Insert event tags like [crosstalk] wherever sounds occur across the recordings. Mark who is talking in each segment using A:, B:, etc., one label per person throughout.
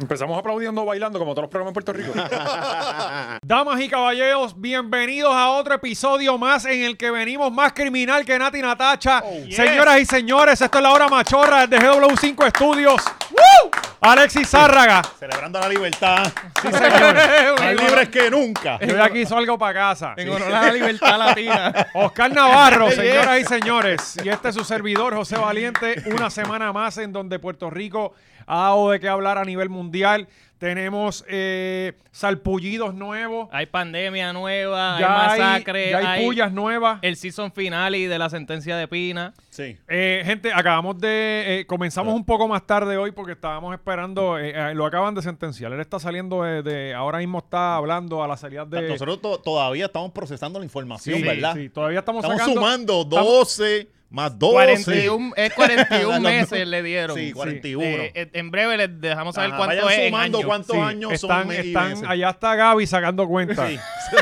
A: Empezamos aplaudiendo, bailando, como todos los programas en Puerto Rico.
B: Damas y caballeros, bienvenidos a otro episodio más en el que venimos más criminal que Nati Natacha.
A: Oh,
B: Señoras y señores, esto es la hora machorra de GW5 Estudios. Alexis Zárraga.
C: Celebrando la libertad.
B: [laughs]
C: Más
B: Yo
C: libres que nunca.
B: de aquí salgo para casa.
D: En honor a la libertad latina.
B: Oscar
C: [laughs]
B: Navarro, señoras y señores. Y este es su servidor, José Valiente. Una semana más en donde Puerto Rico ha dado de qué hablar a nivel mundial. Tenemos eh, salpullidos nuevos.
D: [laughs] Hay pandemia nueva,
B: Ya
D: hay Eh, masacre,
B: ya hay, pullas nuevas.
D: el season finale de la sentencia de Pina.
C: Sí.
B: Eh, gente, acabamos de. eh, comenzamos un poco más tarde hoy porque estábamos esperando. eh, eh, lo acaban de sentenciar. Él está saliendo de. de- ahora mismo está hablando a la salida de.
C: Nosotros to- todavía estamos procesando la información,
B: Sí,
C: ¿verdad?
B: sí, todavía estamos,
C: Estamos
B: sacando-
C: sumando
B: estamos-
C: 12 más 12.
D: 41, es 41
C: [laughs] Los no-
D: meses le dieron.
C: Sí, 41.
D: Eh, eh, en breve les dejamos saber
C: Ajá,
D: cuánto
C: vayan
D: es en
C: sumando
D: años.
C: cuántos
B: Sí,
C: años
B: están,
C: son mes y
B: están-
C: meses.
B: allá está Gaby sacando cuenta. Sí,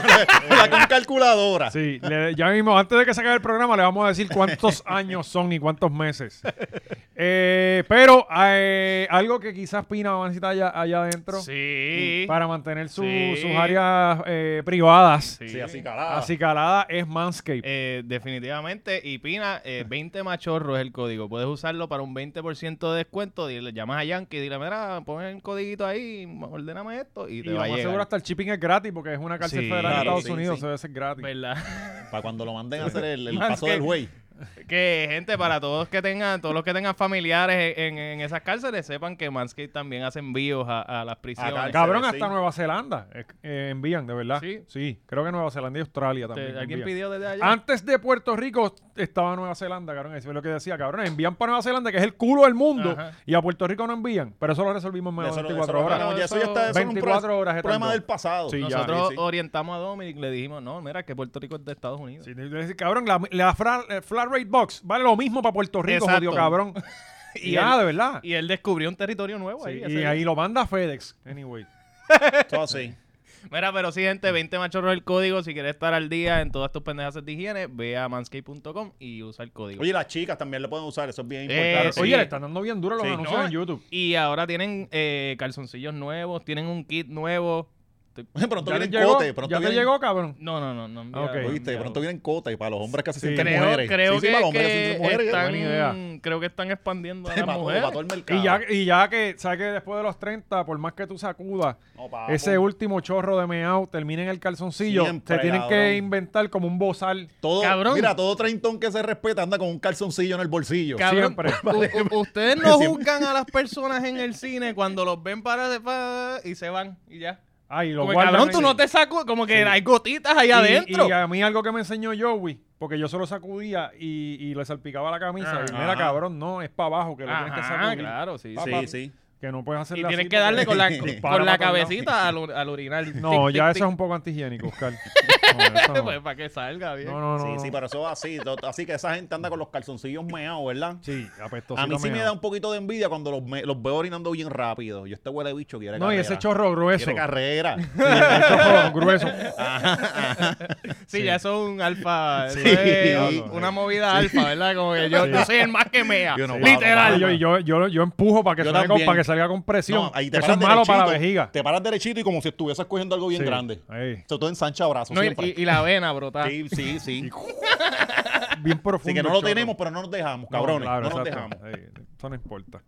C: [laughs] La con calculadora.
B: le- ya mismo, antes de que se acabe el programa, le vamos a decir
D: [laughs]
B: cuántos años son y cuántos meses. Eh, pero eh, algo que quizás Pina va a necesitar allá, allá adentro
D: Sí.
B: para mantener su-
D: Sí.
B: sus áreas eh, privadas.
D: Sí.
C: Sí, así calada.
B: Así calada es Manscape.
D: Eh, definitivamente, y Pina, eh, 20 machorro es el código. Puedes usarlo para un 20% de descuento. Dile, llamas a Yankee, dile, mira, pon el codiguito ahí, ordéname esto y
B: Y
D: te
B: lo
D: va a
B: más seguro
D: llegar.
B: hasta el shipping es gratis porque es una cárcel
D: Sí,
B: federal de
C: claro,
B: Estados
C: sí,
B: Unidos,
C: sí.
B: se debe ser gratis.
D: ¿Verdad?
C: Para cuando lo manden a
B: [laughs]
C: hacer el, el
D: Más
C: paso
D: que-
C: del güey.
D: Que gente, para todos que tengan, todos los que tengan familiares en, en esas cárceles, sepan que Manscaped también hace envíos a, a las prisiones. Este,
C: Acá,
B: Cabrón,
C: Sí.
B: hasta Nueva Zelanda eh, eh, envían, de verdad.
D: Sí.
B: creo que Nueva Zelanda y Australia
D: Te-
B: también.
D: ¿Alguien
B: envían.
D: pidió desde allá?
B: Antes de Puerto Rico estaba Nueva Zelanda, cabrón. Eso es lo que decía, cabrón. Envían para Nueva Zelanda, que es el culo del mundo,
D: Ajá.
B: y a Puerto Rico no envían. Pero eso lo resolvimos en menos de
C: Eso no-
B: 24
C: eso no-
B: horas.
C: no, ya eso ya está. Eso es un
B: 24 horas es
C: problema
B: tanto.
C: del pasado.
B: Sí, ya.
D: Nosotros
C: Sí, sí.
D: orientamos a Dominic, le dijimos, no, mira, que Puerto Rico es de Estados Unidos.
B: Sí, te- te decía, cabrón, la, la fra- eh, flat rate box vale lo mismo para Puerto Rico,
D: Exacto.
B: jodido cabrón. y
D: [laughs] Y
B: ya,
D: el-
B: de verdad.
D: Y él descubrió un territorio nuevo
B: Sí,
D: ahí.
B: y
D: ese-
B: ahí lo manda FedEx, anyway.
C: Todo así.
D: Mira, pero sí, gente, 20 machorros el código. Si quieres estar al día en todas tus pendejas de higiene, ve a manscape.com y usa el código.
C: Oye, las chicas también lo pueden usar. Eso es bien
D: Eh,
C: importante.
D: sí.
B: Oye, le están dando bien duro los
C: Sí,
B: anuncios
D: ¿no?
B: en YouTube.
D: Y ahora tienen eh, calzoncillos nuevos, tienen un kit nuevo.
C: [laughs]
D: Estoy-
C: Pronto
B: ¿Ya, les
C: vienen
B: llegó?
C: cote. Pronto
B: ¿Ya te
C: vienen
B: llegó, cabrón?
D: No, no, no, no. han
B: Ah, ok.
D: enviado, no han
C: Oíste, de
D: enviado.
C: pronto vienen cotas y para los hombres que se
B: Sí.
C: sienten
D: creo,
C: mujeres.
D: creo
C: Sí, sí,
D: que,
C: para los hombres
D: que
C: se sienten mujeres.
D: están,
B: Buena idea.
D: creo que están expandiendo a
C: Para
D: las
C: todo- para todo
D: mujeres.
C: el mercado.
B: Y ya, y ya que, ¿sabes que Después de los 30, por más que tú sacudas,
C: No, papo.
B: ese último chorro de meao termina en el calzoncillo,
C: Siempre,
B: te tienen
C: cabrón.
B: que inventar como un bozal.
C: Todo,
D: Cabrón.
C: Mira, todo treintón que se respeta anda con un calzoncillo en el bolsillo.
D: Cabrón,
B: siempre.
D: u- u- ustedes no
C: Siempre.
D: juzgan a las personas en el cine cuando los ven para pa- y se van y ya.
B: Ay, lo
D: Como que,
B: guardan
D: cabrón, tú
B: ahí.
D: no te saco, como que hay gotitas ahí
B: Y-
D: adentro.
B: Y, a mí algo que me enseñó Joey, porque yo solo sacudía y, y le salpicaba la camisa. y
D: Ah, Ajá.
B: mira, cabrón, no, es para abajo que lo tienes que
D: Ajá,
B: sacudir.
D: claro, sí.
B: Pa,
D: sí.
B: pa,
C: Sí, sí.
B: Que no puedes hacer
D: Y tienes que darle
B: [laughs]
D: con la, con
B: Para
D: la
B: pa' todos lados.
D: cabecita al, ur- al orinar.
B: No, ya eso es un poco antihigiénico,
D: [laughs]
B: Oscar. No, eso no.
D: Pues para que salga bien.
B: No, no, no.
C: sí,
B: no.
C: sí, pero eso es así. to- Así que esa gente anda con los calzoncillos meados, ¿verdad?
B: Sí, apestosito
C: A mí sí me
B: meao.
C: da un poquito de envidia cuando los, me- los veo orinando bien rápido. Yo este huele bicho quiere
B: No, y
C: carrera.
B: ese chorro grueso.
C: Quiere
B: [laughs]
C: carrera.
B: Ese chorro grueso.
D: Sí, ya eso es un alfa. eso
C: Sí.
D: es
B: Claro,
D: una movida alfa, ¿verdad? Como que yo,
B: Sí.
D: yo soy el más que mea.
C: Yo no,
D: literal.
C: papá,
B: Yo, yo, yo, yo empujo para que,
C: Yo
B: salga,
C: también.
B: para que salga con presión.
C: No, ahí te
B: Eso es
C: paras
B: malo para la
C: derechito,
B: vejiga.
C: Te paras derechito y como si estuvieses cogiendo algo bien
B: Sí,
C: grande.
B: ahí. [laughs]
C: Sobre todo ensancha brazos
D: No, y,
C: siempre.
D: y- y la vena, brota.
C: sí, sí, sí.
B: Bien profundo.
C: Así que no
B: el
C: lo
B: chorro.
C: tenemos, pero no nos dejamos, cabrones.
B: No, claro,
C: no nos
B: exacto.
C: dejamos.
B: Ahí, eso no importa.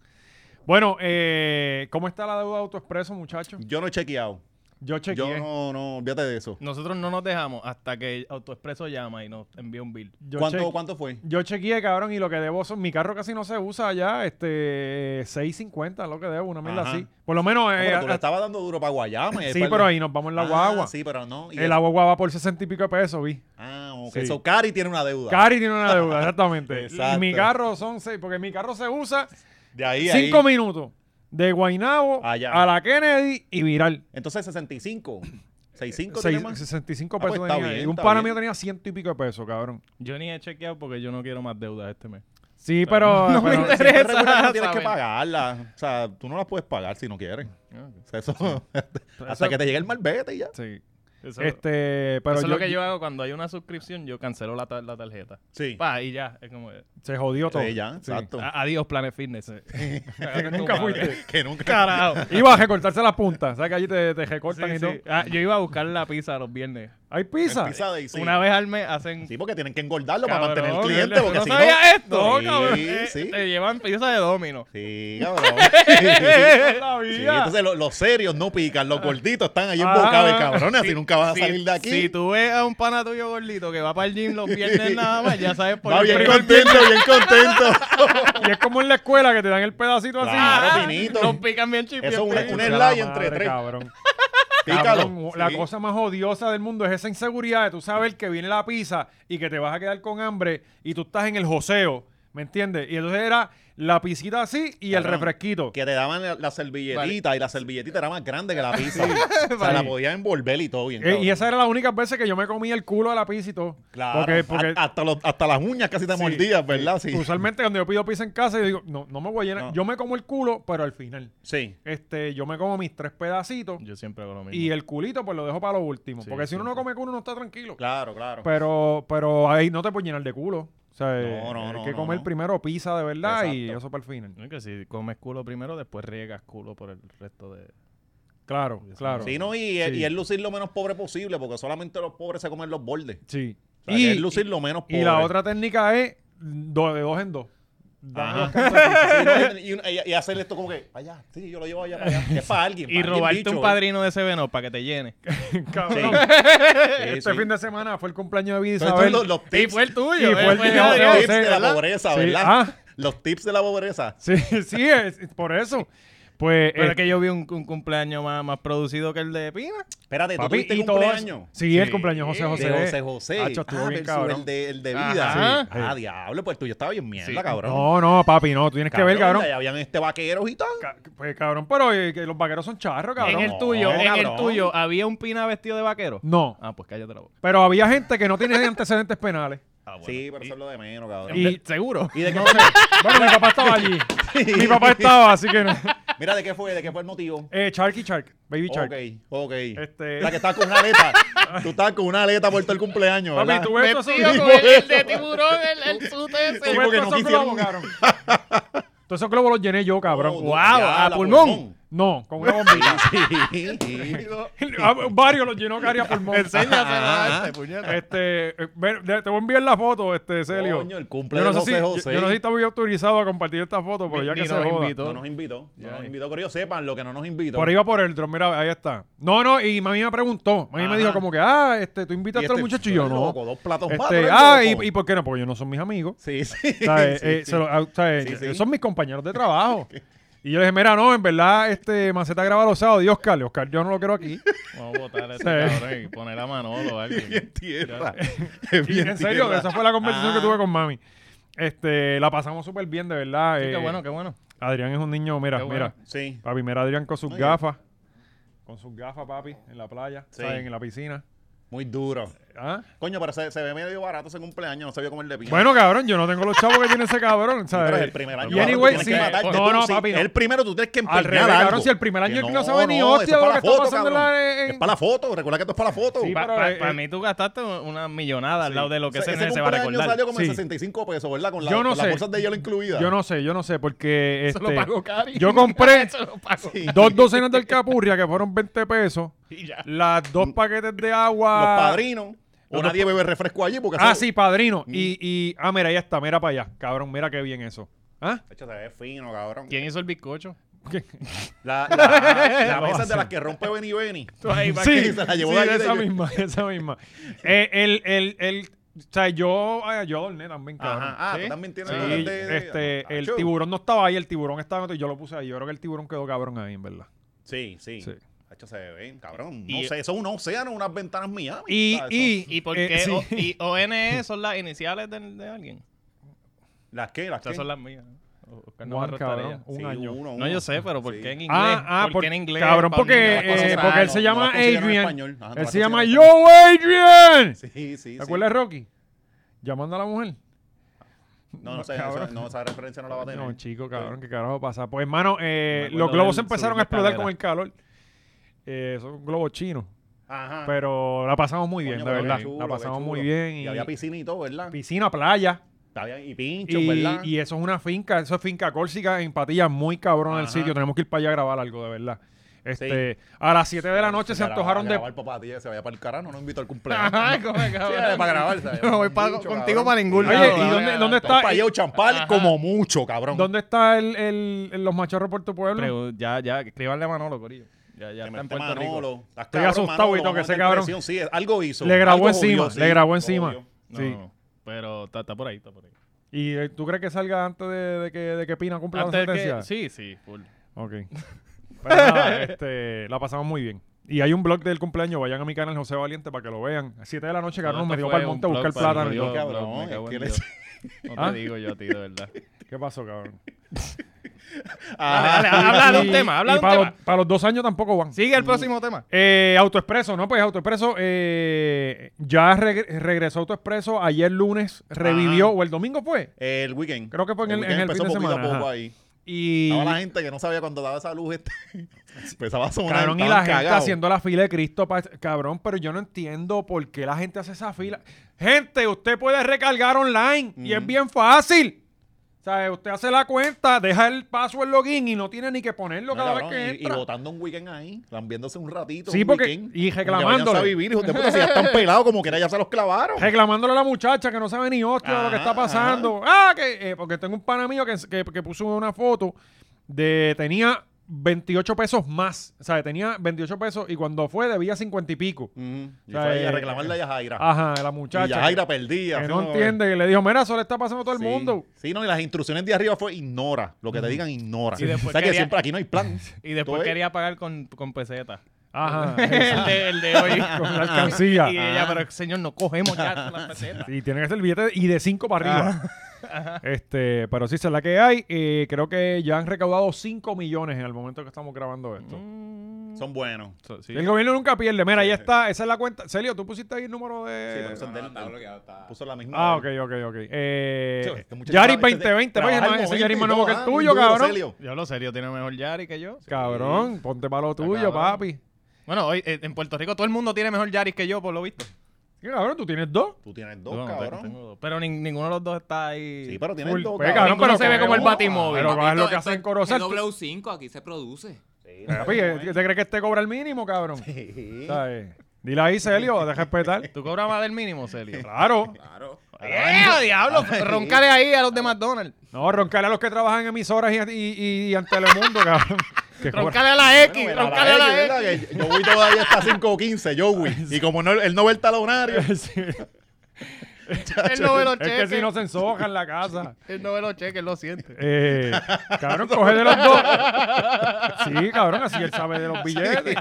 B: Bueno, eh, ¿cómo está la deuda de AutoExpreso, muchachos?
C: Yo no he chequeado.
B: Yo chequeé. Mm,
C: Yo no, no, olvídate de eso.
D: Nosotros no nos dejamos hasta que AutoExpreso llama y nos envía un bill.
B: yo
C: ¿Cuánto,
B: chequeé- Eh,
C: ¿Cuánto fue?
B: Yo chequeé, cabrón, y lo que debo son... Mi carro casi no se usa allá, este... 6.50 es lo que debo, una mierda
C: Ajá.
B: así. Por lo menos...
C: No,
B: eh,
C: pero tú le
B: a-
C: estabas dando duro para Guayama. y
B: sí,
C: después-
B: pero ahí nos vamos en la
C: Ah,
B: guagua.
C: Sí, pero no. y
B: Eh, la guagua va por 60 y pico de pesos, vi.
C: Ah, ok.
B: Sí.
C: So, Cari tiene una deuda.
B: Cari tiene una deuda,
C: [laughs]
B: exactamente.
C: Exacto.
B: Y mi carro son seis, porque mi carro se usa
C: De ahí, Ah, ahí.
B: cinco minutos. De Guainabo
C: Allá.
B: a la Kennedy y viral.
C: Entonces, 65. 65
B: Eh, Seis-
C: tiene más.
B: 65
C: Ah, pues
B: pesos
C: está
B: tenía.
C: bien,
B: y un
C: está
B: pana
C: bien.
B: mío tenía ciento y pico de pesos, cabrón.
D: Yo ni he chequeado porque yo no quiero más deudas este mes.
B: Sí,
C: [laughs]
B: pero.
D: no me
B: pero-
D: interesa.
C: Siempre recuerda que no tienes
D: saben.
C: que pagarla. O Ah, [laughs] sea, tú no las puedes pagar si no quieres. O sea, eso- hasta que te llegue el malvete y ya.
B: sí.
D: Eso-
B: este, pero
D: Eso es
B: yo-
D: lo que yo hago cuando hay una suscripción, yo cancelo la, tar- la tarjeta.
C: Sí.
D: Pa, y ya, es como...
B: se jodió todo.
C: Sí, ya,
B: Sí. [laughs]
C: exacto.
D: a- adiós, Planet Fitness.
B: Que nunca fuiste.
C: Que nunca. [laughs]
D: [laughs] Carajo.
B: Iba a recortarse la punta. ¿Sabes que allí te, te recortan
D: Sí,
B: y
D: sí.
B: todo?
D: Ah, yo iba a buscar la pizza los viernes.
B: ¿Hay pizza?
C: Pizza Day, sí.
D: Una vez al mes hacen...
C: Sí, porque tienen que engordarlo
D: Cabrón,
C: para mantener el
D: ¿verdad?
C: cliente. Porque
D: no
C: si
D: sabía
C: no.
D: esto,
C: Sí,
D: cabrón.
C: sí.
D: Eh, Te llevan pizza de domino.
C: Sí, cabrón.
B: [laughs]
C: [laughs] Sí,
B: No sabía.
C: entonces lo- los serios no pican, los gorditos están ahí
B: Ah.
C: embocados, cabrones, así
D: Si-
C: nunca vas a
D: si-
C: salir de aquí.
D: Si tú ves a un pana tuyo gordito que va para el gym los
C: [laughs]
D: viernes nada más, ya sabes por
C: Va
D: qué.
C: bien contento, bien
B: [laughs]
C: contento.
B: Y es como en la escuela que te dan el pedacito así.
C: Claro,
D: [laughs]
B: Ah,
C: pinito.
D: Nos pican bien chipios.
C: Eso es una-
B: escucha
C: un
B: la
C: slide
B: madre,
C: entre tres.
B: Cabrón.
C: Pícalo.
B: Cabrón, La
C: Sí.
B: cosa más odiosa del mundo es esa inseguridad de tú saber que viene la pizza y que te vas a quedar con hambre y tú estás en el joseo. ¿Me entiendes? Y entonces era la pisita así y el
C: Cabrón,
B: refresquito. Eh,
C: Que te daban la, la servilletita y la servilletita era más grande que la pizza. O sea,
B: Vale.
C: la podían envolver y todo bien.
B: Eh, y
C: cabrón.
B: esa era la única vez que yo me comía el culo a la pizza y todo.
C: Claro.
B: Porque, porque
C: Ha- Hasta, los- hasta las uñas casi te mordías, ¿verdad? Sí.
B: usualmente cuando yo pido pizza en casa, yo digo, no, no me voy a llenar.
C: No.
B: Yo me como el culo, pero al final.
C: Sí.
B: Este, yo me como mis tres pedacitos
D: Yo siempre hago lo mismo.
B: y el culito, pues lo dejo para lo último.
D: Sí,
B: porque si
D: sí,
B: uno no
D: sí.
B: come culo, no está tranquilo.
C: Claro, claro.
B: Pero, pero ahí no te puedes llenar de culo. O sea, eh,
C: No, no,
B: hay
C: no,
B: que
C: no,
B: comer
C: no.
B: primero pizza de verdad y
C: Exacto.
B: eso para el final.
D: No, que si comes culo primero, después riegas culo por el resto de...
B: Claro, claro.
C: Sí, no, y, eh,
B: Sí.
C: y es lucir lo menos pobre posible, porque solamente los pobres se comen los bordes.
B: Sí.
C: O sea, que es lucir lo menos
B: y
C: pobre.
B: la otra técnica es do- de dos en dos. Dame
C: Ajá.
B: dos cantazos. [laughs]
C: Sí, no, y, y- y hacer esto como que, para allá, sí, yo lo llevo allá, para allá. Es para alguien.
D: Y
C: para alguien,
D: robarte
C: bicho,
D: un padrino de ese veneno para que te llene.
B: [laughs] Cabrón.
C: [laughs] Sí,
B: [laughs] Este
C: sí.
B: fin de semana fue el cumpleaños de vida
C: Pero estos son
B: Isabel.
C: los, los
D: Y
C: tips,
D: fue el tuyo.
B: Y
D: eh,
B: fue el
D: fue
B: de
D: el
C: los
B: José,
D: de-
C: tips de la
B: ¿verdad?
C: pobreza,
B: Sí,
C: ¿verdad?
B: ah.
C: Los tips de la pobreza.
B: Sí, [laughs] sí, es, es por eso. Pues
D: Pero
B: eh,
D: es que yo vi un, un cumpleaños más, más producido que el de Pina.
C: Espérate, ¿tú
B: papi,
C: tuviste
B: y todo
C: cumpleaños?
B: eso- Sí, el cumpleaños de José José.
C: De José José.
B: Hacho, estuvo
C: Ah,
B: bien
C: versus
B: cabrón.
C: el de, el de
D: Ajá.
C: vida.
D: Sí,
C: Ah,
B: sí.
C: diablo, pues tú yo estaba bien mierda,
D: Sí.
C: cabrón.
B: No, no, papi, no. Tú tienes que ver, cabrón.
C: Ahí habían este vaqueros y todo.
B: Ca- Pues cabrón, pero eh, que los vaqueros son charros, cabrón.
D: en el tuyo,
C: No,
D: en
C: cabrón.
D: el tuyo, había un Pina vestido de vaquero.
B: No.
D: Ah, pues cállate la boca.
B: Pero había gente que no tiene antecedentes penales.
D: Ah, bueno.
C: Sí, pero eso es lo de menos, cabrón.
B: Y-
D: De- seguro.
C: ¿Y de qué
B: No sé. Bueno, mi papá estaba allí. Mi papá estaba, así que no.
C: Mira, ¿de qué fue? ¿De qué fue el motivo?
B: Eh, Sharky Shark, Baby Shark.
C: Ok, ok.
B: Este-
C: La que estás con
B: [laughs]
C: una aleta. tú estás con una aleta por todo el cumpleaños,
B: Papi,
C: ¿verdad?
B: tú ves todos
D: Vestido
B: esos-
D: con el, el de tiburón, el, el suit ese.
B: tú ves
C: porque
B: todos
C: no
B: esos
C: quisieron.
B: globos, cabrón. Todos esos globos los llené yo, cabrón.
C: Oh,
D: ¡Wow!
C: ya,
D: ¡A
C: la
D: pulmón!
B: No, con
C: [laughs]
B: una [laughs] bombilla.
C: Sí, sí.
B: Ah, Varios los llenó Cari a pulmón.
C: Ah,
D: Enséñasela a este, puñeta.
B: Este, eh, ven, de- te voy a enviar la foto, este, Celio.
C: Coño, el cumple
B: yo no
C: de
B: sé si,
C: José
B: yo-
C: José.
B: Yo, no sé si está muy autorizado a compartir esta foto, pero
D: Ni-
B: ya
D: ni
B: que se
D: nos
B: joda.
D: invitó.
C: No nos invitó. No nos invitó, pero ellos sepan lo que no nos invitó.
B: eh. Por ahí va por el dron, mira, ahí está. No, no, y mami me preguntó. Mami me
C: Ajá.
B: dijo como que, ah, este, tú
C: Y
B: invitaste
C: este,
B: al muchacho y
C: tú
B: yo
C: eres
B: no.
C: loco, dos platos más, tú
B: Este,
C: eres
B: ah,
C: loco.
B: y, y por qué no? Porque ellos no son mis amigos.
C: Sí, [laughs] sí.
B: ¿sabes?
C: sí,
B: Eh,
C: sí.
B: se lo- ah, ¿sabes?
C: Sí, sí.
B: Ellos Son mis compañeros de trabajo. Y yo le dije, mira, no, en verdad, este, Maceta graba los sábados. Y Oscar, y Oscar, yo no lo quiero
C: [laughs]
B: aquí.
D: Vamos a botar a ese
B: Sí.
D: cabrón y poner a Manolo
C: [laughs]
D: o
C: Bien
D: alguien.
C: tierra.
B: eh.
C: [laughs] Ah,
B: Y en serio, esa fue la conversación que tuve con mami. Este, la pasamos súper bien, de verdad.
D: Sí, qué
B: eh,
D: bueno, qué bueno.
B: Adrián es un niño, mira,
D: Qué bueno.
B: mira.
C: Sí.
B: Papi, mira a Adrián con sus
C: Oye.
B: gafas. Con sus gafas, papi, en la playa,
C: Sí.
B: ¿sabes? En la piscina.
C: Muy duro.
B: ¿Ah?
C: Coño, pero se, se ve medio barato ese cumpleaños. No sabía cómo el de pino.
B: Bueno, cabrón, yo no tengo los chavos que tiene ese cabrón, ¿sabes?
C: pero es el primer año.
B: Y anyway,
C: tú tienes
B: sí.
C: que matarte
B: No,
C: tú,
B: no,
C: sí.
B: papi. no.
C: El primero tú tienes que empeñar
B: Al revés, cabrón,
C: algo.
B: si el primer año
C: Que
B: el que no sabe ni hostia de
C: eso es
B: lo
C: para
B: que está pasando en la-
C: cabrón.
B: en-
C: Es para la foto. Recuerda que esto es para la foto.
B: Sí,
D: Para
B: pero, eh, eh,
D: mí tú gastaste una millonada al lado de lo que
C: O sea,
D: ese nene se va a
C: cumpleaños
D: recordar.
C: salió como
B: Sí.
C: en 65 pesos, ¿verdad? Con, la,
B: Yo no
C: con las
B: sé.
C: bolsas de hielo incluidas.
B: Yo no sé, yo no sé, porque
D: Eso
B: este,
D: lo pagó
B: [laughs]
D: Cari.
B: yo
C: [laughs]
B: compré-
D: Eso lo pagó.
C: Sí.
B: dos docenas del capurria que fueron 20
C: [laughs]
B: pesos,
D: Y ya.
B: las dos paquetes de agua.
C: Los padrinos. O
B: Los
C: nadie bebe refresco allí porque...
B: Ah,
C: eso-
B: sí, padrino. Y, y, ah, mira, ahí está, mira para allá. Cabrón, mira qué bien eso. ¿Ah?
C: De hecho, se ve fino, cabrón.
D: ¿Quién hizo el bizcocho?
C: La, la, la
B: Lo
C: mesa es
B: hacen.
C: de las que rompe Benny Benny.
B: [laughs] Sí,
C: que se la llevó
B: sí,
C: de allí,
B: esa
C: de-
B: misma, [laughs] esa misma. Eh, el, el, el, o sea, yo, ay, yo adorné también, cabrón.
C: Ajá, ah,
D: ¿Sí?
C: tú también tienes...
B: Sí,
C: de- de- Ah, de-
B: este, el
C: Acho.
B: tiburón no estaba ahí, el tiburón estaba en otro, y yo lo puse ahí. Yo creo que el tiburón quedó cabrón ahí, en verdad.
C: Sí, sí.
B: Sí.
C: De hecho, se ven, cabrón. No
D: Y-
C: sé, eso es un océano, unas ventanas Miami.
B: Y,
C: ¿sabes? Son-
B: y,
D: ¿Y por
B: eh,
D: qué
B: sí.
D: O-
B: [laughs]
D: y ONE son las iniciales de, de alguien?
C: ¿Las qué? ¿Las qué?
D: Esas son las mías. Oscar no
B: Juan,
D: me arrestaría.
B: cabrón, un
C: Sí,
B: año.
C: uno,
D: No,
C: uno.
D: yo sé, pero ¿por
C: Sí.
D: qué en inglés?
B: Ah, ah,
D: ¿Por qué en inglés?
B: Cabrón,
D: Paulina?
B: porque,
C: Las cosas
B: eh,
C: raras,
B: porque él
C: no-
B: se
C: no
B: llama
C: las consideran en
B: Adrian.
C: español. Ajá, no
B: él
C: las
B: se llama Yo
C: consideran en
B: Adrian.
C: Sí, sí, sí.
B: ¿Te acuerdas, Rocky? Llamando a la mujer.
C: No, no sé,
B: Cabrón.
C: esa- no, esa referencia no la va a tener.
B: No, chico, cabrón, qué carajo pasa. Pues, hermano, eh,
D: Me acuerdo
B: los globos
D: del
B: empezaron a
D: subir la
B: explotar
D: escalera.
B: con el calor. Eh, son globos chinos.
C: Ajá.
B: Pero la pasamos muy
C: Ah. Coño,
B: bien, de
C: pero qué
B: verdad.
C: chulo,
B: la
C: qué
B: pasamos muy
C: chulo.
B: bien.
C: Y,
B: Y,
C: había piscina y todo, ¿verdad?
B: piscina, playa.
C: Está bien, y pincho,
B: Y,
C: ¿verdad?
B: y eso es una finca, eso es finca córsica en Patillas, muy cabrón el
C: Ajá.
B: sitio. Tenemos que ir para allá a grabar algo, de verdad. Este, A las 7 de la noche se
C: Grababa-
B: antojaron de.
C: grabar, papá, tía, se vaya para el carano, no invito al cumpleaños.
D: Ajá, como
C: Sí, era para grabar, ¿sabes?
D: Yo voy pa-
C: Mucho,
D: contigo
C: cabrón.
D: para ningún
B: Oye,
D: lado.
B: ¿y
D: cabrón.
B: dónde- dónde
C: Vamos
B: está-
C: para allá, un champal como mucho, cabrón.
B: ¿Dónde está el, el- el- los machorros por tu pueblo?
D: [laughs] Pregu- Ya, ya, escríbanle a Manolo, Corillo. Ya, ya
C: Te
D: está en
C: metiste
D: Puerto Rico.
C: Manolo, estás
B: Estoy
C: cabrón,
B: asustado
C: Manolo,
B: y tengo que
C: vamos
B: ser
C: a meter
B: cabrón.
C: presión, sí, algo hizo.
B: le grabó
C: algo
B: encima,
C: jodió, sí,
B: le grabó
C: obvio.
B: encima.
D: No,
B: Sí.
D: no, pero está, está por ahí, está por ahí.
B: ¿Y eh, tú crees que salga antes de, de que, de que Pina cumpla
D: Antes
B: la
D: de
B: sentencia?
D: que- sí, sí, full. [laughs]
B: Ok. Pero nada, este, la pasamos muy bien. Y hay un blog del cumpleaños, vayan a mi canal José Valiente para que lo vean. A 7 de la noche, Carlos
D: Todo
B: me
D: esto
B: dio
D: fue
B: para el
D: un
B: monte a buscar
D: blog para
B: plátano. y
D: Dios,
B: todo.
C: Dios, cabrón,
D: blog, me cago
C: es
D: en
C: que
D: Dios. [laughs] No
B: ¿Ah?
D: te digo yo a ti,
B: [laughs]
D: de verdad.
B: ¿Qué pasó, cabrón?
C: Ajá.
D: Dale, habla de
B: Y-
D: un tema, habla
B: y
D: de un
B: para
D: tema.
B: Los, para los dos años tampoco van.
D: Sigue el próximo tema.
B: Eh, Autoexpreso, ¿no? Pues Autoexpreso eh, ya regre- regresó Autoexpreso ayer lunes, revivió, o el domingo fue.
C: El weekend.
B: Creo que fue en el- en
C: weekend
B: el fin de
C: empezó poquito
B: semana,
C: a poco
B: ajá.
C: ahí.
B: Y,
C: Estaba la gente que no sabía cuando daba esa luz. Este. [laughs] Empezaba a sonar.
B: cabrón, y la
C: estaban
B: gente
C: cagados.
B: haciendo la fila de Cristo, pa- cabrón, pero yo no entiendo por qué la gente hace esa fila. Gente, usted puede recargar online y es
C: Ujú.
B: bien fácil. O sea, usted hace la cuenta, deja el password login y no tiene ni que ponerlo
C: No,
B: cada
C: cabrón,
B: vez que
C: y, y
B: entra.
C: votando un weekend ahí, lambiéndose un ratito.
B: Sí,
C: un
B: porque-
C: weekend.
B: y
C: Que
B: reclamándole.
C: vayan a vivir, hijos de puta, si ya
B: [laughs]
C: están pelados como quiera, ya se los clavaron.
B: reclamándole a la muchacha que no sabe ni hostia de lo que está
C: Ajá,
B: pasando. Ah, que eh, porque tengo un pana mío que, que, que puso una foto de tenía 28 pesos más, o sea, tenía 28 pesos y cuando fue debía 50 y pico.
C: Ujú. Y
B: sea,
C: fue ahí
B: eh,
C: a reclamarle a Yajaira.
B: Ajá, la
C: y
B: muchacha.
C: Yajaira
B: que-
C: perdía.
B: que
C: sí,
B: no entiende, que le dijo, mira, eso le está pasando a todo el
C: Sí.
B: mundo.
C: Sí, no, y las instrucciones de arriba fue ignora. Lo que te digan, ignora.
D: Y después
C: o sea que
D: quería-
C: siempre aquí no
B: [laughs]
C: hay plan.
D: Y después
C: Todo es-
D: quería pagar con, con peseta.
C: [laughs]
B: Ajá.
D: el, de, el de [laughs] hoy.
B: Con la alcancía. Ah.
D: Y ella, pero señor, no cogemos ya las pesetas.
B: Y tiene que ser el billete y de 5 para arriba. Este, pero sí, esa es la que hay. Eh, creo que ya han recaudado 5 millones en el momento que estamos grabando esto.
C: Son buenos.
D: Mm. So- sí.
B: El gobierno nunca pierde. Mira, ahí está. Esa es la cuenta. Celio, tú pusiste ahí el número
C: Sí, pero
B: de.
C: eso es del-
E: Ah,
C: Puso la misma.
B: ah, ok,
C: del-
B: ok, ok. Eh,
C: Sí, este muchacho
B: Yari
C: trabaja- este-
B: 2020.
C: trabaja
B: Oye, no,
C: al
B: ese
C: momento
B: Yari
C: y
B: más
C: todo,
B: nuevo que el
C: ah,
B: tuyo,
C: duro,
B: cabrón.
C: Celio.
D: Yo lo serio, tiene mejor Yari que yo.
B: Cabrón, ponte para lo tuyo,
D: cabrón.
B: papi.
D: Bueno, hoy eh, en Puerto Rico todo el mundo tiene mejor Yaris que yo, por lo visto.
B: Sí, cabrón, tú tienes dos.
C: Tú tienes dos,
D: No, no,
C: cabrón.
D: tengo dos. Pero nin- ninguno de los dos está ahí.
C: Sí, pero tienes
B: Full.
C: dos,
B: Pues,
C: cabrón.
B: cabrón, pero
D: Ninguno se ve
B: como-
D: como el Batimóvil.
B: Pero coges lo que
E: Esto-
B: hacen
E: esto-
B: Corozal.
E: el W5 aquí se produce.
C: Sí,
B: Papi, ¿eh? ¿te crees que este cobra el mínimo, cabrón?
C: Sí.
B: ¿Sabes? Dile ahí, Celio, de
C: [laughs]
B: respetar.
D: ¿Tú cobras más del mínimo, Celio?
B: Claro.
E: Claro.
D: ¡Eh, diablo! [laughs] Roncale ahí a
C: [laughs]
D: los de McDonald's.
B: No, roncarle a los que trabajan en emisoras y, y, y- y en Telemundo, cabrón. Que cobran-
D: Roncale a la X,
C: Bueno, la
D: roncale a la X.
C: verdad que Joey todavía está a 5.15,
B: [laughs]
C: Joey. Y como no, él no ve el talonario,
B: Sí.
D: [laughs] Él no ve los
B: Es que si no
D: cheques.
B: se ensoja en la casa.
D: Él no ve los cheques, él lo siente.
C: [laughs]
B: Eh, cabrón, coge de los dos. Sí, cabrón, así él sabe de los
C: [laughs]
B: billetes.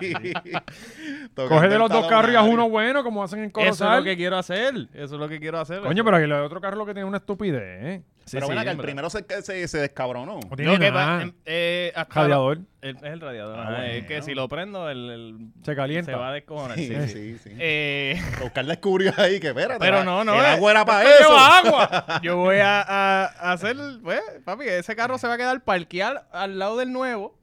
B: Coge de los dos carros y haz uno bueno, como hacen en
D: Eso es lo
B: Corozal.
D: que quiero hacer. Eso es lo que quiero hacer.
B: Coño, pero el otro carro lo que tiene es una estupidez, ¿eh?
C: Pero
D: Sí,
C: ven
D: sí,
C: acá, el
D: hombre.
C: primero se, se, se descabronó.
B: No
D: Lo
B: tiene
D: que
B: nada.
D: pa- em- eh, hasta
B: Radiador.
D: el- es el radiador.
C: Ah,
D: ajá, Es
C: bueno.
D: que si lo prendo, el, el-
B: Se calienta.
D: Se va a descojonar. Sí, sí.
C: sí, sí.
D: Eh,
C: Oscar descubrió ahí que espérate.
D: [laughs] Pero
C: la-
D: no, no,
C: El
D: eh,
C: agua era para
B: ¡Esto
C: eso.
B: lleva agua!
D: [laughs] yo voy a, a- a hacer. Pues, papi, ese carro se va a quedar parquear al lado del nuevo.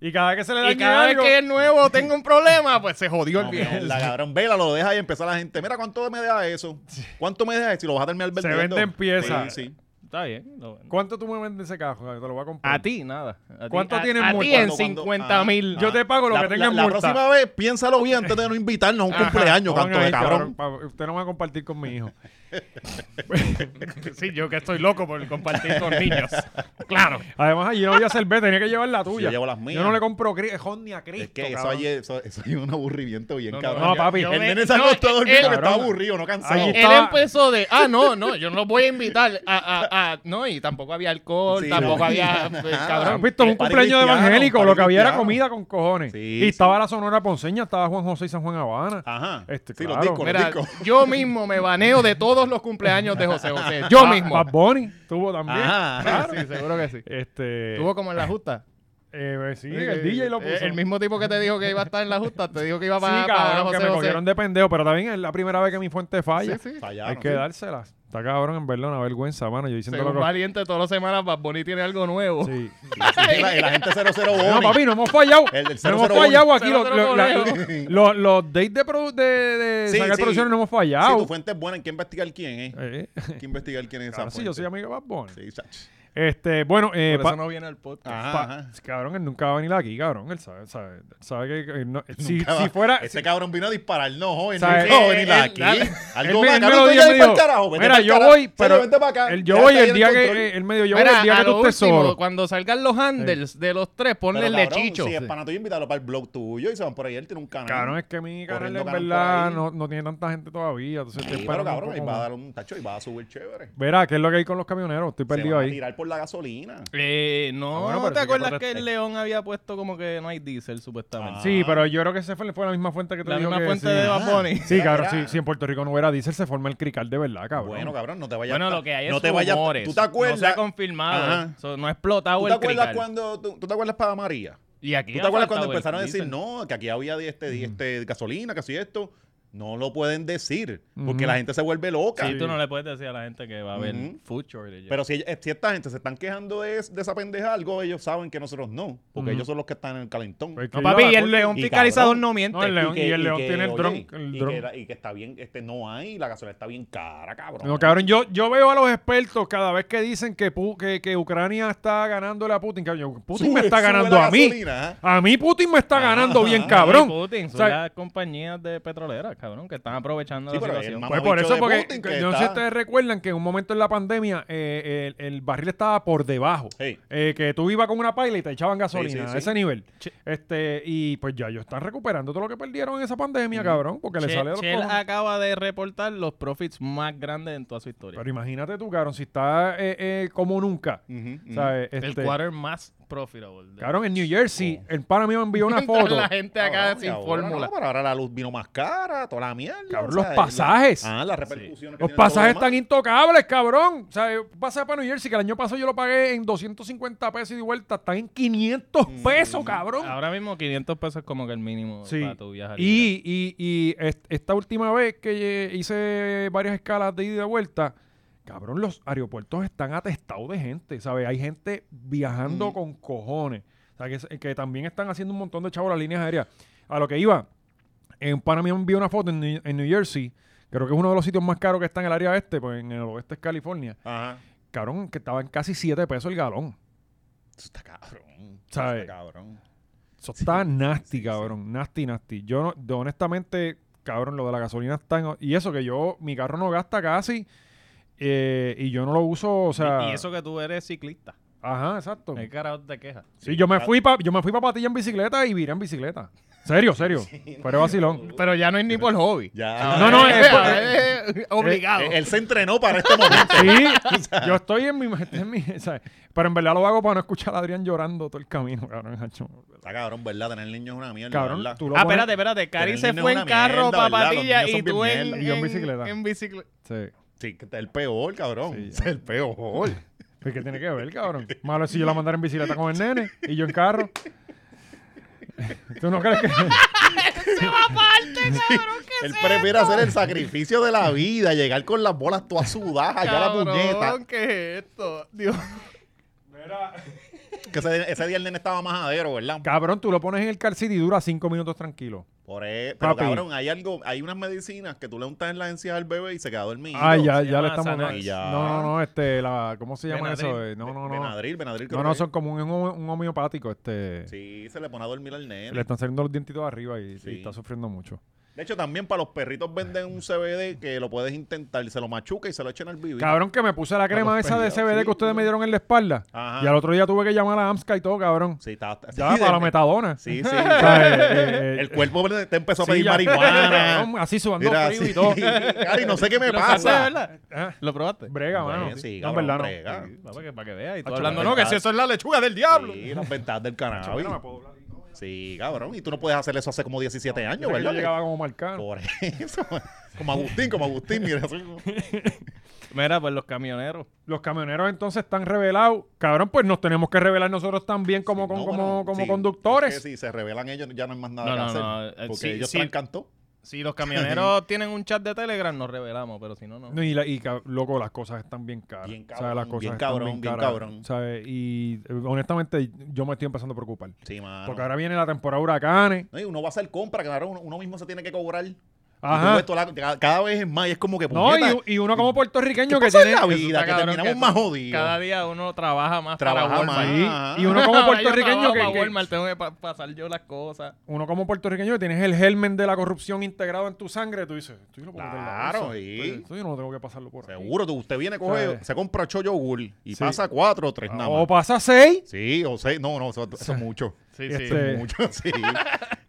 B: Y cada vez que se le da
D: Y cada vez que el nuevo tenga un problema, pues se jodió el
C: No,
D: viejo.
C: mierda, cabrón, vela, lo deja y empieza la gente. Mira cuánto me deja eso. ¿Cuánto me deja eso? Y lo vas a terminar
B: Se
C: vendiendo.
B: venden piezas.
C: Sí, sí.
D: Está bien. lo-
B: ¿Cuánto tú me vendes ese carro? Te lo voy a comprar.
D: A ti, nada. A ti-
B: ¿Cuánto
D: a-
B: tienes
D: A
B: multa?
D: ti en
C: Cuando- cuando-
D: 50 mil.
C: Ah,
B: Yo te pago lo
C: La,
B: que tenga
C: la-
B: en
C: la
B: multa.
C: próxima vez, piénsalo bien antes de no invitarnos a un cumpleaños,
B: Pongan
C: canto
B: ahí,
C: de cabrón.
B: pa- Usted no va a compartir con mi hijo. [laughs]
D: Sí, yo que estoy loco por compartir con
C: [laughs]
D: niños. Claro.
B: Además, allí no había cerveza, tenía que llevar la tuya.
C: yo llevo las mías.
B: Yo no le compro cri- jón ni a Cristo.
C: Es que eso
B: cabrón.
C: ahí es- eso, eso hay un aburrimiento bien
D: No, no,
C: cabrón.
B: no, papi.
D: yo
C: el
D: me-
C: nene se
D: no,
C: acostó a dormir
D: él-
C: porque estaba
B: cabrón.
C: aburrido, no cansado.
B: Ahí
D: Él
B: Estaba-
D: empezó de, ah, no, no, yo no los voy a invitar. A, a, a, no, y tampoco había alcohol,
C: Sí,
D: tampoco
C: no. [laughs]
D: había. pues,
B: Cabrón,
D: cabrón.
B: visto un
C: el party
B: cumpleaños de
C: cristiano,
B: evangélico,
C: party
B: lo que había era
C: cristiano.
B: comida con cojones.
C: Sí,
B: y
C: sí.
B: estaba la Sonora Ponceña, estaba Juan José y San Juan Habana.
C: Ajá.
B: Este,
C: sí,
B: claro.
C: los discos,
D: Mira,
C: los discos.
D: yo mismo me baneo de todos los cumpleaños de
B: [laughs]
D: José José. Yo
B: Ba-
D: mismo.
B: Bad Bunny Ah, tuvo también.
C: Ajá.
D: Ah, sí, seguro que sí.
B: Este,
D: Tuvo como en la justa.
B: Eh, sí,
D: Eh,
B: el DJ lo puso.
D: eh, El mismo tipo que te dijo que iba a estar en la justa, te dijo que iba
B: Sí,
D: para,
B: cabrón, que me cogieron de pendejo, pero también es la primera vez que mi fuente falla.
D: Sí, sí.
C: Fallaron.
B: Hay que dárselas. Está cabrón, en verdad, una vergüenza, mano. Yo diciendo
D: Según
B: lo que...
D: Valiente, todas las semanas Bad Bunny tiene algo nuevo.
B: Sí.
C: Y la, y la gente 00
B: No,
C: Bonnie.
B: papi, no hemos fallado.
C: El del
B: no
C: 00
B: hemos fallado
C: Bonnie.
B: aquí. Los,
D: 00
B: los- la-
D: Bonnie.
B: los- los dates de, produ- de, de
C: Sí,
B: sacar
C: sí.
B: producciones no hemos
C: Si tu
B: fallado.
C: fuente es buena, hay que investigar quién, ¿eh?
B: Eh, [laughs]
C: Hay que investigar quién es esa
B: ahora sí,
C: fuente.
B: yo soy amigo de Bad Bunny.
C: Sí, chach.
B: Este, bueno, eh,
D: Por
B: pa-
D: eso no viene al podcast.
C: Ajá,
B: pa-
C: ajá.
B: cabrón, él nunca va a venir aquí, cabrón. Él sabe, sabe, sabe que- que... no- [laughs] si,
C: Nunca
B: si
C: va-
B: fuera...
C: Ese cabrón vino a disparar, no, joven. No,
B: ¿Sabes?
C: joven, ni la
B: Él-
C: aquí.
B: él- él
C: Algo
B: me- eh, él
C: bacano,
B: me lo
C: tú
B: dijo,
C: ya
B: me
C: ves
B: dijo,
C: pa'l carajo, vete
B: Mira,
C: pa'l
B: yo
C: carajo.
B: voy,
C: Serio,
B: pero...
C: vente pa' acá.
B: el-
C: Ya
B: Yo voy
C: está ahí
B: el
C: en
B: día
C: control.
B: que... eh, El medio yo voy
D: Mira,
B: el día
D: a
B: que tú
D: lo
B: estés
D: último,
B: solo.
D: Cuando salgan los handles de los tres, ponle el
C: Pero,
D: de
C: cabrón,
D: Chicho.
C: Si es pana tuyo, invítalo para el blog tuyo y se van por ahí. Él tiene un canal.
B: Cabrón, es que mi canal
C: Corriendo
B: en
C: canal por
B: verdad
C: ahí.
B: no, no tiene tanta gente todavía. Entonces estoy
C: Sí, pero
B: esperando un
C: cabrón, ahí
B: poco
C: va a
B: más.
C: dar un tacho y va a subir chévere.
B: Verá, ¿qué es lo que hay con los camioneros? Estoy
C: Se
B: perdido
C: van a
B: ahí.
C: tirar por la gasolina.
D: Eh, no,
B: Ah, bueno, pero
D: ¿te
B: sí que
D: acuerdas que
B: protesté.
D: el León había puesto como que no hay diésel, supuestamente?
C: Ah,
B: Sí, pero yo creo que esa fue, fue la misma fuente que te
D: la
B: digo
D: misma
B: que
D: fuente
B: sí.
D: de Bad Bunny.
B: Sí,
C: Mira,
B: cabrón,
C: mira.
B: sí, si en Puerto Rico no hubiera diésel, se forma el crical de verdad, cabrón.
C: Bueno, cabrón, no te vayas.
D: Bueno,
C: tan-
D: lo que hay es
C: no te vayas, tan-
D: rumores.
C: ¿Tú te acuerdas?
D: No se ha confirmado.
C: Ajá.
D: So, no ha explotado
C: ¿Tú te
D: el
C: acuerdas
D: crical.
C: cuando tú, tú te acuerdas para María?
D: Y aquí
C: ¿Tú te
D: ha
C: acuerdas
D: faltado
C: cuando
D: el
C: empezaron a decir,
D: diésel.
C: no, que aquí había de este, de este gasolina, que así esto? No lo pueden decir, porque
B: Ujú.
C: la gente se vuelve loca.
D: Sí, tú no le puedes decir a la gente que va a haber
C: Ujú.
D: food shortage.
C: Pero si, ella- si esta gente se están quejando de, es- de esa pendeja, algo ellos saben que nosotros no, porque
B: Ujú.
C: ellos son los que están en el calentón.
B: Pues que
D: no,
B: yo
D: papi,
B: la
D: y el
B: col-
D: león
C: y
D: fiscalizador
C: cabrón.
D: no miente.
B: No, el León- y el León tiene el dron.
C: oye,
B: el
C: y,
B: dron.
C: Que, la- y que está bien, este no hay, la gasolina está bien cara, cabrón.
B: No, cabrón, yo, yo veo a los expertos cada vez que dicen que, Pu- que, que Ucrania está ganándole a Putin. Cabrón, yo, Putin
C: Sube-
B: me está
C: sube
B: ganando
C: la
B: a mí.
C: gasolina, ¿eh?
B: A mí Putin me está ganando bien,
C: Ajá.
B: cabrón.
D: No, y Putin, son
B: O sea,
D: las compañías de petroleras, cabrón, que están aprovechando
C: Sí,
D: la
C: pero el
D: situación.
C: mamá-
B: Pues por
C: mamabicho
B: eso,
C: de
B: porque
C: Putin
B: que-
C: que
B: yo no sé si
C: está-
B: ustedes recuerdan que en un momento en la pandemia eh, el, el barril estaba por debajo.
C: Sí.
B: Eh, que tú ibas con una paila y te echaban gasolina
C: Sí, sí,
B: a
C: sí.
B: ese nivel.
D: Che.
B: Este, y pues ya ellos están recuperando todo lo que perdieron en esa pandemia, cabrón, porque le
D: Che-
B: sale de los
D: Shell
B: cojones.
D: acaba de reportar los profits más grandes en toda su historia.
B: Pero imagínate tú, cabrón, si está eh, eh, como nunca.
C: Ujú, ujú.
B: ¿sabes?
D: el
B: Este,
D: quarter más profitable.
B: cabrón, en New Jersey,
C: Oh.
B: el pana mío envió
C: [laughs]
D: [laughs]
B: una
D: Mientras
B: foto.
D: La gente acá
C: Cabrón, y
D: sin
C: Ah, ahora
D: fórmula.
C: no, pero ahora la luz vino más cara, toda la mierda.
B: Cabrón,
C: o
B: los
C: sea,
B: pasajes.
C: La, ah, las repercusiones. que
B: Los
C: tiene
B: pasajes
C: todo lo
B: están intocables, cabrón. O sea, pasaje para New Jersey, que el año pasado yo lo pagué en 250 pesos y de vuelta, están en 500
C: Mm.
B: pesos, cabrón.
C: Ah,
D: Ahora mismo 500 pesos es como que el mínimo
B: Sí.
D: para tu viajar.
B: Y, y, y est- esta última vez que eh, hice varias escalas de ida y de vuelta, cabrón, los aeropuertos están atestados de gente, ¿sabes? Hay gente viajando
C: Mm.
B: con cojones. O sea, que, es- que también están haciendo un montón de chavos las líneas aéreas. A lo que iba, eh, en Panamá envió una foto en New, en New Jersey, creo que es uno de los sitios más caros que está en el área este, pues en el oeste es California.
C: demás. Ajá.
B: Cabrón, que estaban casi 7 pesos el galón.
C: Eso está cabrón. eso
B: ¿Sabes?
C: Está cabrón.
B: Eso está nasty,
C: sí, sí.
B: cabrón. Nasty, nasty. Yo, no, de- honestamente, cabrón, lo de la gasolina está... en- y eso que yo, mi carro no gasta casi. eh, y yo no lo uso, o sea...
D: y, y eso que tú eres ciclista.
B: Ajá, exacto.
D: El carajo te queja.
B: Sí, yo me fui pa, yo me fui pa Patilla en bicicleta y viré en bicicleta. Serio,
D: [laughs]
B: serio. Pero vacilón.
D: Pero ya no es ni por hobby.
C: Ya.
B: No,
C: [laughs]
B: no, es-
D: obligado.
C: Eh, Él se entrenó para este momento.
D: [laughs]
B: Sí, yo estoy en mi... [laughs] en mi- ¿sabes? Pero en verdad lo hago para no escuchar a Adrián llorando todo el camino, cabrón. Hacho.
C: Está cabrón, ¿verdad? Tener niños es una mierda.
B: Cabrón,
C: ¿verdad?
B: tú lo
D: ah,
B: pones-
D: espérate, espérate. Cari
C: Tener
D: se
C: niños
D: fue
C: es
D: en
C: una
D: carro
C: mierda,
D: para
C: ¿verdad? Los
D: patilla
C: niños
D: y
C: son
D: tú
C: bien
D: en,
C: mierda.
B: Y yo en
D: en-
B: bicicleta.
D: en bicicleta.
B: Sí.
C: Sí, que está el peor, cabrón.
B: Sí, ya.
C: Es [laughs] el peor.
B: ¿Pero ¿Qué tiene que ver, cabrón? Malo es si yo la mandara en bicicleta con el nene y yo en carro. [laughs] ¿Tú no crees que.?
C: Él prefiere hacer el sacrificio de la vida, llegar con las bolas todas sudadas allá a la
D: Cabrón,
C: puñeta.
D: ¿qué es esto? Dios.
C: Que ese, ese día el nene estaba majadero, ¿verdad?
B: Cabrón, tú lo pones en el car seat y dura cinco minutos tranquilo.
C: Por e- Pero
B: Papi.
C: cabrón, hay algo, hay unas medicinas que tú le untas en la encía al bebé y se queda dormido.
B: Ah, ya,
D: se
B: ya le
D: llama
B: estamos.
D: Xanax.
B: No, no, no, este. La, ¿Cómo se llama eso?
D: Benadryl.
B: Eh, No, no, no.
C: Benadryl, Benadryl. creo
B: No, no,
C: que es.
B: son como un, un homeopático. Este,
C: Sí, se le pone a dormir al nene.
B: Le están saliendo los dientitos arriba y, y
C: Sí.
B: está sufriendo mucho.
C: De hecho, también para los perritos venden un CBD que lo puedes intentar, se lo machuca y se lo echan al vivir.
B: Cabrón, que me puse la crema esa de CBD que ustedes me dieron en la espalda.
C: Ajá.
B: Y al otro día tuve que llamar a AMSCA y todo, cabrón.
C: Sí, está, está-
B: Ya,
C: sí,
B: para la
C: de-
B: metadona. [laughs]
C: Sí, sí.
B: O sea, eh, eh,
C: [laughs] el cuerpo te empezó a
B: sí,
C: pedir
B: ya- [laughs]
C: marihuana.
B: cabrón, así subando
C: Mira,
B: frío
C: sí.
B: y todo.
C: Cari, no sé qué me
D: ¿Lo probaste,
C: pasa.
D: verdad?
B: Ah,
D: ¿Lo probaste?
B: Brega,
C: Pues,
B: mano.
C: sí,
B: No, en
C: cabrón,
B: verdad no.
C: brega.
D: Sí, Para que, para que veas. Y tú
B: Hacho,
D: hablando,
B: la
D: no, que
C: verdad.
D: si eso es la lechuga del diablo.
C: Sí, las ventajas del cannabis.
B: puedo hablar.
C: Sí, Sí, cabrón. Y tú no puedes hacer eso hace como 17
B: Yo
C: años,
B: creo que
C: ¿verdad?
B: yo llegaba como marcano.
C: [laughs] Por eso. Como Agustín, como Agustín, mira. así como-
D: Mira, pues los camioneros.
B: Los camioneros entonces están revelados. Cabrón, pues nos tenemos que revelar nosotros también [laughs] como, con-
C: No,
B: como,
C: bueno,
B: como
C: sí,
B: conductores.
C: es que si se revelan ellos, ya no hay más nada
D: No,
C: que
D: no,
C: hacer.
D: no, eh,
C: Porque
D: sí,
C: ellos
D: sí.
C: trancan todo.
D: Si los camioneros tienen un chat de Telegram, nos revelamos, pero si no, no.
B: No, y, la- y, cab- loco, las cosas están bien caras.
C: Bien
B: O sea, las
C: cabrón,
B: cosas
C: bien
B: están
C: cabrón, bien
B: caras,
C: cabrón.
B: ¿sabes? Y eh, honestamente yo me estoy empezando a preocupar.
C: Sí, mano.
B: Porque ahora viene la temporada de huracanes.
C: No, y uno va a hacer compra, claro, uno, uno mismo se tiene que cobrar. Y tú
B: Ajá.
C: ves toda la- cada, cada vez es más y es como que
B: No,
C: puñeta,
B: y, y uno como puertorriqueño
C: ¿qué
B: que
C: pasa en
B: tiene...
C: la
D: Eso
C: vida?
D: está
C: que
D: cabrón,
C: terminamos
D: que
C: más jodidos.
D: Cada día uno trabaja más
C: Trabaja
D: para Walmart. [laughs]
C: más. Ah.
B: Y, y
C: [laughs]
B: uno como
D: Ahora yo
B: puertorriqueño
D: trabajo
B: que,
D: para
B: que-
D: Walmart, tengo que pa- pasar yo las cosas.
B: uno como puertorriqueño que tienes el germen de la corrupción integrado en tu sangre, tú dices, tú yo lo puedo meter en la
C: Claro,
B: bolsa.
C: sí.
B: Esto- esto yo no tengo que pasarlo por ahí.
C: Seguro, tú, usted viene, coge,
B: ¿Sabes?
C: se compra ocho yogur y
B: Sí.
C: pasa cuatro o tres nada
B: O
C: más.
B: pasa seis.
C: Sí, o seis, no, no, eso, eso es mucho.
D: Ah, oh, Sí,
B: Y
D: sí.
B: este-
C: Eso es mucho, [laughs] sí.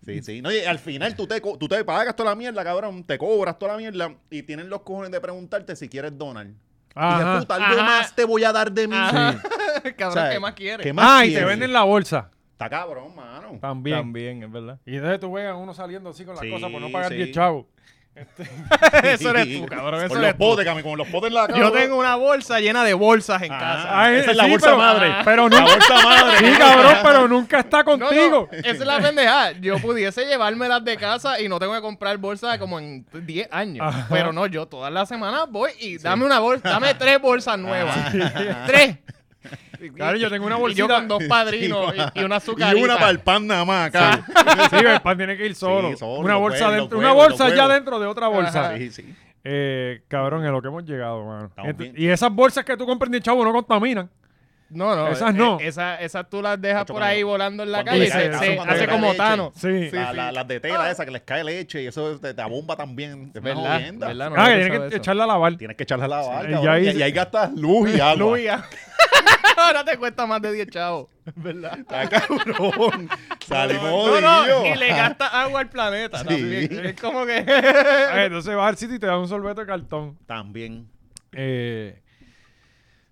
C: Sí, sí. No, y al final tú te, co- tú te pagas toda la mierda, cabrón, te cobras toda la mierda y tienen los cojones de preguntarte si quieres donar. Y
B: Ajá.
C: dices, puta, algo
D: Ajá.
C: más te voy a dar de mí.
D: Ajá.
C: O
D: Cabrón,
C: sea,
D: ¿qué más quieres?
C: ¿Qué más
B: Ah, y te
C: quieres?
B: venden la bolsa.
C: Está cabrón, mano.
B: También.
D: También, es verdad.
B: Y entonces tú ves a uno saliendo así con las
C: Sí,
B: cosas por no pagar
C: sí.
B: 10 chavos.
D: eso eres tú, cabrón.
C: [laughs]
D: Eso
C: Con
D: eres
C: los
D: tú.
C: potes, cami, con los potes en la cara.
D: Yo tengo una bolsa llena de bolsas en
C: Ah,
D: casa.
B: Ah,
C: esa es la bolsa
B: pero-
C: madre.
B: Pero
C: La
B: nunca.
D: [laughs]
C: bolsa madre.
B: Sí, cabrón, pero nunca está
D: No,
C: [laughs]
D: no,
B: contigo.
D: esa es la pendeja. Yo pudiese llevármelas de casa y no tengo que comprar bolsas como en 10 años.
B: Ajá.
D: Pero no, yo todas las semanas voy y dame una bolsa, dame tres bolsas nuevas. [laughs] Tres.
B: Ah, Claro, yo tengo una
D: Y yo
B: bolsita.
D: con dos
B: [laughs]
D: padrinos y, y una azucarita.
C: Y una para el pan nada más acá.
B: Sí, el pan tiene que ir solo.
C: Sí, solo,
B: una
C: los
B: bolsa,
C: huevos,
B: dentro,
C: los
B: una
C: huevos,
B: bolsa
C: los
B: ya
C: huevos.
B: dentro de otra bolsa.
D: Ajá.
C: Sí, sí.
B: Eh, cabrón, en lo que hemos llegado, mano.
C: Estamos
B: Ent-
C: bien.
B: Y esas bolsas que tú compras en el chavo no contaminan.
D: No, no.
B: Esas
D: eh,
B: no.
D: Esas, esas tú las dejas
C: Ocho
D: por ahí
C: cuando-
D: volando en la
C: cuando
D: calle y
B: le
D: se,
B: cae-
D: se
B: cuando le
D: hace
B: cae
D: como
C: leche.
D: Tano.
B: Sí.
D: Sí.
C: La- la- las de tela esa que les cae leche y eso te, te abomba también. Es una
D: ¿Verdad?
C: jodienda.
D: ¿Verdad? No,
B: ah, que
D: no
B: tienes
D: sabe
B: que
D: eso.
B: echarla a
C: [laughs]
B: lavar.
C: Tienes que echarla a lavar,
B: Sí,
C: cabrón,
B: y
C: y,
B: ahí-
C: ahí, gastas luz
D: [laughs]
C: y agua.
D: Luis, ya. [laughs] Ahora te cuesta más de 10 chavos. ¿Verdad?
C: Está Ah,
D: [laughs]
C: cabrón. Salimos
D: No, no,
C: jodidos.
D: y le gasta agua al planeta
C: Oh, Sí.
D: también. Es como que...
B: [laughs] Eh, entonces vas al sitio y te dan un sorbete de cartón.
C: También.
B: Eh,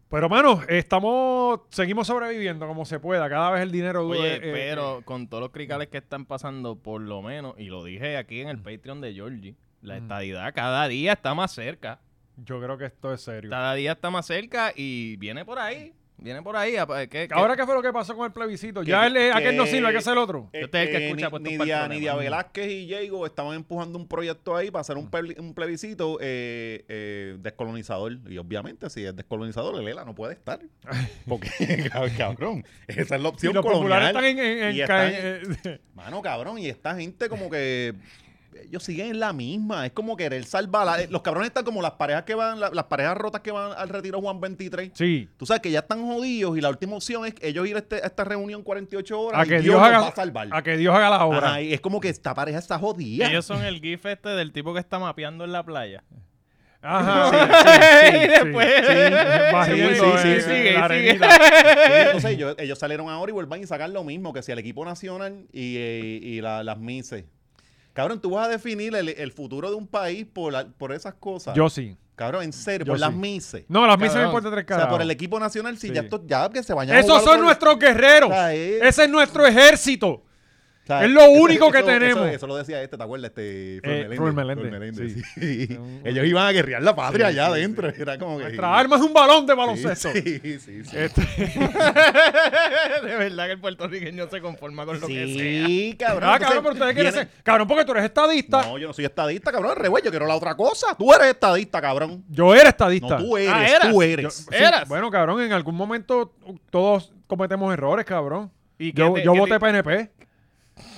B: pero, mano, estamos, seguimos sobreviviendo como se pueda. Cada vez el dinero dura.
D: Oye,
B: eh,
D: pero con todos los cricales que están pasando, por lo menos, y lo dije aquí en el Patreon de Georgie, la
B: Mm.
D: estadidad cada día está más cerca.
B: Yo creo que esto es serio.
D: Cada día está más cerca y viene por ahí. Viene por ahí. apa- ¿qué- qué-
B: Ahora, ¿qué fue lo que pasó con el eh, plebiscito?
C: Que-
B: Ya él, es- aquel no
C: que-
B: sirve, hay que hacer otro.
D: Yo te- el que escucha,
C: ni-
D: pues,
C: Nidia,
D: tú para el problema.
C: Nidia Velázquez y Diego estaban empujando un proyecto ahí para hacer un, plebli- un plebiscito eh, eh, descolonizador. Y obviamente, si es descolonizador, el ELA no
B: [laughs]
C: puede estar. Porque, [laughs] cabrón, esa es la
B: Si
C: opción
B: los populares
C: colonial.
B: están en. en- en-
C: Y están
B: en- eh,
C: Mano, cabrón, y esta gente como que... Ellos siguen en la misma. Es como querer salvar... la- los cabrones están como las parejas que van... la- las parejas rotas que van al retiro Juan 23.
B: [laughs] sí.
C: Tú sabes que ya están jodidos y la última opción es ellos ir a, este- a esta reunión 48 horas
B: A
C: y
B: que Dios,
C: los
B: haga,
C: va a salvar.
B: a que Dios haga la obra.
C: Ajá, y es como que esta pareja está jodida. [laughs]
D: Ellos son el gif este del tipo que está mapeando en la playa.
C: [laughs]
B: Ajá. [laughs]
D: y después...
B: Sí,
D: eh,
B: sí,
C: sí, sí,
B: sí,
C: sí,
D: sigue, sigue.
C: Sí, entonces ellos, ellos salieron ahora y vuelvan y sacan lo mismo que si el equipo nacional y, eh, y la- las mises. Cabrón, tú vas a definir el, el futuro de un país por, la- por esas cosas.
B: Yo sí.
C: Cabrón, en serio,
B: Yo
C: por las
B: sí.
C: mises.
B: No, las misas me
D: Cabrón.
B: importa tres
C: o sea,
B: caras.
C: por el equipo nacional, si
B: Sí.
C: ya, esto, ya que se vayan a
B: Esos
C: jugar
B: son
C: otro-
B: nuestros guerreros.
C: O sea, es-
B: Ese es nuestro ejército.
C: o sea,
B: es
C: [laughs]
B: lo único que tenemos.
C: Eso, eso lo decía este, ¿te acuerdas? Este, Floyd
B: Eh, Floyd Meléndez,
C: [laughs] sí.
B: Sí, un-
C: Ellos iban a guerrear la patria
B: Sí,
C: allá
B: sí,
C: adentro. Era como que...
B: Nuestra arma es un balón de baloncesto. [laughs] Eh, Este,
C: Sí, [laughs] sí, sí. sí.
D: [laughs] de verdad que el puertorriqueño se conforma con lo que sea.
C: Sí, cabrón.
B: Ah,
C: entonces
B: cabrón, pero ustedes quieren
C: vienen-
B: ser- Cabrón, porque tú eres estadista.
C: No, yo no soy estadista, cabrón. Revuelto, yo quiero la otra cosa. Tú eres estadista, cabrón.
B: Yo era
C: No,
B: estadista.
C: tú
D: Ah,
C: eres,
D: eras.
C: tú eres.
B: Sí,
D: Eras.
B: Bueno, cabrón, en algún momento uh, todos cometemos errores, cabrón.
D: ¿Y
B: yo
D: qué te-
B: yo
D: qué te-
B: voté PNP.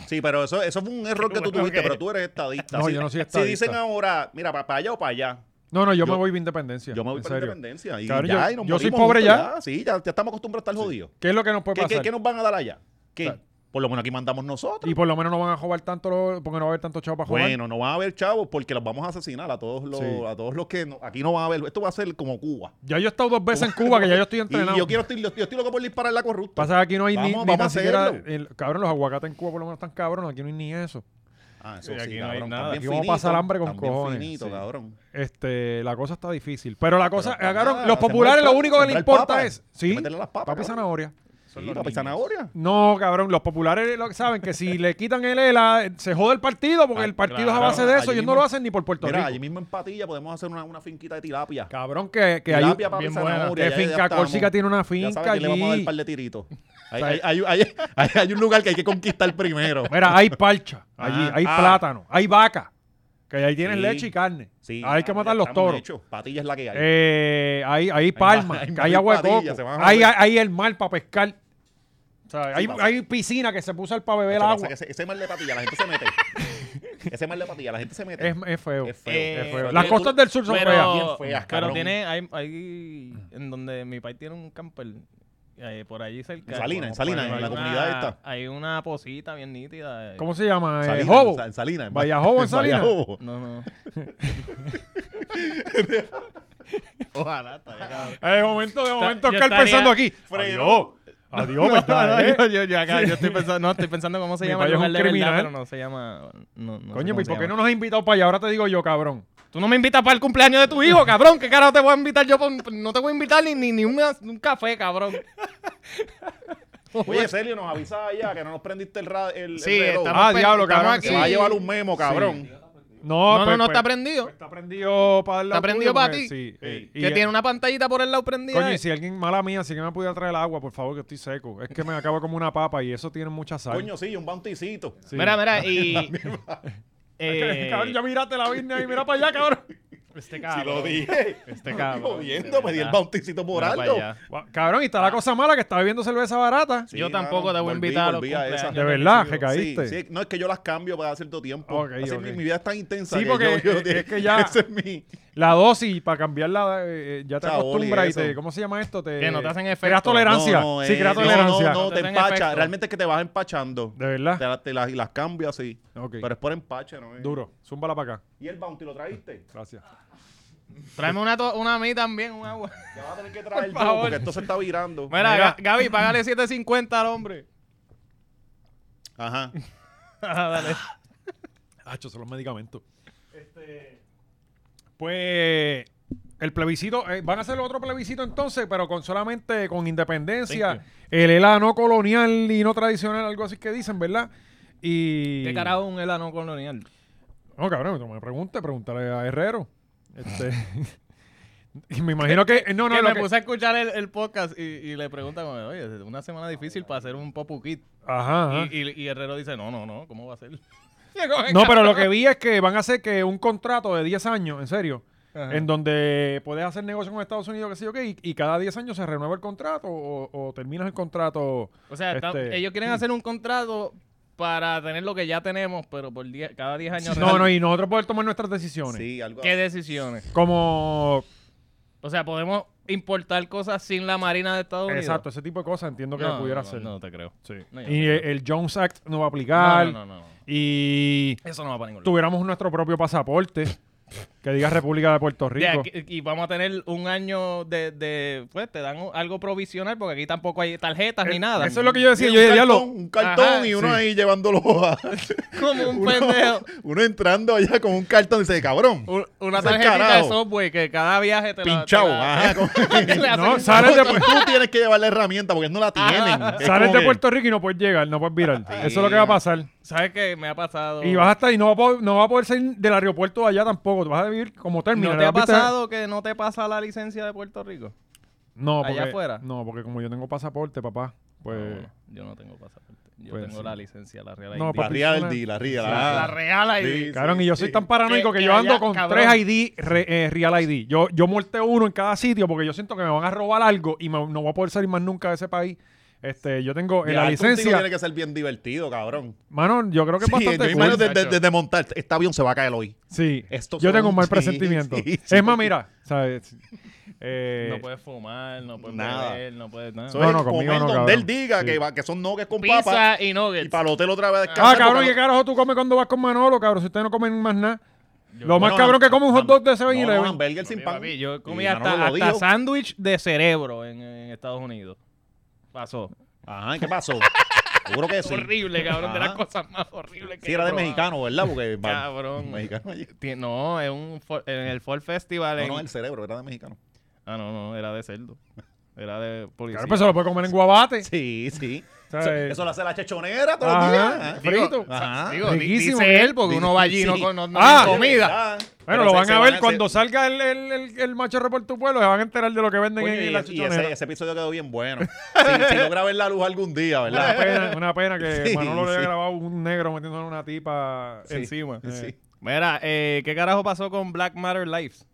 C: Sí, pero eso, eso fue un error que tú
D: Bueno,
C: tuviste,
D: ok.
C: pero tú eres estadista.
B: No,
C: Si-
B: yo no soy estadista.
C: Si dicen ahora, mira, para allá o para allá,
B: No, no, yo, me
C: Yo-
B: voy para independencia.
C: yo me voy
B: en
C: para la
B: serio.
C: independencia. Y
B: Cabrón,
C: ya,
B: yo-
C: y nos
B: yo soy
C: morimos
B: pobre
C: juntos
B: ya.
C: Sí, ya, ya estamos acostumbrados a estar jodidos.
B: ¿Qué es lo que nos puede
C: ¿Qué, qué,
B: pasar?
C: qué nos van a dar allá? ¿Qué?
B: Claro.
C: Por lo menos aquí mandamos nosotros.
B: Y por lo menos no van a jugar tanto, lo- porque no va a haber tanto chavo para jugar.
C: bueno, no van a haber chavos porque los vamos a asesinar a todos los,
B: Sí.
C: a todos los que no- aquí no van a haber. Esto va a ser como Cuba.
B: Ya yo he estado dos veces en Cuba, que ya yo estoy entrenado.
C: [laughs] Y yo quiero estoy, yo estoy loco por disparar la corrupta.
B: Pasa que aquí no hay ni,
C: Vamos-
B: ni
C: vamos
B: tan
C: a
B: siquiera.
C: hacerlo.
B: el- cabrón, los aguacates en Cuba por lo menos están cabrones. Aquí no hay ni eso.
C: Ah, eso
D: Sí,
C: sí,
D: aquí no hay
C: cabrón.
D: nada.
C: también
B: Aquí vamos a
C: finito,
B: pasar hambre con
C: también
B: cojones,
C: finito,
B: sí.
C: cabrón.
B: Este, la cosa está difícil. Pero la cosa,
C: Pero,
B: cabrón,
C: nada,
B: los
C: hacemos
B: populares
C: el pues.
B: lo
C: papa,
B: único que les
C: sembrar
B: importa
C: papas,
B: es. Sí,
C: métele las papas,
B: papa y
C: cabrón.
B: zanahoria.
D: son
C: Sí,
D: los
C: papi,
D: niños.
C: zanahoria.
B: No, cabrón, los populares lo que saben que si le quitan el ELA, se jode el partido porque
D: Ah,
B: el partido es a
D: claro,
B: base de eso.
C: allí
B: Ellos no
C: mismo-
B: lo hacen ni por Puerto
C: Mira, allí
B: Rico.
C: mismo en Patilla podemos hacer una, una finquita de tilapia.
B: Cabrón, que, que hay.
C: tilapia, papi,
D: bien buena.
C: zanahoria.
B: que
C: ya- ya
B: finca
C: estamos.
B: Córsica tiene una
C: Ya
B: finca
C: sabes que le vamos a dar
B: allí.
C: un par de tiritos. Hay, hay, hay- hay- hay- hay un lugar que hay que conquistar primero.
B: Mira, hay parcha allí,
C: Ah,
B: hay
C: ah.
B: plátano, hay vaca. Que ahí tienen
C: Sí.
B: leche y carne.
C: Sí,
B: Ahí hay
C: ya-
B: que
C: ya
B: matar los
C: estamos
B: toros.
C: hechos. Patilla es la que hay.
B: Eh, hay, hay palma,
C: ma- hay
B: hay,
C: más
B: agua de
C: padilla,
B: coco,
C: se van a
B: hay,
C: joder.
B: hay el mar para pescar. O sea, hay,
C: papá.
B: hay piscina que se puso para beber
C: Lo que pasa
B: agua.
C: es que Ese, ese mal de patilla, la gente se
B: [laughs]
C: mete. ese mal de patilla, la gente se mete.
B: Es, es feo.
C: Es feo.
D: Eh,
B: es feo.
D: pero-
B: Las costas del sur son feas.
C: Bien feas,
D: pero
C: cabrón.
D: tiene, hay, hay- en donde mi país tiene un camper, eh, por allí cerca.
C: En Salinas, en
D: Por- por
C: Salinas, en
D: ahí
C: la
D: hay
C: comunidad
D: una-
C: esta.
D: Hay una posita bien nítida. eh.
B: ¿Cómo se llama? Eh,
C: Salinas,
B: Jobo.
C: en Salinas. [laughs] en
B: Vaya Jobo en Salinas.
C: Jobo.
B: [laughs]
D: No, [laughs] no. Ojalá, estaría cabrón.
B: Eh, de momento, de momento,
D: yo
B: Oscar
D: estaría-
B: pensando aquí. Adiós.
D: Fredo.
B: Adiós, ¿verdad? eh?
D: Ah, yo, yo- yo acá, yo estoy pensando, no, estoy pensando cómo se
B: Mi
D: llama el
B: país es
D: lugar
B: un
D: de verdad,
B: criminal.
D: pero no se llama. No, no sé
B: Coño,
D: cómo
B: ¿y
D: se
B: por qué
D: llama.
B: no nos has invitado para allá? Ahora te digo yo, cabrón.
D: Tú no me invitas para el cumpleaños de tu hijo, cabrón. ¿Qué carajo te voy a invitar yo? pa un- No te voy a invitar ni, ni, ni una- un café, cabrón.
C: Oye, Celio, nos avisa allá que no nos prendiste el, ra- el, el
D: Sí,
C: reloj.
D: estamos
B: Ah,
D: pe-
B: diablo,
D: estamos
B: cabrón,
D: aquí.
C: Se va a llevar un memo, cabrón.
B: No,
D: No, no,
B: pues-
D: no
B: pues-
D: está prendido.
B: Está prendido para el lado
D: Está prendido
B: tuyo,
D: para
B: porque-
D: ti.
B: pues, Sí. sí. Y,
D: Que tiene una pantallita por el lado prendida.
B: Coño,
D: eh.
B: y si alguien, mala mía, si alguien me pudiera traer agua, por favor, que estoy seco. Es que me acaba como una papa y eso tiene mucha sal.
C: Coño, sí, un bounticito.
B: Sí.
D: Mira, mira,
C: [laughs]
D: y. eh,
B: Cabrón, ya miraste la virgen ahí, mira para allá, cabrón.
C: [laughs]
D: Este
C: Si
D: cabrón.
C: lo
B: [laughs]
C: dije.
D: Este cabrón.
C: Jodiendo, me di el
D: bounty
C: bounticito por algo.
B: Gua- Cabrón, y está
C: Ah.
B: la cosa mala que estaba bebiendo cerveza barata.
C: Sí,
D: Yo tampoco te voy a
C: volví,
D: invitar a los
C: volví a esa.
D: cumpleaños
B: De verdad,
D: chico.
B: que caíste.
C: Sí, sí, no, es que yo las cambio para cierto tiempo.
B: Ok,
C: Así
B: ok.
C: Mi, mi vida es tan intensa.
B: Sí,
C: que
B: porque
C: yo- yo
B: es
C: dije,
B: que ya-
C: [laughs] Ese es mi.
B: La dosis, para cambiarla, eh, eh, ya te
C: Sabor y
B: acostumbras y
C: eso.
B: te. ¿Cómo se llama esto? Te,
D: Que no te hacen efecto.
B: Creas tolerancia.
C: No, no,
B: sí,
C: eh,
B: creas
C: no,
B: tolerancia.
C: No, no, te
D: Te hacen
C: empacha.
D: efecto.
C: Realmente es que te vas empachando.
B: De verdad.
C: Te, la- te las- y las cambio así.
B: Ok.
C: Pero es por empache, ¿no? es-
B: Duro. Zúmbala para acá.
C: ¿Y el bounty lo trajiste?
B: Gracias.
D: Tráeme una, to- una a mí también, un agua.
C: Ya vas a tener que traer yo
D: favor.
C: porque esto se está virando.
D: [laughs] Mira, Ga- Gaby, págale 7.50 al hombre.
C: Ajá.
D: Dale.
B: Hacho, son los medicamentos. Este, Pues el plebiscito, eh, van a hacer otro plebiscito entonces, pero con solamente con independencia, el ELA no colonial y no tradicional, algo así que dicen, ¿verdad? Y.
D: ¿Qué carajo es un helano colonial?
B: No, cabrón, no me pregunte, pregúntale a Herrero. Este. [laughs] y me imagino que. No, no,
D: que
B: lo
D: me
B: que-
D: puse a escuchar el, el podcast y, y le preguntan, oye, es una semana difícil para hacer un popu kit.
B: Ajá. ajá.
D: Y, y- y Herrero dice, no, no, no, ¿cómo va a ser? [laughs]
B: No, pero lo que vi es que van a hacer que un contrato de 10 años, en serio,
D: Ajá.
B: en donde puedes hacer negocio con Estados Unidos, qué sé yo qué, y, y cada 10 años se renueva el contrato o, o terminas el contrato.
D: O sea, está-
B: Este-
D: ellos quieren hacer un contrato para tener lo que ya tenemos, pero por diez- cada 10 años.
B: No,
D: real-
B: no, y nosotros poder tomar nuestras decisiones.
C: Sí, algo
D: ¿Qué
C: así.
D: decisiones?
B: Como.
D: O sea, podemos importar cosas sin la Marina de Estados Unidos.
B: Exacto, ese tipo de cosas entiendo que
D: No,
B: pudiera
D: no,
B: hacer.
D: No, te creo.
B: Sí.
D: No, yo
B: y
D: no
B: el,
D: creo.
B: el Jones Act no va a
D: No,
B: aplicar.
D: no, no, no, no.
B: Y
D: Eso no va para ningún lugar.
B: tuviéramos nuestro propio pasaporte que diga República de Puerto
D: De
B: Rico.
D: aquí- y vamos a tener un año de, de- Pues te dan un- algo provisional porque aquí tampoco hay tarjetas ni nada.
B: Eh, Eso es lo que yo decía.
C: Sí,
B: Yo
C: un
B: diría
C: cartón,
B: lo.
C: un cartón
D: Ajá,
C: y uno
B: sí.
C: ahí llevándolo
B: [laughs]
C: [laughs] a...
D: [laughs] Como un
C: uno,
D: pendejo.
C: uno entrando allá con un cartón y dice, cabrón,
D: Un- Una
C: Ese
D: tarjetita
C: carajo.
D: de software que cada viaje te la-
C: pinchao.
D: [laughs] te la-
C: Ajá, como-
D: te
B: [laughs]
D: la
B: No,
D: hacen-
B: sales
C: [laughs]
B: de,
C: tú, tú tienes que llevar la herramienta porque no la tienen. Es
B: Sales
C: como
B: de
C: que-
B: Puerto Rico y no puedes llegar, no puedes virar. Eso es lo que va a pasar.
D: ¿Sabes qué? Me ha pasado.
B: Y vas hasta y no va a poder, no va a poder salir del aeropuerto de allá tampoco. Te vas a vivir como terminal.
D: ¿No te ha
B: ¿Viste?
D: pasado que no te pasa la licencia de Puerto Rico?
B: No,
D: allá
B: porque,
D: afuera?
B: No, porque como yo tengo pasaporte, papá,
C: Ah,
B: pues.
D: No, yo no tengo pasaporte. Yo
B: pues,
D: tengo
B: sí.
D: la licencia, la Real
B: No,
D: ID.
C: La
B: papi.
C: real ID, la real.
D: La, la
C: ah.
D: Real ID.
C: Sí,
B: Cabrón, y yo soy tan paranoico
D: Que-
B: que,
D: que
B: yo ando
D: allá,
B: con
D: cabrón.
B: tres ID, re- eh, Real ID. Yo, yo muerteo uno en cada sitio porque yo siento que me van a robar algo y me- no voy a poder salir más nunca de ese país. Este, yo tengo en la
C: Viajar contigo
B: licencia.
C: tiene que ser bien divertido, cabrón.
B: Mano, yo creo que es
C: Sí, yo
B: bastante cool.
C: imagino desde
D: Nacho.
C: desde montar, este avión se va a caer hoy.
B: Sí.
C: Estos
B: yo
C: son-
B: tengo un mal
C: sí,
B: presentimiento.
C: sí, sí.
B: es más, mira, ¿sabes? Eh,
D: No puedes fumar, no puedes
C: Nada.
D: beber, no puedes nada.
C: Eso
B: No,
C: es
B: no,
C: el
B: conmigo
C: comer
B: no,
C: donde él
B: cabrón.
C: diga
B: Sí.
C: que, va- que son nuggets con
D: Pizza
C: papa
D: y
C: y
D: nuggets.
C: para el hotel otra vez.
B: Ah,
C: descansar,
B: cabrón,
C: porque-
B: ¿qué carajo tú comes cuando vas con Manolo, cabrón? Si ustedes no comen más nada. Lo más
C: No,
B: cabrón
C: no,
B: que come un hot
C: no,
B: dog de 7
C: no, no,
B: Eleven.
C: hamburger sin
D: Papi,
C: pan.
D: papi, yo comí
C: Y
D: hasta,
C: Manolo lo
D: hasta
C: dijo.
D: sándwich de cerebro en, en Estados Unidos. Pasó.
C: Ajá,
B: [laughs]
C: ¿qué pasó? Seguro que sí.
D: Horrible, cabrón. De
C: Ajá.
D: las cosas más horribles que
C: Si era
D: he
C: de
D: probado.
C: mexicano, ¿verdad?
B: [laughs]
C: Porque va-
D: Cabrón.
C: mexicano allí.
D: Ti- No, es un for- en el Ford Festival.
C: No,
B: [laughs]
D: en-
C: no, el cerebro, era de mexicano.
D: Ah, no, no, era de cerdo. Era de policía.
B: Claro, pero se lo puede comer en guabate.
C: Sí, sí.
B: ¿sabes?
C: Eso, eso lo hace la chechonera todos
B: Ajá.
C: los días. ¿eh?
B: Frito.
D: O sea,
C: Ajá.
D: digo, di-
B: Riquísimo,
D: dice
B: ¿eh?
D: él, porque uno va allí y no,
C: Sí.
D: con- no, no
B: Ah,
D: hay comida.
B: Bueno,
C: Pero
B: lo
C: se-
B: van
C: se
B: a ver
C: hacer-
B: cuando salga el, el, el, el machorro por tu pueblo, se van a enterar de lo que venden
C: Coño,
B: en
C: y,
B: la
C: y ese,
B: chichonera.
C: ese episodio quedó bien
B: [laughs]
C: bueno. si, si logra ver la luz algún día,
B: Una
C: ¿verdad?
B: pena, una pena que
C: [laughs] Sí,
B: Manolo le haya
C: sí.
B: grabado un negro metiéndole una tipa
C: Sí.
B: encima. Eh,
C: Sí.
D: Mira, eh, ¿qué carajo pasó con Black Matter Lives?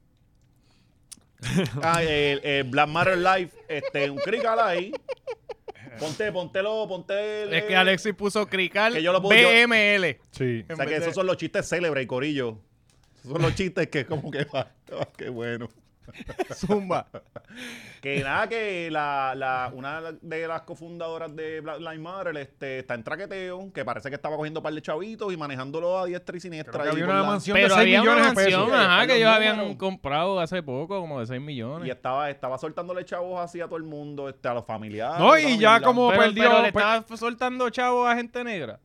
C: Ah, el, el Black Matter Live, este, un crícala ahí. Ponte, póntelo, ponte. el-
D: Es que Alexis puso crical
C: Eh. Que yo lo puedo- yo-
D: BML.
B: Sí.
C: O sea, que esos son los chistes célebres, Corillo. Esos son los chistes que como que va. [laughs] qué bueno.
D: Zumba.
C: Que nada, que la, la, una de las cofundadoras de Black Lives Matter este, está en traqueteo, que parece que estaba cogiendo un par de chavitos y manejándolo a diestra y siniestra.
B: Creo que
C: ahí
B: había
C: por
B: una
C: la-
B: mansión de
D: Pero
B: 6
D: había una
B: millones de
D: mansión,
B: pesos.
C: Sí,
D: ajá, que
C: los
D: ellos habían
C: números.
D: comprado hace poco, como de 6 millones.
C: Y estaba, estaba soltándole chavos así a todo el mundo, este, a los familiares.
B: No, y
C: a los
B: ya
C: amigos.
B: como-
D: pero,
B: perdió-
D: pero le
B: per-
D: estaba soltando chavo a gente negra.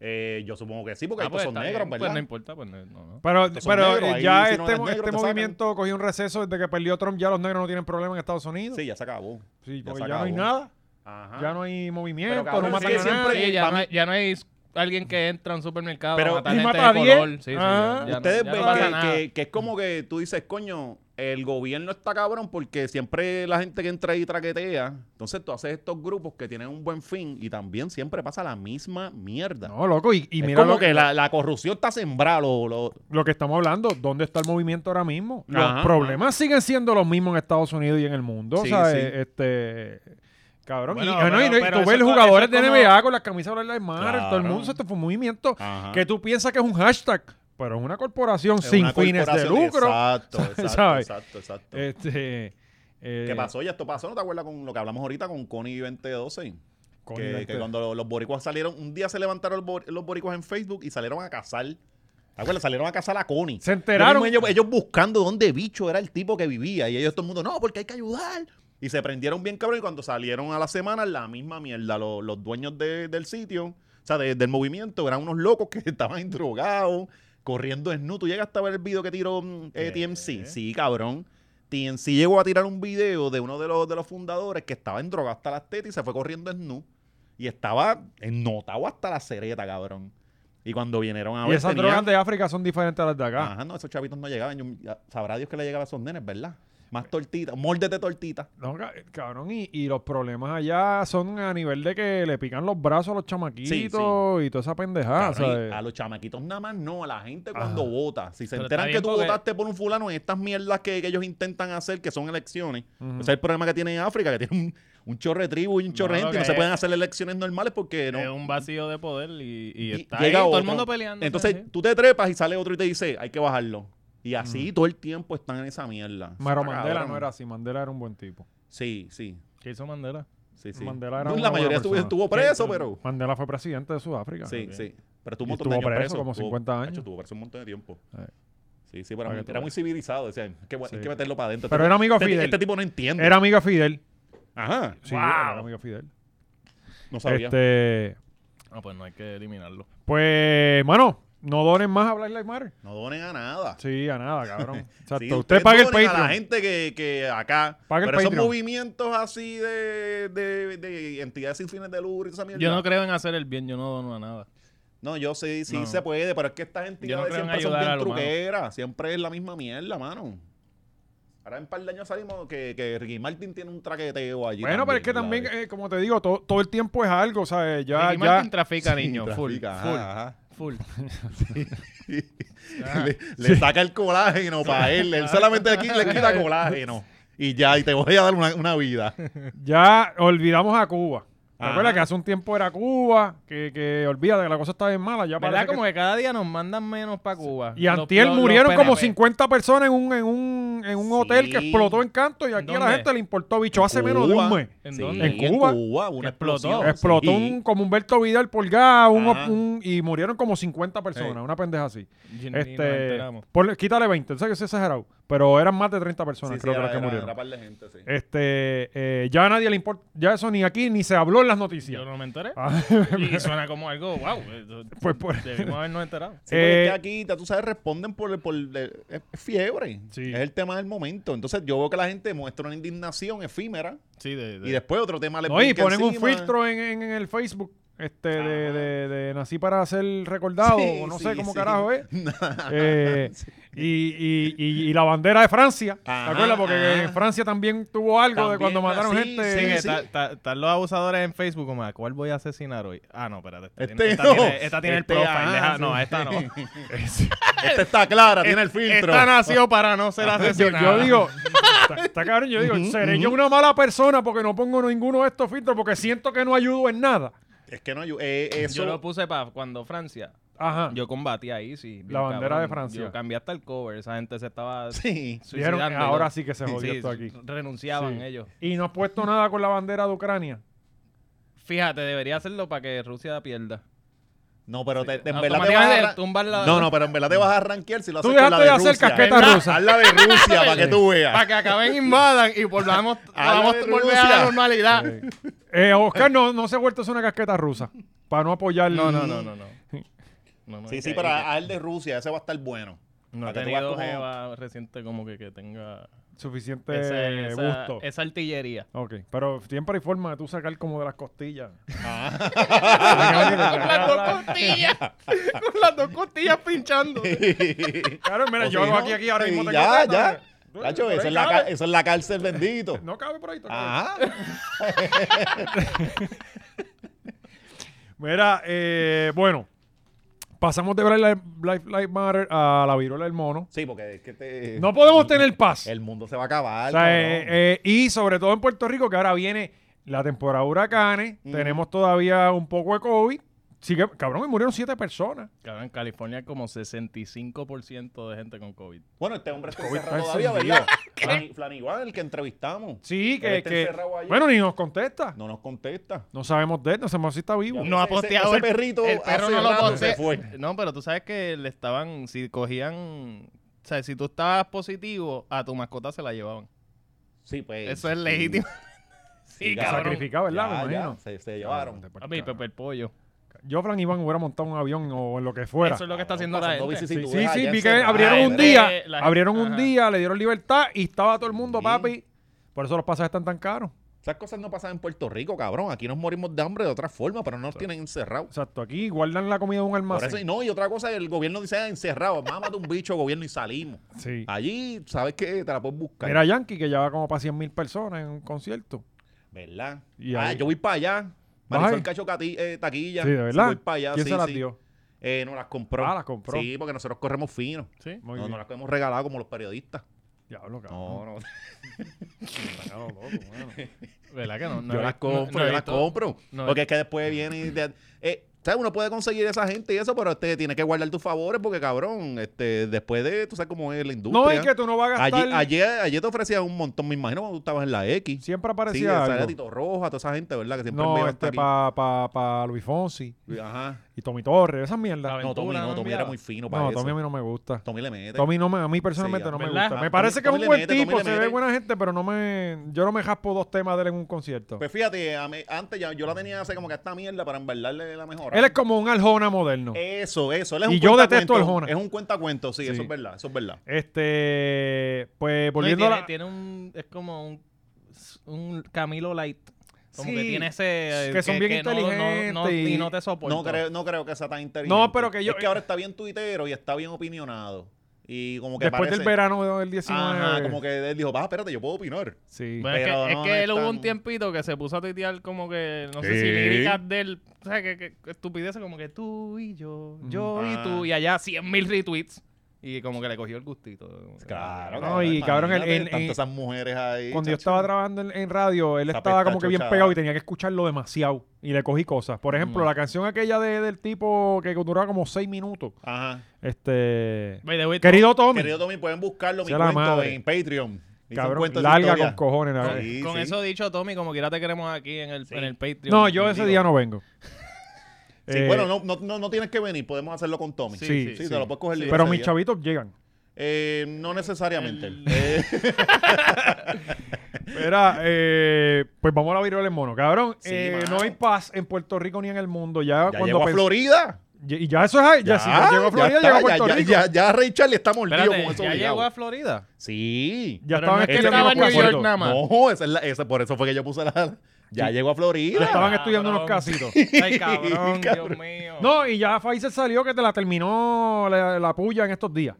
C: Eh, yo supongo que sí, porque
D: Ah,
C: estos
D: pues,
C: son
D: está
C: negros,
D: bien, pues,
C: ¿verdad?
D: no importa, pues no. no.
B: Pero,
C: Estos son
B: pero
C: negros,
B: eh,
C: ahí
B: ya
C: si no
B: este,
C: eres negro
B: este
C: te sacan.
B: movimiento cogió un receso desde que perdió Trump, ya los negros no tienen problema en Estados Unidos.
C: Sí, ya se acabó.
B: Sí,
C: Ya
B: porque
C: se
B: ya, no hay
C: acabó.
B: nada,
C: Ajá.
B: ya no hay movimiento,
C: cabrón,
B: no
C: es
B: matan
C: que
B: a
C: siempre-
B: nadie.
D: Sí, ya,
C: para
D: no
C: mí-
D: hay, ya no hay s- alguien que entra a un supermercado
C: Pero-
D: a matar
B: Y
D: gente
B: mata Ah. a
D: de
B: 10.
D: color. Sí, sí,
B: Ajá.
D: ya- ya no-
C: Ustedes
D: ya no
C: ven
D: pasa
C: que-
D: nada.
C: que, que es como que tú dices, coño, el gobierno está cabrón porque siempre la gente que entra ahí traquetea. Entonces tú haces estos grupos que tienen un buen fin y también siempre pasa la misma mierda.
B: No, loco, y, y
C: es
B: mira
C: como
B: lo
C: que
B: que,
C: la, la corrupción está sembrada. Lo, lo-
B: lo que estamos hablando, ¿dónde está el movimiento ahora mismo? Los
C: Ajá,
B: problemas siguen siendo los mismos en Estados Unidos y en el mundo,
C: Sí,
B: ¿sabes?
C: sí.
B: Este, cabrón, y,
D: Bueno,
B: ah, no, y-
D: pero-
B: y
D: pero
B: tú
D: eso
B: ves
D: es co-
B: jugadores
D: eso es
B: de
D: como-
B: NBA con las camisas de la Mar, todo el
C: Claro.
B: mundo, esto fue un movimiento
C: Ajá.
B: que tú piensas que es un hashtag, pero es una corporación
C: es
B: sin
C: una
B: fines de
C: corporación-
B: lucro.
C: [laughs] Exacto, exacto,
B: ¿sabes?
C: exacto, exacto.
B: Este, eh,
C: ¿Qué pasó? Ya esto pasó, ¿no te acuerdas con lo que hablamos ahorita con Connie 2012?
B: con
C: que,
B: la- este,
C: que cuando lo- los boricuas salieron, un día se levantaron los, bor- los boricuas en Facebook y salieron a cazar. ¿Te acuerdas? Salieron a cazar a Connie.
B: Se enteraron.
C: Yo mismo Ellos, ellos buscando dónde bicho era el tipo que vivía. Y ellos todo el mundo, no, porque hay que ayudar. Y se prendieron bien cabrón. Y cuando salieron a la semana, la misma mierda. Los, los dueños de- del sitio, o sea, de- del movimiento, eran unos locos que [laughs] estaban drogados, corriendo desnudo. Tú llegaste a ver el video que tiró mm, eh, TMC. Sí, cabrón. TNC llegó a tirar un video de uno de los, de los fundadores que estaba en droga hasta las tetas y se fue corriendo en nu. Y estaba ennotado hasta la cereta, cabrón. Y cuando vinieron a
B: y
C: ver.
B: esas
C: tenían-
B: drogas de África son diferentes a las de acá.
C: Ajá, no, esos chavitos no llegaban. Yo- ya- sabrá Dios que le llegaba a esos nenes, ¿verdad? Más tortitas, moldes de tortitas.
B: No, ca- eh, cabrón, y, y los problemas allá son a nivel de que le pican los brazos a los chamaquitos y toda esa
D: Ah,
B: pendejada.
C: Cabrón, y
B: ¿sabes?
C: a los chamaquitos nada más no, a la gente cuando
B: Ajá.
C: vota. Si se
D: Pero
C: enteran
D: está
C: que
D: bien
C: tú
D: porque-
C: votaste por un fulano en estas mierdas que, que ellos intentan hacer, que son elecciones.
B: Ujú.
D: Mm.
C: Ese es el problema que tiene en África, que tiene un, un chorre de tribu y un chorre de
D: No,
C: gente. y
D: lo
C: No
D: que
C: se
D: es-
C: pueden hacer elecciones normales porque no.
D: Es un vacío de poder y, y
C: Y
D: está ahí
C: llega
D: todo el
C: otro.
D: mundo peleando.
C: Entonces tú te trepas y sale otro y te dice, hay que bajarlo. Y así todo el tiempo están en esa mierda.
B: Pero
C: Está
B: Mandela
C: cabrón.
B: no era así, Mandela era un buen tipo.
C: Sí, sí,
D: ¿Qué hizo Mandela?
C: sí, sí.
B: Mandela era
C: Pues
B: una buena
C: la mayoría estuvo,
B: persona.
C: estuvo preso, pero...
B: Mandela fue presidente de Sudáfrica.
C: Sí,
B: Ok.
C: sí. Pero estuvo
B: Y
C: un montón de
B: estuvo
C: años
B: preso, como
C: estuvo-
B: 50 años.
C: Hacho, Estuvo preso un montón de tiempo.
B: Eh.
C: Sí, sí, pero
B: Para
C: era,
B: que tú
C: muy civilizado. Decían, que, bueno, hay
B: Sí.
C: que meterlo para adentro.
B: Pero
C: Este-
B: era amigo de
C: este,
B: Fidel.
C: Este tipo no entiende.
B: Era amiga Fidel.
C: Ajá.
B: Sí, era amiga Fidel.
C: No sabía.
B: Este,
D: Ah, pues no hay que eliminarlo.
B: pues, mano, no donen más a Black Lives Matter.
C: No donen a nada.
B: Sí, a nada,
C: [laughs]
B: cabrón. Exacto.
C: Sí,
B: usted
C: ustedes
B: paga el
C: donen
B: Patreon.
C: A la gente que, que acá.
B: Pague el
C: pero esos
B: Patreon.
C: movimientos así de, de, de entidades sin fines de lucro y esa mierda.
D: Yo no creo en hacer el bien, yo no dono a nada.
C: No, yo sí, sí
D: No.
C: se puede, pero es que estas
D: Yo no
C: entidades
D: creo en
C: siempre son
D: ayudar a
C: bien
D: lo malo.
C: truqueras. Siempre es la misma mierda, mano. Ahora en par de años salimos que, que Ricky Martin tiene un traqueteo allí.
B: Bueno, pero es que
C: ¿verdad?
B: también, eh, como te digo, to- todo el tiempo es algo, ¿sabes? Ya,
D: Ricky
B: ya.
D: Martin trafica, niño.
C: trafica,
D: full,
C: ajá, ajá.
D: full, full.
B: Ah.
C: le,
B: [laughs]
C: le saca el colágeno para él. Él solamente aquí le
B: [laughs]
C: quita colágeno. Y ya, y te voy a dar una, una vida.
B: Ya olvidamos a Cuba. ¿Te
C: Ajá.
B: acuerdas que hace un tiempo era Cuba? Que, que olvídate que la cosa está bien mala. Ya
D: ¿Verdad?
B: parece
D: Como
B: que-
D: que cada día nos mandan menos para Cuba.
B: Y
D: Los-
B: antier
D: los- los
B: murieron como
D: PNP.
B: 50 personas en un, en un, en un hotel que
C: Sí.
B: explotó en canto y aquí a la
D: ¿Dónde?
B: gente le importó bicho hace menos de un
C: Cuba.
B: mes.
D: ¿En
C: Sí,
D: dónde?
B: En Cuba.
C: una
D: Explotó.
C: explosión.
B: Explotó
C: Sí.
B: un, como Humberto Vidal por gas un,
C: Ajá.
B: un- y murieron como 50 personas, una pendeja así.
D: Y- y nos
B: Este,
D: enteramos.
B: ponle- quítale 20, tú sabes que eso es exagerado. Pero eran más de 30
C: Sí,
B: personas,
C: sí,
B: creo que
C: era-
B: las que
C: era-
B: murieron.
C: era par de gente, sí.
B: Este, eh, ya a nadie le importa, ya eso ni aquí ni se habló en las
D: Yo
B: noticias.
D: no
B: [laughs]
D: me enteré.
B: Ah,
D: Y suena como algo, wow.
B: Pues por-
D: Debimos habernos enterado.
C: Sí, porque es
B: Eh,
C: que aquí, ya tú sabes, responden por, por de- es fiebre.
B: Sí.
C: Es el tema del momento. Entonces yo veo que la gente muestra una indignación efímera
D: Sí, de, de-
C: y después otro tema le
B: no, y
C: brinca
B: ponen un
C: encima. Ah,
B: filtro en, en- en el Facebook este, de, de- de nací para ser recordado,
C: Sí,
B: o no
C: sí,
B: sé cómo
C: sí.
B: carajo
C: [laughs]
B: es. Eh, y, y- y- y la bandera de Francia, ¿te
C: Ajá,
B: acuerdas? Porque
C: ajá.
B: en Francia también tuvo algo de
C: También
B: cuando mataron
C: así,
B: gente.
D: Sí, que
C: sí.
D: está- está- están los abusadores en Facebook como, ¿a cuál voy a asesinar hoy? Ah, no, espérate. Esta,
C: Este
D: tiene, esta
C: no.
D: tiene- esta tiene
C: Este,
D: el profile.
C: ah,
D: deja- no,
C: sí. [laughs]
D: esta no.
C: Esta está clara, tiene el filtro.
D: Esta nació para no ser
B: Yo,
D: asesinada.
B: yo
C: [laughs]
B: digo, está, está cabrón, yo digo, seré yo una mala persona porque no pongo ninguno de estos filtros porque siento que no ayudo en nada.
C: Es que no, yo, eh, eso.
D: Yo lo puse para cuando Francia.
B: Ajá.
D: Yo combatí ahí, sí. bien
B: La bandera
D: cabrón.
B: de Francia.
D: Yo cambié hasta el cover. Esa gente se estaba
C: [laughs] Sí.
D: suicidando.
B: Dijeron, ahora sí que
C: [laughs]
B: se jodió esto aquí.
D: Renunciaban
B: Sí.
D: ellos.
B: Y no has puesto nada con la bandera de Ucrania.
D: Fíjate, debería hacerlo para que Rusia pierda.
C: No, pero te,
D: Ah,
C: te- en verdad te vas
D: Automáticamente
C: a... arran-
D: tumbar la- [laughs]
C: No, no, pero en verdad te vas a rankear si lo
B: Tú
C: haces con la
B: dejaste
C: de
B: de
C: Rusia.
B: hacer casqueta rusa.
C: Haz la de Rusia para que tú
D: Para
C: veas. [laughs]
D: que acaben invadan y volvamos,
C: A la
D: vamos
C: de
D: a volver a
C: Rusia.
D: la normalidad.
B: Eh, Oscar no, no se ha vuelto a hacer una casqueta rusa para no apoyar.
D: No, no, no, no, no. No, no,
C: Sí,
D: es
C: sí,
D: que-
C: pero
D: es que
C: haz el de Rusia, ese va a estar bueno.
D: No he
C: para que tú veas
D: tenido
C: cómo- [laughs]
D: jeva reciente como que, que tenga
B: Suficiente
D: ese, esa,
B: gusto.
D: esa artillería.
B: Ok, pero siempre hay forma de tú sacar como de las costillas.
D: [laughs] Con las [laughs] dos costillas. con las dos costillas pinchando.
B: [laughs] Claro, mira,
C: O
B: yo hago
C: si no,
B: aquí, aquí, ahora
C: sí,
B: mismo tengo
C: Ya,
B: teta.
C: ya.
B: Tú-
C: Nacho,
B: por ahí
C: esa es la,
B: cabe.
C: ca- esa es la cárcel bendito.
B: No cabe por ahí. tú cabe.
C: Ajá.
B: Mira, eh, bueno, pasamos de Black Lives- Black Lives Matter a la viruela del mono.
C: Sí, porque es que te-
B: No podemos tener paz.
C: el mundo se va a acabar.
B: O sea,
C: cabrón.
B: eh, eh, y sobre todo en Puerto Rico, que ahora viene la temporada de huracanes, tenemos todavía un poco de COVID. Sigue, cabrón, y murieron siete personas.
D: Cabrón, en California hay como 65% de gente con COVID.
C: Bueno, este hombre está encerrado
B: está
C: todavía,
B: encendido.
C: ¿verdad? Flan- Flanigan, el que entrevistamos.
B: Sí,
C: Él
B: que,
C: está
B: que-
C: encerrado allí.
B: bueno, ni nos contesta. No,
C: No nos contesta.
B: sabemos de él, no sabemos si está vivo.
D: No ha
C: Ese-
D: posteado
C: ese
D: el-
C: perrito
D: el perro
C: hace
D: no lo
C: rato
D: postea.
C: se fue.
D: No, pero tú sabes que le estaban, si cogían, o sea, si tú estabas positivo, a tu mascota se la llevaban.
C: Sí, pues.
D: Eso es legítimo. Sí,
C: ya,
D: cabrón.
B: Sacrificado, ¿verdad?
C: Ya,
B: Me
C: ya,
B: imagino.
C: se, se llevaron.
B: Cabrón,
D: A mí, Pepe el Pollo.
B: Yo, Fran Iván, hubiera montado un avión o en lo que fuera.
D: Eso es lo que está haciendo la
C: Pasando
D: gente.
B: Sí,
C: vicisitudes
B: sí, sí,
C: allá
B: vi que
C: encerrado.
B: abrieron
D: Ah,
B: un
D: entre
B: día,
D: la-
B: abrieron un
D: ajá.
B: día, le dieron libertad y estaba todo el mundo,
C: Sí.
B: papi. Por eso los pasajes están tan caros.
C: Esas cosas no pasan en Puerto Rico, cabrón. Aquí nos morimos de hambre de otra forma, pero no nos tienen encerrados.
B: Exacto, aquí guardan la comida en un
C: Por eso, y
B: almacén.
C: no, y otra cosa, el gobierno dice "Ah, encerrado. Mámate un bicho, gobierno, y salimos.
B: Sí.
C: Allí, ¿sabes qué? Te la puedes buscar.
B: Mira Yankee que ya va como para 100 mil personas en un concierto.
C: ¿Verdad?
B: Y
C: ah,
B: ahí-
C: yo voy para allá. Marisol
B: ahí?
C: Cacho Cati- eh, Taquilla.
B: Sí, de verdad.
C: voy para allá.
B: ¿Quién
C: sí,
B: se las
C: sí.
B: dio?
C: Eh, no las compró.
B: Ah, las compró.
C: Sí, porque nosotros corremos fino.
D: Sí.
B: Muy
C: no,
B: bien.
C: no las hemos regalado como los periodistas.
B: Diablo, cabrón.
C: No, no.
B: está
C: [laughs]
B: cabrón, loco, mano.
D: ¿Verdad que no? no
C: yo
D: he
C: las
D: visto- no-
C: compro,
D: no he
C: yo las
D: visto-
C: compro.
D: no he
C: porque es que después viene y... te- eh, ¿Sabes? Uno puede conseguir esa gente y eso, pero este, tiene que guardar tus favores porque, cabrón, este, después de... Tú sabes cómo es la industria.
B: No, es que tú no vas a gastar.
C: Ayer, ayer, ayer te ofrecían un montón, me imagino, cuando tú estabas en la X.
B: Siempre
C: Sí,
B: aparecía.
C: esa
B: algo.
C: era Tito Roja, toda esa gente, ¿verdad? Que siempre
B: No,
C: enviaba
B: este
C: hasta
B: para pa, pa Luis Fonsi
C: aquí. Ajá.
B: y Tommy Torres, esas mierdas.
D: Aventura,
C: No, Tommy,
D: ¿no
C: no, Tommy era
D: enviaba?
C: muy fino para
B: No,
C: eso.
B: Tommy a mí no me gusta.
C: Tommy le mete.
B: Tommy no me, a mí personalmente
C: Sí,
B: no me
D: ¿verdad?
B: gusta.
D: Tommy-
B: Me parece que es
C: Tommy
B: un
C: le
B: buen
C: mete, Tommy
B: tipo,
C: le
B: se ve
C: mete.
B: buena gente, pero no me, yo no me jaspo dos temas de él en un concierto.
C: Pues fíjate, a mí- antes ya, yo la tenía hace como que a esta mierda para enverdarle la mejor.
B: él es como un Aljona moderno.
C: Eh. Eso, eso. Él es
B: Y
C: un
B: yo
C: cuentacuentos.
B: detesto al Jona.
C: Es un cuentacuentos, sí,
B: Sí.
C: eso es verdad, eso es verdad.
B: Este, pues
D: No, y
B: volviendo
D: tiene,
B: a la...
D: tiene un. Es como un. Un Camilo Light. Como que
B: Sí,
D: tiene ese. eh,
B: que son bien
D: no- no-
B: inteligentes
D: No,
B: y-
D: y no te soporta.
C: No creo, no creo que sea tan inteligente.
B: No, pero que yo-
C: Es que ahora está bien tuitero y está bien opinionado. Y como que
B: Después del
C: parece-
B: verano del 19.
C: Ajá, como que él dijo, va, espérate, yo puedo opinar.
B: Sí.
D: Bueno, es
C: Pero
D: que, es
C: no
D: que
C: es
D: él hubo un
C: tan-
D: tiempito que se puso a tuitear como que, no sé
C: Sí.
D: si líricas del, o sea, que, que estupideces como que tú y yo, yo y
C: Ah.
D: tú, y allá 100 mil retweets. Y como que le cogió el gustito.
C: Claro,
B: No, y cabrón, el-
C: imagínate,
B: el-
C: tantas
B: el-
C: esas mujeres ahí.
B: Cuando yo
C: chacho.
B: estaba trabajando en, en radio, él
C: Esa
B: estaba como que bien
C: pestachuchada.
B: pegado y tenía que escucharlo demasiado. Y le cogí cosas. Por ejemplo,
D: Mm.
B: la canción aquella de- del tipo que duraba como seis minutos.
C: Ajá.
B: Este.
D: By the way,
B: Querido Tommy.
C: Querido Tommy, pueden buscarlo, mi
B: Sea la
C: cuento
B: madre.
C: en Patreon. Hice un
B: cabrón,
C: cuento de
B: larga
C: historia.
B: con cojones. la verdad.
C: Sí,
D: con
C: sí.
D: eso dicho, Tommy, como quiera te queremos aquí en el, en el Patreon.
B: No, yo ese día no
C: [laughs]
B: vengo.
C: Sí,
B: Eh,
C: bueno, no, no, no, no tienes que venir, podemos hacerlo con Tommy.
D: Sí,
B: sí,
C: sí,
D: sí.
C: te lo puedes coger libre
B: Pero
C: ese
B: mis
C: día.
B: chavitos llegan.
C: Eh, no necesariamente. Eh,
B: [laughs] Mira, eh, pues vamos a la viruela del mono, cabrón.
E: Sí,
B: eh,
E: mano.
B: no hay paz en Puerto Rico ni en el mundo. Ya,
C: Ya
B: cuando
C: llegó a
B: pens-
C: Florida. Ah,
B: Y y ya eso es ahí. Ya, si no llegó a Florida,
C: ya
B: llegó a
C: está,
B: Puerto
C: ya,
B: Rico.
C: Ya, ya, ya Ray Charles está mordido
D: Espérate,
C: con eso.
D: ¿ya
C: obligado.
D: llegó
B: [laughs]
D: a Florida?
C: Sí.
B: Ya
D: Pero
B: estaban
D: no es que
B: estudiando
D: estaba en
B: unos
D: New York
B: casitos.
D: nada más.
C: No, esa es la- esa- por eso fue que yo puse la... Ya llegó a Florida.
B: Estaban estudiando unos
D: Cabrón.
B: casitos.
C: [laughs]
D: Ay, cabrón, Dios
C: Cabrón.
D: mío.
B: No, y ya Pfizer salió que te la terminó la, la puya en estos días.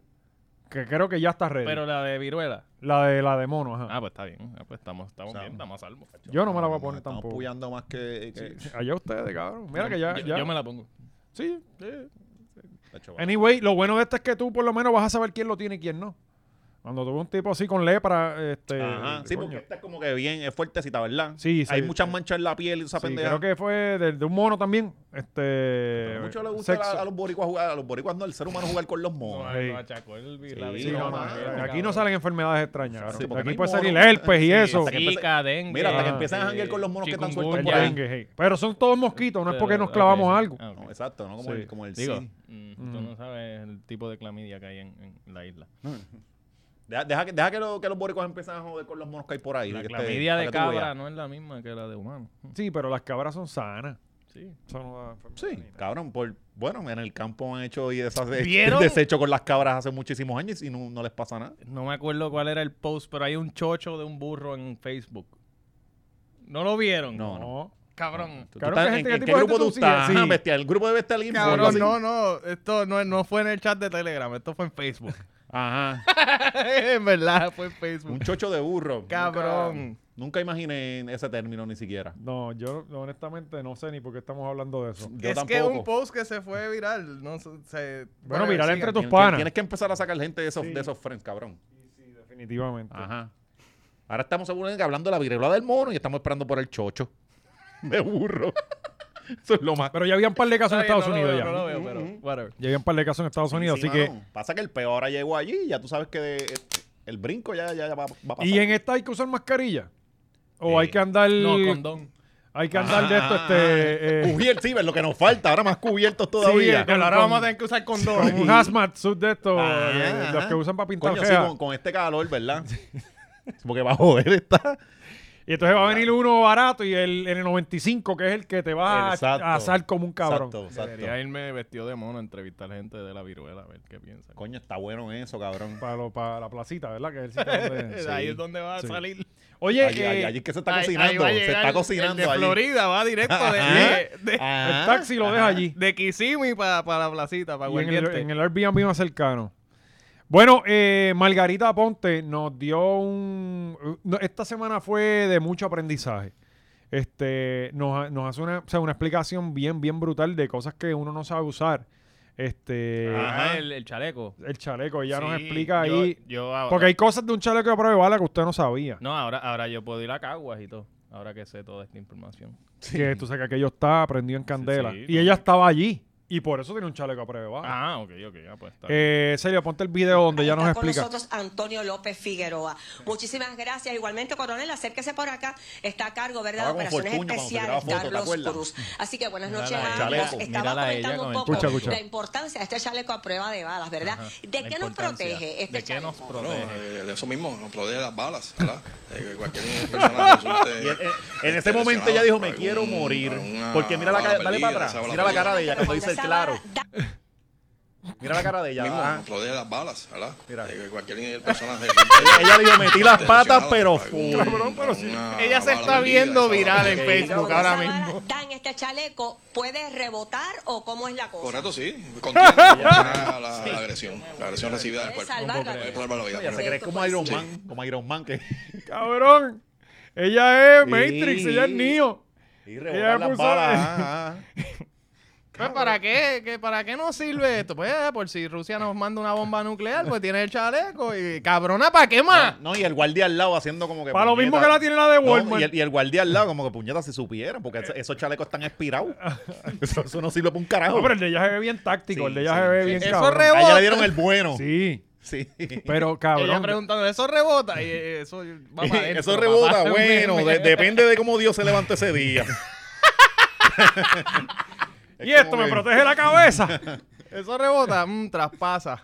B: Que creo que ya está ready.
D: Pero la de viruela.
B: la de la de mono, ajá.
D: Ah, pues está bien. Ah, pues estamos, estamos bien, estamos a salvo.
B: yo no me la voy a poner
C: Estamos
B: tampoco.
C: puyando más que... que- [laughs]
B: Allá ustedes, cabrón. Mira que ya.
D: yo,
B: ya-
D: yo me la pongo.
B: Sí, sí.
C: Tacho, vale.
B: Anyway, lo bueno de esto es que tú por lo menos vas a saber quién lo tiene y quién no. Cuando tuve un tipo así con lepra, este.
C: Ajá, sí,
B: coño.
C: porque esta es como que bien, es fuertecita, ¿verdad?
B: Sí, sí.
C: Hay muchas manchas en la piel, esa
B: Sí,
C: pendeja.
B: creo que fue de, de un mono también. Este.
C: Pero mucho le gusta
B: sexo.
C: a, a los boricuas jugar, a los boricuas no, al ser humano jugar con los monos.
D: No,
B: Sí.
D: no, achacó el vi- la
C: Sí,
B: Sí,
D: viruela,
B: no, no,
C: Ah,
D: madre,
B: no, aquí
D: cabrón.
B: no salen enfermedades extrañas, cabrón.
C: Sí, porque no
B: aquí
C: hay
B: puede salir
C: mono.
B: herpes y
C: Sí,
B: eso.
C: hasta que empiece-
D: Zika, dengue.
C: Mira, hasta que
B: Ah,
C: empiezan a janguear con los monos que están
D: chikungunya.
C: sueltos
B: El
C: por ahí.
B: dengue, hey. Pero son todos mosquitos, no es porque nos
D: Ok.
B: clavamos algo.
D: Ah,
C: No,
D: ok.
C: exacto, no como
B: Sí.
C: el, como el
D: Digo,
C: sí.
D: mm, tú no sabes el tipo de clamidia que hay en, en la isla.
C: Deja, deja que, deja que, lo- que los boricuas empiezan a joder con los monos que hay por ahí.
D: La
C: que este- te-
D: clamidia
C: para
D: de
C: que tú
D: cabra
C: veas.
D: no es la misma que la de humano.
B: Sí, pero las cabras son sanas.
D: Sí.
B: Eso no da enfermedad ni
C: Sí,
B: nada.
C: cabrón, por, bueno, en el campo han hecho y [laughs] deshace-
D: ¿Vieron?
C: deshecho con las cabras hace muchísimos años y no, no les pasa nada.
D: No me acuerdo cuál era el post, pero hay un chocho de un burro en Facebook. ¿No lo vieron?
C: No, no.
B: No.
D: Cabrón.
C: ¿Tú- tú
B: Cabrón, ¿qué
C: estás- ¿En,
B: gente- qué
C: en qué
B: tipo de
C: grupo tú
B: gente tú sigues?
C: estás? Ajá,
B: Sí.
C: bestia, el grupo de Bestial Info. algo
D: Cabrón,
C: así.
D: no, no. Esto no, no fue en el chat de Telegram, esto fue en Facebook. [laughs]
C: Ajá.
D: en verdad, fue en
C: Un
D: Facebook.
C: chocho de burro.
D: [laughs] Cabrón.
C: Nunca, nunca imaginé ese término ni siquiera.
B: No, yo honestamente no sé ni por qué estamos hablando de eso.
C: Yo
D: es
C: tampoco.
D: que un post que se fue viral. No, sé, se,
B: Bueno, viral
D: sigan.
B: entre tus
C: Tien-
B: panas.
C: Tienes que empezar a sacar gente de esos, de esos friends, cabrón.
B: Definitivamente.
C: Ajá. Ahora estamos seguramente hablando de la viruela del mono y estamos esperando por el chocho. [laughs] De burro. [laughs] Eso es lo más.
B: Pero ya había un par de casos en
D: Está bien,
B: Estados Unidos
D: No lo
B: ya. Mm-hmm.
D: veo, no lo veo, pero whatever.
B: Ya había un par de casos en Estados Unidos,
C: Sí,
B: así que...
C: mano. Pasa que el peor ahora llegó allí y ya tú sabes que de- el brinco ya, ya, ya va, va a pasar.
B: ¿Y en esta hay que usar mascarilla? ¿O
C: Eh,
B: hay que andar...
D: No, condón.
B: Hay que andar de esto,
C: Ah,
B: este... eh,
C: Cubiertos, sí, ves lo que nos falta. Ahora más cubiertos todavía.
B: con-
D: ahora
B: con-
D: vamos a tener que usar condón.
B: con un hazmat suit de estos,
C: Ajá,
B: de- de los
C: ajá.
B: que usan para pintar
C: Coño, sí,
B: fea.
C: con, con este calor, ¿verdad? [laughs] Porque va a joder está.
B: Y entonces va a venir uno barato y el, el 95, que es el que te va a-
C: Exacto.
B: a asar como un cabrón.
C: Exacto, exacto.
D: Debería irme vestido de mono a entrevistar gente de la viruela, a ver qué piensan.
C: Coño, está bueno eso, cabrón.
B: Para, lo- para la placita, ¿verdad? Que es el sitio donde-
D: [laughs] Eh, Ahí
B: Sí.
D: es donde va a
B: Sí.
D: salir.
B: Oye,
C: Allí,
B: eh,
C: allí- allí es que se está
D: Ahí- ahí
C: cocinando.
D: va a
C: se
D: llegar
C: está
D: el-
C: cocinando ¿Ah?
D: el de
C: allí.
D: Florida va directo
C: [laughs]
D: de,
C: Ajá.
D: de, de-
C: Ajá.
B: el taxi lo deja allí.
D: de Kissimmee para la placita, para
B: Y en el,
D: Guardiente.
B: en el Airbnb más cercano. Bueno, eh, Margarita Ponte nos dio un... no, esta semana fue de mucho aprendizaje. Este, nos, ha- nos hace una, o sea, una explicación bien, bien brutal de cosas que uno no sabe usar. Este,
D: Ajá, el, el chaleco.
B: el chaleco, ella nos
D: Ah. Sí,
B: explica
D: yo-
B: ahí.
D: yo ahora-
B: Porque hay cosas de un chaleco de prueba de bala que usted no sabía.
D: No, ahora, ahora yo puedo ir a Caguas y todo. Ahora que sé toda esta información.
B: Que tú sabes que aquello está prendido en candela.
D: sí,
B: y
D: no.
B: ella estaba allí. Y por eso tiene un chaleco de prueba de bala.
D: Ah, ok, ok, ya pues está. bien.
B: Eh, Sergio, ponte el video donde ya
F: Está
B: nos
F: con
B: explica.
F: nosotros Antonio López Figueroa. Muchísimas gracias. Igualmente, coronel, acérquese por acá. Está a cargo, ¿verdad?
C: Estaba
F: de
C: como
F: Operaciones
C: Fortuño cuando se
F: Especiales,
C: grababa fotos, ¿te
F: Carlos
C: acuerdas?
F: Cruz. Así que buenas noches
D: Mírala
F: a
C: a ella
F: ambos.
C: con-
F: Estaba
D: mírala a ella
F: comentando
D: con
F: un
D: el
F: poco
B: chaleco. Escucha, escucha.
F: la importancia de este chaleco a prueba de balas, ¿verdad? ¿De
D: La
F: qué nos
D: importancia.
F: protege este
D: ¿De qué nos
F: chaleco?
G: No,
D: protege?
G: eh, eso mismo, nos protege las balas, ¿verdad? Eh, que cualquier persona que resulte
C: Y en- en- en ese
G: lesionada
C: momento ella dijo, me
G: por
C: quiero
G: algún-
C: morir.
G: por una
C: Porque mira la
G: bala
C: cara, dale
G: perdida,
C: para atrás.
G: esa bala
C: Mira la
G: perdida.
C: cara de ella cuando dice el
F: Esa
C: claro.
F: bala da-
C: Mira la cara de ella.
G: Mismo,
C: ah.
G: nos protege las balas, ¿verdad?
C: Mira.
G: Eh, que cualquier persona que
C: Ella- Ella dijo, metí las patas,
G: lesionada
C: pero
G: por algún-
C: full.
G: por una
D: Ella se
G: bala
D: está
G: perdida,
D: viendo
G: esa bala
D: viral en
G: perdida.
D: Facebook
F: esa
D: ahora
F: bala
D: mismo.
F: da en este chaleco, ¿puede rebotar o cómo es la cosa?
G: Correcto, sí. Contiene la, la- la agresión. La agresión recibida del
F: Puede
G: cuerpo.
F: salvar la
G: Puede salvar la vida.
C: Ella se cree como Iron Man, como Iron Man que...
B: Cabrón. Ella es Matrix,
C: Sí.
B: ella es Neo.
C: Y
B: Ella
C: rebotar las
B: puso-
C: balas. ah, ah.
D: Pues, ¿para qué? ¿Qué- ¿Para qué nos sirve esto? Pues eh, por si Rusia nos manda una bomba nuclear, pues tiene el chaleco y cabrona, ¿para qué más?
C: No, y el guardia al lado haciendo como que...
B: Para Ah. lo mismo que la tiene la de
C: No,
B: Walmart.
C: y, el, y el guardia al lado como que puñetas si supieran, porque es- esos chalecos están
B: [laughs]
C: expirados. Eso, eso no sirve para un carajo.
B: No, pero el de ella se ve bien táctico,
C: Sí,
B: el de ella
C: sí.
B: se ve bien
D: Eso
B: cabrón.
D: re-
C: A ella le dieron el bueno.
B: Sí,
C: Sí.
B: pero
D: Ella
B: cabrón.
D: preguntando, ¿eso rebota? Y eh, eso va [laughs]
C: [laughs]
D: para adentro,
C: Eso rebota,
B: [laughs]
D: papá.
C: bueno, de- depende de cómo Dios se levantó ese día. [laughs] [laughs]
B: y esto me protege la cabeza.
D: Eso rebota, mm, [laughs] traspasa.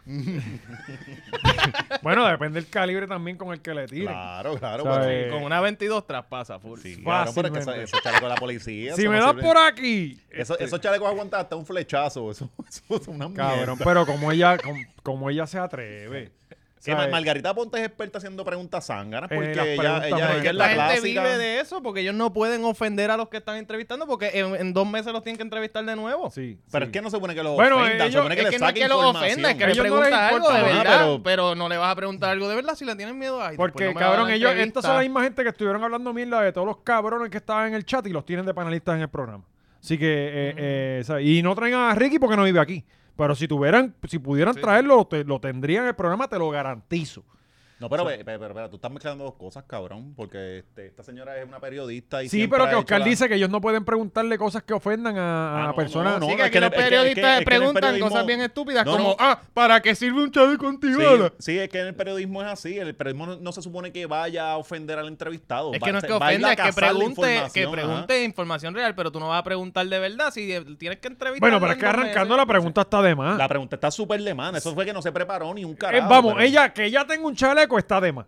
B: Bueno, depende del calibre también con el que le tiren.
C: Claro, claro.
B: ¿Sabes?
C: bueno,
B: Eh.
D: Con una 22 traspasa, full.
C: sí, claro, pero es que eso,
B: fácilmente.
C: eso es chaleco de la policía.
B: Si
C: eso
B: me
C: no
B: das
C: sirve.
B: por este- aquí,
C: Eso- Esos chalecos aguantan hasta un flechazo. Eso, [laughs] eso es una
B: cabrón,
C: mierda.
B: pero como ella, com- como, ella se atreve.
C: Sí, Mar-
B: ¿sabes?
C: Margarita Ponte es experta haciendo preguntas zánganas
B: Eh,
C: porque
B: las
C: ella,
B: preguntas
C: ella,
B: buenas.
C: ella es
D: La
C: la
D: gente
C: clásica.
D: vive de eso porque ellos no pueden ofender a los que están entrevistando porque en, en dos meses los tienen que entrevistar de nuevo.
B: Sí,
C: Pero
B: sí.
C: es que no se supone que los
B: Bueno,
C: ofendan, se
B: ellos-
C: supone que
D: es
C: les
D: que no es
C: saquen
D: que los
C: información.
D: ofenda, es que
B: A
D: le
B: ellos no les
D: preguntas algo de
B: importa,
C: ajá,
D: verdad,
C: pero-
D: pero... no le vas a preguntar algo de verdad si le tienen miedo. Ay,
B: Porque,
D: después no me van a
B: cabrón,
D: dar
B: ellos,
D: entrevista.
B: estas son la misma gente que estuvieron hablando mierda de todos los cabrones que estaban en el chat y los tienen de panelistas en el programa. Así que, eh,
C: Mm.
B: eh, o sea, y no traen a Ricky porque no vive aquí. Pero si tuvieran, si pudieran traerlo, te- lo tendrían en el programa, te lo garantizo.
C: No, pero, ve- ve- pero, espera, tú estás mezclando dos cosas, cabrón, porque este, esta señora es una periodista y
B: Sí,
C: siempre
B: pero que
C: ha
B: Oscar
C: hecho la-
B: dice que ellos no pueden preguntarle cosas que ofendan a, a
C: Ah, no,
B: personas.
C: no,
D: Sí,
C: no,
D: que
C: es
D: aquí
C: que
D: los
C: en el- es que- es que- es
D: periodistas
C: que en el
D: preguntan
C: periodismo-
D: cosas bien estúpidas
C: No,
D: como,
C: no.
D: ah, ¿para qué sirve un chaleco antibalas?
C: Sí, sí, es que en el periodismo es así. El periodismo no, no se supone que vaya a ofender al entrevistado.
D: Es
C: va-
D: que no es
C: se-
D: que
C: va a ir a
D: ofenda, es que
C: cazar la
D: pregunte, que
C: información,
D: pregunte información real, pero tú no vas a preguntar de verdad si eh, tienes que entrevistar.
B: Bueno, pero es que arrancando la pregunta está de
C: ajá.
B: más.
C: La pregunta está súper de mano. Eso fue que no se preparó ni un
B: Eh,
C: carajo.
B: vamos,
C: pero-
B: ella que ella tenga un chaleco está de más.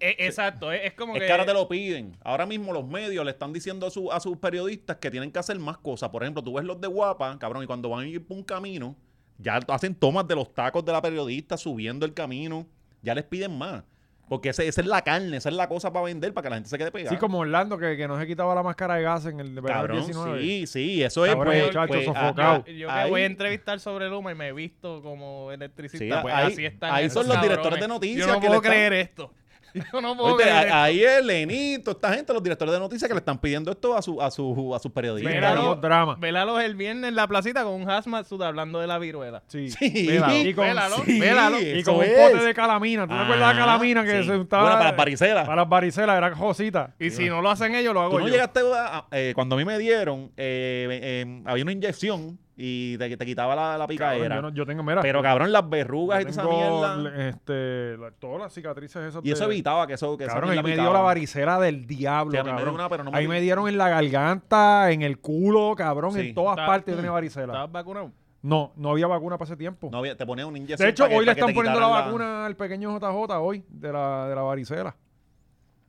D: Eh, exacto, es, es como
C: Es
D: que.
C: que ahora te lo piden. Ahora mismo los medios le están diciendo a, su- a sus periodistas que tienen que hacer más cosas. Por ejemplo, tú ves los de Guapa, cabrón, y cuando van a ir por un camino, ya hacen tomas de los tacos de la periodista subiendo el camino. Ya les piden más. Porque ese- esa es la carne, esa es la cosa para vender, para que la gente se quede pegada.
B: Sí, como Orlando que, que no se quitaba la máscara de gas en el verano
C: Cabrón,
B: 19.
C: sí, sí, eso es.
B: Cabrón, muchacho,
C: ah,
B: sofocado.
D: pues, Yo- Yo que
C: ahí-
D: voy a entrevistar sobre Luma y me he visto como electricista.
C: Sí,
D: pues
C: ahí-
D: así están
C: ahí
D: esos
C: son los directores
D: cabrones.
C: de noticias
D: Yo no
C: que
D: puedo
C: le están-
D: creer esto. [laughs] Yo no puedo
C: Oíste,
D: creer
C: a-
D: esto.
C: ahí es Lenito, esta gente, los directores de noticias que le están pidiendo esto a, su, a, su, a sus periodistas.
B: Mira,
D: Mira,
B: los dramas.
D: Vélalos el viernes en la placita con un hazmat suit hablando de la viruela.
B: Sí.
C: Sí.
B: Vélalo. Y con,
D: Vélalo,
C: Sí,
D: vélalo.
B: y
C: eso
B: con un
C: es.
B: pote de calamina. ¿Tú te
C: Ah,
B: acuerdas de calamina que
C: sí.
B: se untaba?
C: Bueno, para las varicelas.
B: Para las varicelas, era Josita.
D: Y si no lo hacen ellos, lo hago
C: Tú no
D: yo.
C: llegaste a, a- eh, cuando a mí me dieron, eh, eh, había una inyección y te, te quitaba la, la
B: Cabrón,
C: picadera.
B: yo, no- yo tengo, mira.
C: pero cabrón, las verrugas y
B: yo
C: toda esa
B: tengo,
C: mierda.
B: le- este, la- todas las cicatrices esas.
C: Y eso
B: de-
C: evitaba que eso. Que esa
B: Cabrón, ahí
C: mierda
B: me dio
C: picaba.
B: la varicela del diablo,
C: Sí, a mí me
B: cabrón.
C: dio una, pero no me
B: ahí
C: dio-
B: me dieron en la garganta, en el culo, cabrón,
C: Sí.
B: en todas
D: Está-
B: partes yo tenía varicela.
D: ¿Estabas vacunado?
B: No, no había vacuna para ese tiempo.
C: No había- te ponían una inyección.
B: de hecho,
C: pa' que-
B: hoy le
C: pa' que
B: están
C: te
B: poniendo la,
C: quitaran
B: vacuna al pequeño JJ hoy, de la, de la varicela.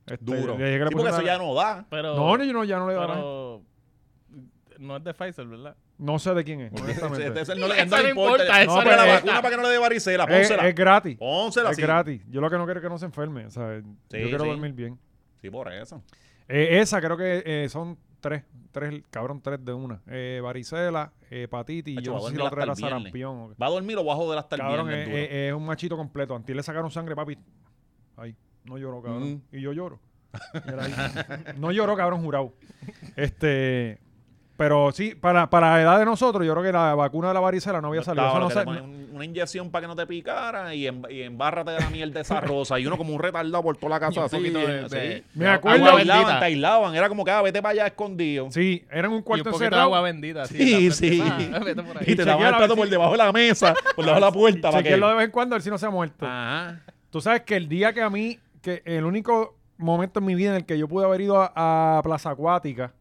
B: Este,
C: Duro.
B: le- le
C: Sí, porque
B: pusieron
C: eso
B: la- Pues,
C: ya no da.
D: Pero,
B: No, no, yo no, ya no le da nada.
D: pero no es de Pfizer, ¿verdad?
B: No sé de quién es,
C: [laughs] Este
B: honestamente.
C: Ese- ese no le,
D: Eso
C: no le
D: no
C: importa.
D: importa,
B: eso
C: No,
B: no
C: pero la
B: importa.
C: vacuna para que no le dé varicela,
B: es,
C: pónsela.
B: es gratis.
C: Pónsela,
B: es
C: sí.
B: gratis. Yo lo que no quiero es que no se enferme. o sea, yo quiero
C: sí.
B: dormir bien.
C: Sí, por eso.
B: Eh, esa creo que eh, son tres. Tres, cabrón, tres de una. Eh, varicela, hepatitis y
C: Hacho,
B: yo
C: va
B: no
C: a
B: sé si
C: dormir
B: la otra
C: hasta
B: era
C: el viernes.
B: sarampión. o qué.
C: Va a dormir o va a joder hasta el
B: Cabrón,
C: viernes.
B: es,
C: duro.
B: es- es un machito completo. Antes le sacaron sangre, papi. Ahí. No lloró, cabrón. Y yo lloro. Y era ahí. [laughs] no lloró, cabrón, jurado. Este. Pero sí, para, para la edad de nosotros, yo creo que la vacuna de la varicela no había
C: No
B: salido.
C: estaba,
B: Eso no
C: lo que
B: sa-
C: te ponen un- una inyección para que no te picara y, en, y embárrate de la mierda
B: [laughs]
C: esa rosa. Y uno como un retardado por toda la
D: Y
C: casa
D: un
C: así.
D: poquito de-
C: así.
D: de-
B: Me
D: de
B: acuerdo-
C: Te
D: agua
C: aislaban, te
D: bendita.
C: aislaban. Era como que ah, vete para allá escondido.
B: Sí, eran un
D: Y un
B: cuarto
D: poquito de
B: encerrado.
D: agua bendita. así,
C: Sí,
D: en la
C: sí.
D: frente. Ah, vete por ahí.
C: Y, te daban
B: chequear
C: el
B: a
C: plato
B: ver
C: por
B: si-
C: debajo de
B: [laughs]
C: la mesa, por debajo de la puerta. para Ah, que...
B: Chequearlo de vez en cuando, a ver si no se ha muerto.
C: Ajá.
B: Tú sabes que el día que a mí, que el único momento en mi vida en el que yo pude haber ido a, a Plaza Acuática,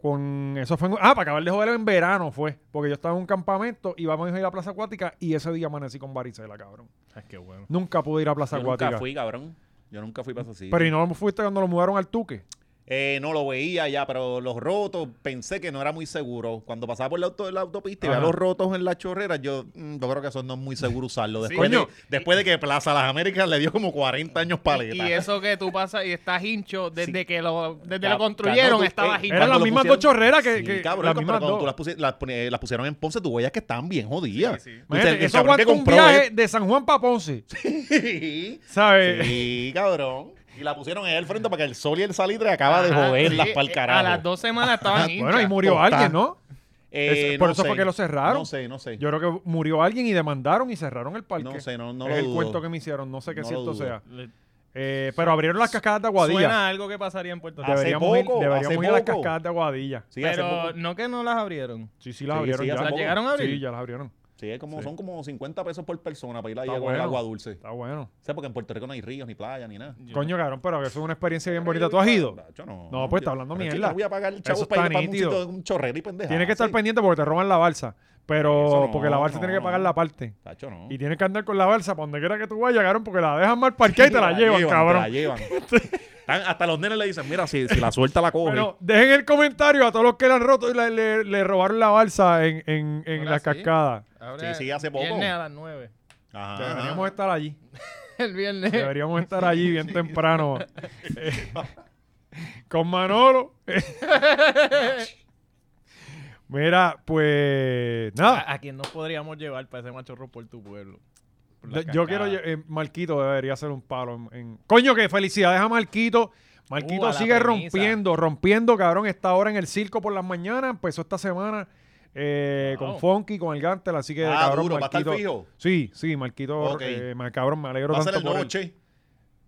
B: con eso fue, en- ah, para acabar de joder en verano fue, porque yo estaba en un campamento y vamos a ir a Plaza Acuática y ese día amanecí con varicela, cabrón.
D: Ay, qué bueno.
B: Nunca pude ir a Plaza
C: Yo
B: Acuática.
C: nunca fui, cabrón. Yo nunca fui para así.
B: Pero y no fuiste cuando lo mudaron al Tuque.
C: Eh, no lo veía ya, pero los rotos pensé que no era muy seguro. Cuando pasaba por la, auto- la autopista y veía
B: Ajá.
C: los rotos en la chorrera, yo, mm, yo creo que eso no es muy seguro usarlo. Después,
B: Coño.
C: de, después de que Plaza Las Américas le dio como 40 años paleta.
D: Y eso que tú pasas y estás hincho desde que lo, desde
C: Ca-
D: lo construyeron,
C: cabrón, tú-
D: estabas
C: eh,
D: hincho.
B: Eran
C: cuando
B: las
C: lo
B: mismas
C: pusieron-
B: dos chorreras que-
C: Sí,
B: que-
C: cabrón,
B: las
C: pero
B: mismas
C: cuando
B: dos.
C: tú las, pusi- las pone- eh, las pusieron en Ponce, tú veías que estaban bien jodidas.
D: Sí,
C: Tú
D: sí.
C: dices,
B: Imagínate,
C: el
B: eso
C: cabrón que
B: aguanta un
C: compró
B: viaje
C: esto-
B: de San Juan para Ponce,
C: [laughs] Sí,
B: ¿sabes?
C: sí, cabrón. Y la pusieron ahí al frente para que el sol y el salitre acaba de joderlas
D: Sí,
C: para el
D: eh,
C: carajo.
D: A las dos
C: [laughs]
D: semanas estaban hinchas.
B: Bueno, y murió
C: Total.
B: alguien, ¿no?
C: Eh,
B: Es- por
C: no
B: eso fue
C: sé.
B: que lo cerraron.
C: No sé, no sé.
B: Yo creo que murió alguien y demandaron y cerraron el parque.
C: no sé, no, no
B: es
C: lo
B: el
C: dudo.
B: cuento que me hicieron, no sé qué
C: No lo
B: cierto
C: dudo.
B: sea.
D: Le-
B: Eh, pero abrieron las cascadas de Aguadilla.
D: Suena a algo que pasaría en Puerto
C: Ah,
D: Rico.
C: hace
B: Deberíamos ir,
C: poco,
B: deberíamos
C: hace
B: ir a las
C: poco.
B: cascadas de Aguadilla.
C: Sí, hace
D: Pero
C: poco.
D: no que no las abrieron.
B: Sí, sí, las
C: Sí,
B: abrieron
C: sí,
B: ya.
C: hace
D: ¿Las
C: poco.
D: llegaron a abrir?
B: Sí, ya las abrieron.
C: Sí, es como, son como 50 pesos por persona para ir ahí
B: Está
C: a coger
B: bueno.
C: agua dulce.
B: Está bueno.
C: O sea, porque en Puerto Rico no hay ríos, ni playas, ni nada.
B: Coño, cabrón, pero eso es una experiencia bien bonita. ¿Tú has ido?
C: Yo no.
B: No, pues, está hablando
C: Pero es que
B: mierda.
C: Yo voy a pagar el
B: Eso
C: chavo
B: está
C: para ir para un
B: nítido.
C: sitio de un chorrero y pendeja.
B: Tienes que estar
C: sí.
B: pendiente porque te roban la balsa. Pero
C: Eso no,
B: porque la balsa
C: no,
B: tiene que pagar
C: no.
B: la parte.
C: Tacho, no.
B: Y tienes que andar con la balsa para donde quiera que tú vayas, cabrón, porque la dejan mal parqueada y te la llevan,
C: Te la
B: cabrón. [laughs]
C: llevan. Están- hasta los nenes le dicen, mira, si, si la suelta la coge.
B: Bueno, dejen el comentario a todos los que le han roto y le, le- le robaron la balsa en, en, en
D: Ahora
B: la
D: sí.
B: cascada.
D: Ahora,
C: Sí, sí, hace poco.
D: Viernes a las 9.
C: Ajá.
D: Ah.
B: Deberíamos estar allí.
D: [laughs] El
B: [laughs]
D: viernes.
B: Deberíamos estar allí bien
D: [laughs]
B: temprano. Eh, [laughs] con Manolo. [laughs] Mira, pues nada.
D: A, a quien no podríamos llevar para ese machorro por tu pueblo. Por la
B: Yo quiero.
D: cascada.
B: lle- eh, Marquito debería hacer un palo. En, en- Coño, que felicidades a Marquito.
D: Uh,
B: Marquito
D: a la
B: sigue
D: premisa.
B: rompiendo, rompiendo, cabrón. Está ahora en el circo por las mañanas. Empezó esta semana eh,
D: Wow.
B: con Funky, con el Gantel. Así que,
C: Ah,
B: cabrón,
C: duro, ¿va a estar
B: Marquito.
C: fijo?
B: Sí, sí, Marquito.
C: Ok.
B: eh, ma- cabrón, me alegro
C: Va a ser
B: tanto
C: el
B: por
C: nuevo
B: él.
C: Che.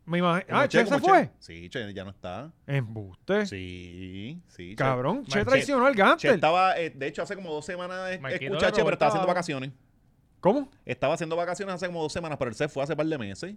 B: Me imagino.
C: Como
B: Ah, Che se
C: como
B: fue.
C: Sí, Che ya no está.
B: Embuste.
C: Sí, sí. Che.
B: Cabrón, Che
C: Che-
B: traicionó al
C: Che
B: Gantel.
C: estaba, eh, de hecho, hace como dos semanas eh,
D: Marquito
C: escuché a
D: le
C: Che, pero estaba
D: rebotaba.
C: haciendo vacaciones.
B: ¿Cómo?
C: Estaba haciendo vacaciones hace como dos semanas, pero él se fue hace par de meses.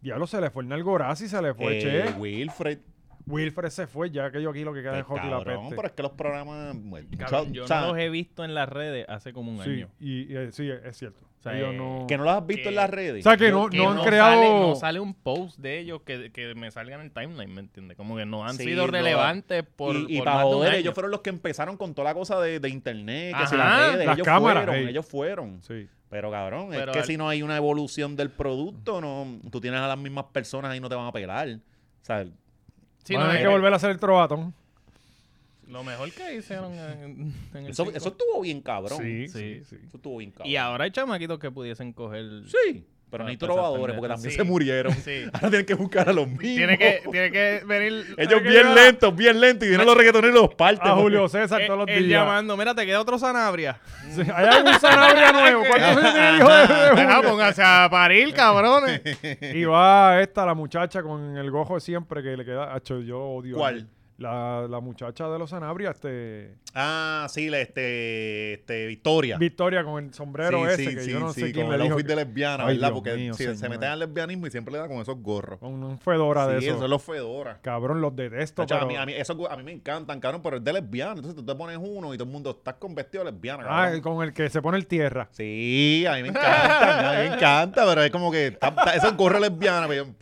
B: Diablo, se le fue el Nalgoraz y se le fue
C: Eh,
B: Che.
C: Wilfred.
B: Wilfred se fue, ya que yo aquí lo que queda es
C: Pues,
B: hockey y la
C: cabrón,
B: peste.
C: pero es que los programas. bueno,
D: Cabrón, yo
C: o sea,
D: no los he visto en las redes hace como un
B: Sí,
D: año.
B: y, y, eh, sí, es cierto.
D: O sea,
B: Ellos
D: eh,
B: no-
C: que no los has visto
D: Que-
C: en las redes.
B: O sea, que
C: Yo-
B: no,
D: Que
B: no han
D: no
B: creado.
D: Sale, no sale un post de ellos que, que me salga en el timeline, ¿me entiendes? Como que no han
C: Sí,
D: sido
C: no.
D: relevantes por.
C: y, y
D: por
C: para
D: más de un
C: joder,
D: año.
C: ellos fueron los que empezaron con toda la cosa de, de internet, que si
D: Ajá,
C: las redes,
B: las
C: ellos
B: cámaras,
C: fueron,
B: ey.
C: ellos fueron.
B: Sí.
C: Pero cabrón,
D: Pero
C: es que
D: al-
C: si no hay una evolución del producto, no, tú tienes a las mismas personas y no te van a pelar. O sea,
D: Sí,
B: Van a
D: no,
B: tener
D: eh,
B: que volver a hacer el trovatón.
D: Lo mejor que hicieron en, en el.
C: eso,
D: circo.
C: eso estuvo bien cabrón.
B: Sí, sí,
D: sí,
B: sí.
C: Eso estuvo bien cabrón.
D: Y ahora hay chamaquitos que pudiesen coger.
C: Sí, pero
D: Ah,
C: no hay
D: pues,
C: trovadores
D: esas
C: porque también
D: pendejas.
C: se
D: Sí.
C: murieron. [laughs]
D: Sí.
C: Ahora tienen que buscar a los mismos.
D: Tiene que, tiene que venir.
C: Ellos
D: que
C: bien
D: llevar- [laughs]
C: lentos, bien lentos. Y vienen los reggaetoneros y los parten.
B: A
C: [laughs]
B: Julio
C: porque-
B: César
D: Eh,
B: todos los
D: él
B: días.
D: llamando, mira, te queda otro Sanabria.
B: Sí, Hay algún
C: [laughs]
B: Sanabria nuevo. ¿Cuántos años tiene el hijo de- de
D: Deja, pónganse pues, a parir, cabrones.
B: Julio? Y va esta, la muchacha con el gojo de siempre que le queda. Acho, yo odio.
C: ¿Cuál?
B: La, la muchacha de los Sanabria, este.
C: Ah, sí, la- este, este, Victoria.
B: Victoria con el sombrero
C: sí,
B: ese,
C: sí,
B: que
C: sí,
B: yo no
C: sí,
B: sé quién
C: con
B: le
C: el
B: dijo.
C: outfit
B: que-
C: de lesbiana,
B: Ay,
C: ¿verdad?
B: Dios
C: Porque
B: mío,
C: si se
B: señor.
C: meten al lesbianismo y siempre le da con esos gorros.
B: Con un fedora de
C: sí,
B: eso.
C: eso es los fedora.
B: Cabrón, los detesto,
C: Chacho, a,
B: pero-
C: mí, a, mí, esos gu- a mí me encantan, cabrón, pero es de lesbiana. Entonces tú te pones uno y todo el mundo estás con vestido de lesbiana,
B: Ah,
C: cabrón.
B: con el que se pone el tierra.
C: Sí, a mí me encanta, a mí me encanta, pero es como que está, está- esos gorros lesbianas. Pero yo,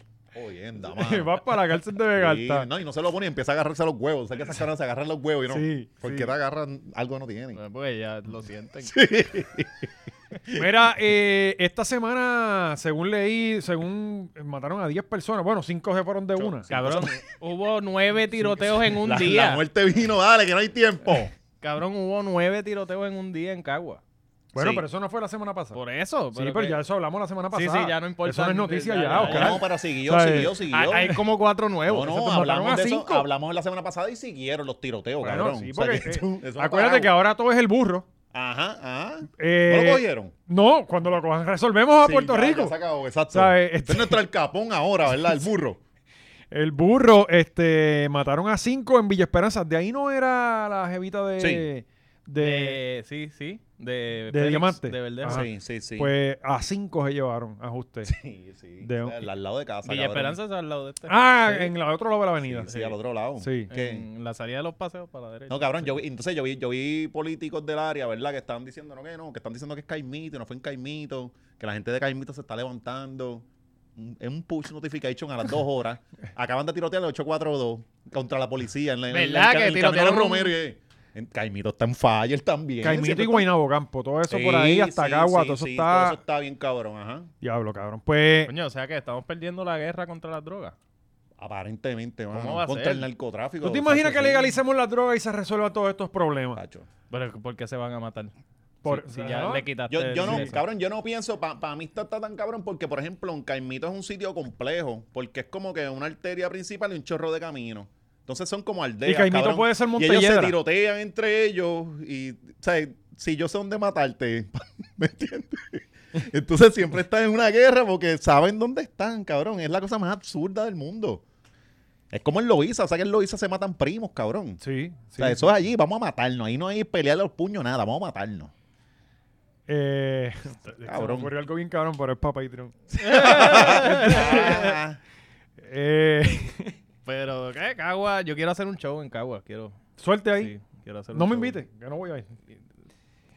B: [laughs]
C: oye, anda, mano.
B: Va para la cárcel de
C: Sí,
B: Vegalta.
C: no, y no se lo pone y empieza a agarrarse a los huevos. O sea, que esas caras se agarran los huevos y no.
B: Sí,
C: porque
B: sí.
C: te agarran algo que no pues, tienen.
D: No, Porque ya lo sienten.
B: Mira, eh, esta semana, según leí, según mataron a 10 personas. Bueno, 5 se fueron de una.
D: [laughs] Cabrón, hubo nueve tiroteos en un
C: pues, la, la
D: día.
C: muerte vino, dale, que no hay tiempo.
D: Cabrón, hubo nueve tiroteos en un día en Cagua.
B: Bueno,
C: Sí.
B: pero eso no fue la semana pasada.
D: Por eso.
B: sí, pero
D: que-
B: ya de eso hablamos la semana
D: Sí,
B: pasada.
D: sí, ya no importa.
B: Eso no es noticia ya,
D: Ya, ya,
B: Oscar.
D: ya.
C: No, pero siguió,
B: ¿Sabes?
C: siguió, siguió.
D: Hay, hay como cuatro
C: no,
D: nuevos.
C: no,
B: Exacto, mataron a
C: hablamos de
B: cinco.
C: eso. ah, Hablamos la semana pasada y siguieron los tiroteos,
B: Bueno,
C: cabrón.
B: sí,
C: O sea,
B: porque,
C: que
B: eh,
C: tú- eso no
B: acuérdate
C: paraba.
B: que ahora todo es el burro.
C: Ajá, ajá. ¿No
B: Eh,
C: lo cogieron?
B: No, cuando lo cojan, resolvemos a
C: Sí,
B: Puerto
C: ya, ya
B: Rico.
C: se acabó, exacto.
B: ¿Sabes?
C: Este es nuestro alcapón ahora, ¿verdad? El burro.
B: El burro, este, mataron a cinco en Villa Esperanza. De ahí no era la jevita de.
C: Sí.
B: de-
C: eh,
D: De- sí, sí. De,
B: de
D: Félix,
B: diamante.
D: De
B: [laughs]
D: Verdejo.
B: Ajá.
C: Sí, sí, sí.
B: Pues a cinco se llevaron, ajuste.
C: [laughs] sí, sí.
B: de-
C: O sea, al lado de casa.
D: Villa
C: cabrón.
D: Esperanza está al lado de este.
B: Ah,
D: Sí.
B: en el otro lado de la avenida.
C: Sí, sí, al otro lado.
B: Sí.
C: Que-
D: En la salida de los paseos para la
B: Pues,
D: derecha.
C: No, cabrón, yo vi, entonces yo vi, yo vi políticos del área, ¿verdad? Que estaban diciendo, no, que no, que están diciendo que es Caimito, no fue en Caimito, que la gente de Caimito se está levantando. Un- Es un push notification a las
B: [laughs]
C: dos horas. Acaban de tirotear el 842 contra la policía. En la, en la-
D: ¿Verdad
C: en el
D: que
C: ca- en el camino
D: tirotearon un-
C: Romero. y, eh, en- Caimito está en fire también.
B: Caimito
C: Siempre
B: y
C: está-
B: Guaynabo Campo, todo eso
C: Sí,
B: por ahí, hasta
C: sí,
B: Cagua,
C: sí,
B: todo eso
C: sí,
B: está.
C: todo eso está bien cabrón, ajá.
B: Diablo, cabrón. Pues.
D: Coño, o sea que estamos perdiendo la guerra contra las drogas.
C: Aparentemente, mano,
D: ¿Cómo va a
C: contra
D: ser?
C: el narcotráfico.
B: ¿Tú te
C: o sea,
B: imaginas
C: eso
B: que
C: sí,
B: legalicemos la droga y se resuelvan todos estos problemas?
C: tacho.
D: Pero ¿por qué se van a matar?
B: Por-
D: si, si ya
B: Ajá.
D: le quitaste.
C: Yo, yo
D: el-
C: no,
D: eso.
C: cabrón, yo no pienso, para mí está, está tan cabrón porque, por ejemplo, en Caimito es un sitio complejo, porque es como que una arteria principal y un chorro de camino. Entonces son como aldeas.
B: Y Caimito
C: cabrón.
B: puede ser
C: Y ellos
B: Montelledra.
C: se tirotean entre ellos y, o sea, si yo sé dónde matarte, [laughs] ¿me entiendes? Entonces siempre están en una guerra porque saben dónde están, cabrón. Es la cosa más absurda del mundo. Es como en Loiza, o sea que en Loiza se matan primos, cabrón.
B: Sí, sí. [laughs]
C: o sea, eso es allí, vamos a matarnos. Ahí no hay pelear los puños, nada, vamos a matarnos.
B: Eh, [laughs]
C: Cabrón.
B: Se me ocurrió algo bien cabrón, pero es para Patreon.
C: Ah,
B: Eh, [laughs]
D: Pero, ¿qué? Cagua, yo quiero hacer un show en Cagua, quiero.
B: suerte ahí.
D: Sí, quiero hacer
B: no
D: un
B: me
D: show.
B: invites, que no voy a ir.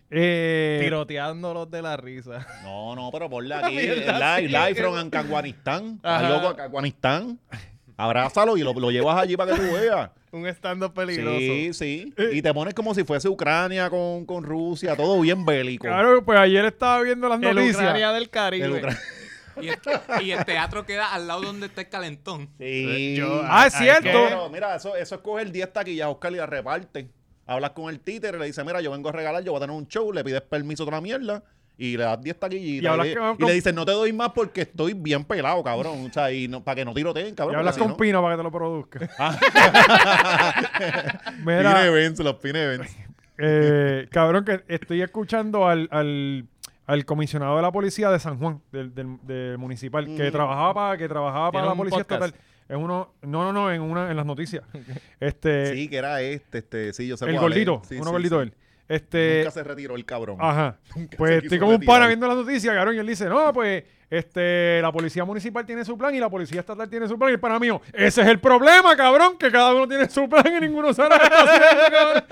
B: Eh,
D: Tiroteándolos de la risa. [laughs]
C: no, no, pero
B: [laughs]
C: por la live, live from Afganistán.
D: Ajá.
C: Al loco Afganistán. Abrázalo y lo, lo llevas allí para que
B: [laughs]
C: tú veas.
D: Un stand-up peligroso.
C: Sí, sí.
B: Eh.
C: Y te pones como si fuese Ucrania con, con Rusia, todo bien bélico.
B: Claro, pues ayer estaba viendo las
D: El Ucrania
B: noticias.
D: del Caribe.
C: Del Ucrania.
E: Y el, y el teatro queda al lado donde está el calentón.
C: [laughs] Sí.
D: Yo-
B: Ah, es
D: Ay,
B: cierto.
C: Pero, mira, eso, eso es coger 10 taquillas, Oscar, y las reparten. Hablas con el títere, le dices, mira, yo vengo a regalar, yo voy a tener un show, le pides permiso a otra mierda y le das 10 taquillitas.
B: Y hablas
C: le,
B: con-
C: y le dices, no te doy más porque estoy bien pelado, cabrón. O sea, y no, para que no tiroteen,
B: Y
C: cabrón.
B: hablas
C: porque
B: con Pino para que te lo
C: [laughs]
B: produzca. [laughs]
C: si no- Pine
B: Mira,
C: Events, los
B: [laughs]
C: Pine Events.
B: eh, cabrón, que estoy escuchando al, al, al comisionado de la policía de San Juan, del, del- del municipal, que trabajaba para, que trabajaba para
D: ¿Tiene
B: la
D: un
B: policía
D: podcast?
B: estatal. Es uno, no, no, no, en una, en las
D: [laughs]
B: noticias. Este,
C: sí, que era este, este, sí, yo sé
B: el
C: cuál es.
B: gordito,
C: Sí,
B: uno
C: sí,
B: gordito
C: sí.
B: él. Este,
C: Nunca se retiró el cabrón.
B: Ajá.
C: [laughs] Nunca se
B: Pues
C: quiso
B: estoy como un pana
C: retirar.
B: viendo las noticias, cabrón, y él dice, no, pues, este, la policía municipal tiene su plan y la policía estatal tiene su plan. Y el pana mío, ese es el problema, cabrón, que cada uno tiene su plan y ninguno
C: [laughs]
B: sabe lo que está haciendo, cabrón".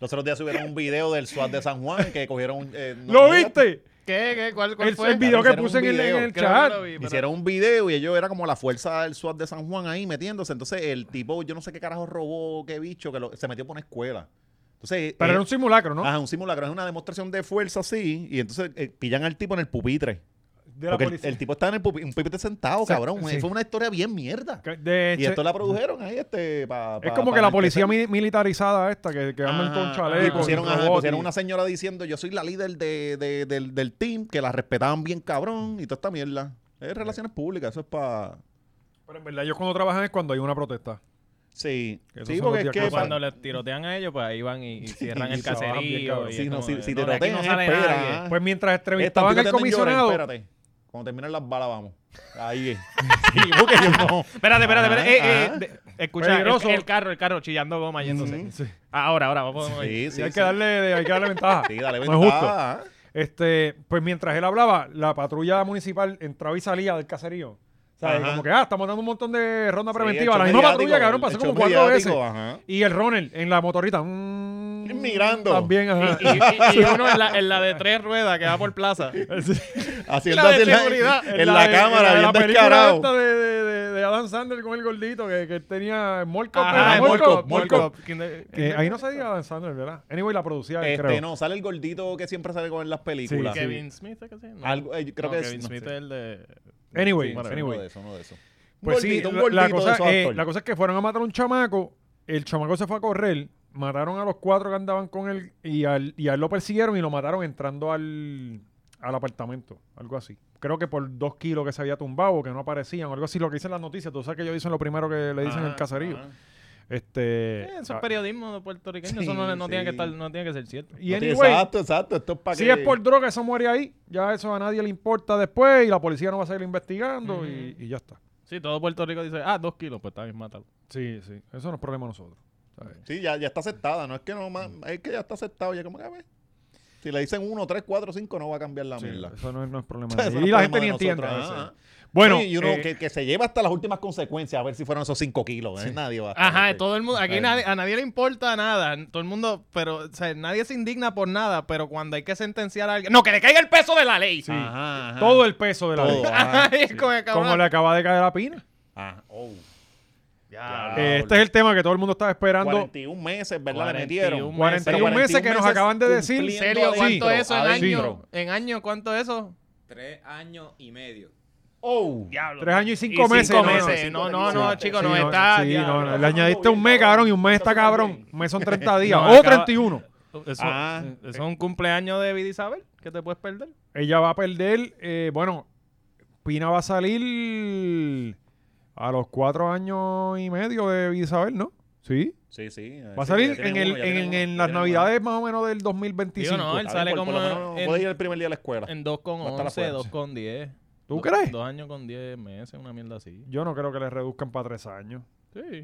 C: Los otros días subieron un video del SWAT de San Juan que cogieron...
B: [laughs]
C: eh, no-
B: ¿Lo
C: no-
B: viste?
D: ¿Qué? ¿Qué? ¿Cuál, cuál
B: El,
D: fue?
B: el video que
C: Hicieron
B: puse
C: un
B: en el, en
C: video.
B: el
D: Creo que
B: chat.
D: lo vi, pero-
C: Hicieron un video y ellos era como la fuerza del SWAT de San Juan ahí metiéndose. Entonces el tipo, yo no sé qué carajo robó, qué bicho, que lo- se metió por una escuela. Entonces,
B: Pero
C: eh,
B: era un simulacro, ¿no?
C: ajá, un simulacro, es una demostración de fuerza así. Y entonces eh, pillan al tipo en el pupitre.
B: De la
C: Porque el,
B: policía.
C: el tipo estaba en el pupi- un pupitre sentado,
B: sea,
C: cabrón.
B: sí.
C: Fue una historia bien mierda.
B: Que- de
C: Y
B: hecho,
C: esto la produjeron ahí, este, pa-
B: es
C: pa-
B: como
C: pa-
B: que la
C: para
B: policía
C: empezar.
B: mi- militarizada esta, que, que andan
C: Ajá,
B: con
C: ajá, y
B: chalecos.
C: pusieron,
B: y
C: ajá,
B: robots
C: pusieron
B: y-
C: una señora diciendo, yo soy la líder de, de- del, del team, que la respetaban bien cabrón y toda esta mierda.
B: Eh.
C: Es relaciones públicas, eso es para...
B: Pero en verdad ellos cuando trabajan es cuando hay una protesta.
C: Sí,
B: Que esos
C: sí
B: son
C: porque es
B: los días
C: que...
B: que
D: Pero
B: pasan.
D: cuando les tirotean a ellos, pues ahí
C: [laughs]
D: van y, y cierran
C: y
D: el
C: se bajan
B: bien,
D: caserío.
B: cabrón.
D: y
C: si,
D: es
C: no,
D: como
C: si,
D: de,
C: si
D: no, de aquí
C: tirotean,
D: no sale
C: espera.
D: nadie.
C: ajá.
B: Pues mientras
C: Ah. Están
B: entrevistaban al
C: tiroteando en Lloren,
B: comisionado,
C: espérate. Cuando terminan las balas, vamos.
B: [laughs]
C: Ahí es. Sí, porque yo no.
D: Espérate, espérate,
C: Ajá,
D: espérate. Eh, eh,
C: ajá.
D: de- escucha, el,
B: Peligroso.
D: el carro, el carro chillando goma yéndose. Ah,
C: Ujú.
B: Sí.
D: Ahora, ahora, vamos. vamos ahí.
C: Sí,
B: Sí,
C: sí,
B: hay,
C: sí.
B: Que darle, hay que darle ventaja.
C: [laughs] Sí, dale
B: No es justo.
C: ventaja. ¿ah?
B: Este, pues mientras él hablaba, la patrulla municipal entraba y salía del caserío. O sea,
C: Ajá.
B: como que, ah, estamos dando un montón de ronda
C: Sí,
B: preventiva.
C: el
B: la
C: show
B: misma patrulla,
C: mediático,
B: cabrón,
C: el
B: pasó
C: show
B: como cuatro veces.
C: mediático, ajá.
B: Y el Ronald en la motorita. mm,
C: Mirando.
B: También, ajá.
D: Y, y- y uno en la, en la de tres ruedas que va por
C: [laughs]
D: plaza.
C: Haciendo
D: La de
C: así en la-
D: seguridad,
C: en la,
B: de-
C: cámara,
B: en la
C: bien
B: película
C: descarado.
B: esta de, de, de, de Adam Sandler con el gordito que, que tenía Molcop.
D: Ajá,
C: el
D: Molcop,
C: Molcop,
D: Molcop.
B: Eh, ahí no salía Adam Sandler, ¿verdad? Anyway, la producía, él,
C: Este,
B: creo.
C: no, sale el gordito que siempre sale con él en las películas.
D: Kevin Smith, ¿es que sí? No.
C: Algo- eh, yo creo
D: No,
C: que es-
D: Kevin
C: no
D: Smith
C: sé.
D: es el de. eh,
B: Anyway,
D: Sí, whatever.
B: anyway.
C: Uno de eso, uno de eso.
B: Pues
C: gordito,
B: sí, la-
C: un
B: la,
C: gordito de
B: cosa,
C: esos
B: eh,
C: actores.
B: la cosa es que fueron a matar a un chamaco, el chamaco se fue a correr, mataron a los cuatro que andaban con él y, al, y a él lo persiguieron y lo mataron entrando al, al apartamento, algo así. Creo que por dos kilos que se había tumbado o que no aparecían, o algo así, lo que dicen las noticias, tú sabes que ellos dicen lo primero que le dicen en el
C: Ajá,
B: caserío.
C: ajá.
B: Este...
D: Ah, Eh, eso
B: ah,
D: es periodismo de puertorriqueño. eso no,
C: Sí,
D: no tiene que
C: sí.
D: estar, no tiene que ser cierto.
B: y
C: No tiene-
B: anyway,
C: exacto, exacto. Esto es para
B: si
C: que...
B: es por droga, eso muere ahí. Ya eso a nadie le importa después y la policía no va a seguir investigando y- y ya está.
D: Sí, todo Puerto Rico dice, ah, dos kilos, pues está bien, mátalo.
B: Sí, sí. Eso no es problema de nosotros.
C: Sí, ya, ya está aceptada. No es que no, ma-
B: Mm.
C: es que ya está aceptado. Ya como que a ver. Si le dicen 1, 3, 4, 5, no va a cambiar la
B: Sí,
C: mierda.
B: eso no, es- no es problema.
C: [laughs] Eso
B: de
C: no
B: ellos.
C: es
B: y la
C: problema
B: gente
C: de
B: ni
C: nosotros,
B: entiende.
C: ajá,
B: a veces.
C: ajá.
B: Bueno,
C: Sí, y uno
B: eh,
C: que, que se lleva hasta las últimas consecuencias a ver si fueron esos 5 kilos. ¿eh? Nadie va a estar
D: Ajá,
C: este-
D: todo el mundo, aquí
C: Ay.
D: nadie- a nadie le importa nada, todo el mundo, pero, o sea, nadie se indigna por nada, pero cuando hay que sentenciar a alguien, [laughs] no, que le caiga el peso de la ley.
B: sí,
C: Ajá, ajá.
B: todo el peso de la
C: [laughs] Todo, Ah,
B: ley.
C: ajá.
D: Ay, es como que, cabrón.
B: Como le acaba de caer a Pina.
C: Ajá. Oh,
D: Ya,
C: Ah,
B: Eh, este es el tema que todo el mundo estaba esperando.
C: 41 meses, ¿verdad? le
D: 41
C: metieron.
D: meses.
B: 41
C: Pero
B: meses, que nos acaban de decir.
D: ¿En
C: cumpliendo
D: serio? ¿Cuánto
C: adentro,
D: eso en
C: adentro.
D: año? ¿En año cuánto eso?
E: Tres años y medio.
C: Oh.
D: Diablo.
B: Tres años y cinco meses.
D: Cinco
B: no, no,
D: meses.
B: sí.
D: No, no, no,
C: Sí,
D: chicos,
B: Sí,
D: no
B: no,
D: está.
B: sí,
D: diablo.
B: no, no. Le añadiste un mes, cabrón, y un mes está cabrón. Un mes son 30 días. o
D: No, acaba-
B: 31.
D: Eso,
C: Ah.
D: eso es un cumpleaños de Vida Isabel que te puedes perder.
B: Ella va a perder. eh, bueno, Pina va a salir a los cuatro años y medio de Isabel, ¿no? Sí.
C: Sí, sí.
B: Va a salir en, el, en, en- en las navidades más o menos del 2025.
D: Digo, no, el- Sale
C: Sale como.
D: como en-
C: Puede ir el primer día a la escuela.
D: En 2 con
C: No está la
D: 11,
C: fuerza.
D: 2 con 10.
B: ¿Tú
D: Do-
B: crees?
D: Dos años con 10 meses, una mierda así.
B: Yo no creo que le reduzcan para tres años.
D: Sí.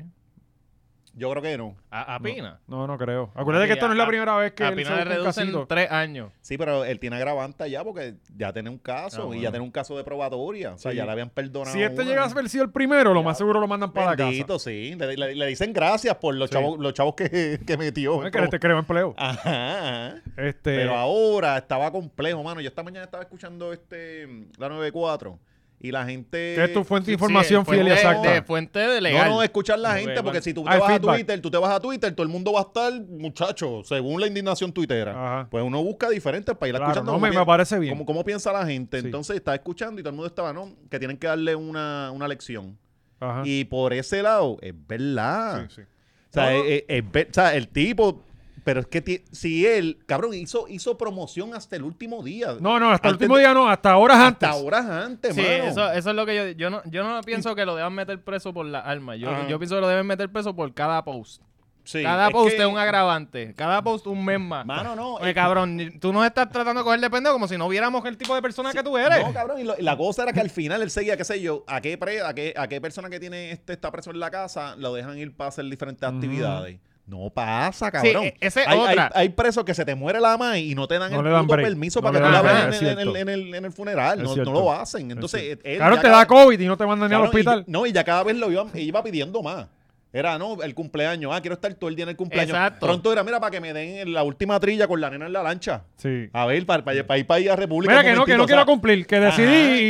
C: Yo creo que no.
D: A, a Pina.
B: No, no creo. Acuérdate que esto no es
D: A-
B: la primera vez que
D: a
B: él
D: Pina
B: se
D: le
B: busca un
D: reducen
B: casito.
D: tres años.
C: Sí, pero él tiene agravanta ya porque ya tiene un caso
D: Ah,
C: y
D: bueno.
C: ya tiene un caso de probatoria. O sea,
B: Sí.
C: ya le habían perdonado.
B: Si este
C: una.
B: llega a haber sido el primero, lo más seguro lo mandan para la casa.
C: Bendito, sí. Le, le- le dicen gracias por los chavos, los chavos que, que metió.
B: No es que te creo empleo.
C: Ajá. ajá.
B: Este,
C: Pero ahora estaba complejo, mano. Yo esta mañana estaba escuchando este mm, la 94 y la gente.
B: ¿Qué es tu fuente de
D: Sí,
B: información
D: sí,
B: fiel y
D: fuente-
B: exacta?
D: De fuente de legal.
C: No, no, escuchar la
D: Ok,
C: gente,
D: bueno.
C: porque si tú te
B: Hay
C: vas
B: feedback.
C: a Twitter, tú te vas a Twitter, todo el mundo va a estar, muchacho, según la indignación tuitera.
B: Ajá.
C: Pues uno busca diferentes para ir
B: Claro,
C: escuchando.
B: no,
C: cómo
B: me-
C: pi-
B: me parece bien.
C: Cómo, cómo piensa la gente.
B: Sí.
C: Entonces estaba escuchando y todo el mundo estaba, ¿no? Que tienen que darle una, una lección.
B: ajá.
C: Y por ese lado, es verdad.
B: Sí, sí.
C: O sea,
B: No, no.
C: eh, eh, es ver- o sea, el tipo. Pero es que ti- si él, cabrón, hizo, hizo promoción hasta el último día.
B: No, no, hasta el
C: Antes
B: último
C: de-
B: día no, hasta horas antes.
C: Hasta horas antes,
D: Sí,
C: mano.
D: eso, eso es lo que yo... Yo no, yo no pienso que lo deban meter preso por la arma. Yo,
C: Ajá.
D: yo pienso que lo deben meter preso por cada post.
C: Sí,
D: cada
C: es
D: post
C: que-
D: es un agravante. Cada post un mes más.
C: Mano, no.
D: Oye,
C: es-
D: cabrón, ni- tú nos estás tratando de coger de pendejo como si no viéramos el tipo de persona que tú eres.
C: No, cabrón, y lo- y la cosa era que al final él seguía, qué sé yo, a qué, pre- a qué, a qué persona que tiene este, está preso en la casa lo dejan ir para hacer diferentes actividades. No pasa, cabrón.
D: e- esa es
C: hay, hay-
D: otra.
C: hay presos que se te muere la madre y no te dan
B: No le
C: el
B: dan
C: puto
B: break.
C: permiso
B: No
C: para
B: le
C: que tú
D: dan
C: la
D: break.
C: veas
B: Es
C: en, el-
B: cierto.
C: en el, en el funeral.
B: Es
C: No, no
B: cierto.
C: lo hacen. Entonces,
B: Entonces,
C: él
B: claro,
C: ya
B: te
C: cada-
B: da COVID y no te mandan ni al
C: Cabrón, y-
B: hospital.
C: no, y ya cada vez lo iba, iba pidiendo más. Era, no, el cumpleaños. Ah, quiero estar todo el día en el cumpleaños.
D: Exacto.
C: Pronto era, mira, para que me den la última trilla con la nena en la lancha.
B: Sí.
C: A ver, para, para, para ir para ir a República.
B: Mira
C: un
B: que no, que
C: momentito,
B: no
C: o sea,
B: quiero cumplir, que decidí
C: Ajá.
B: y,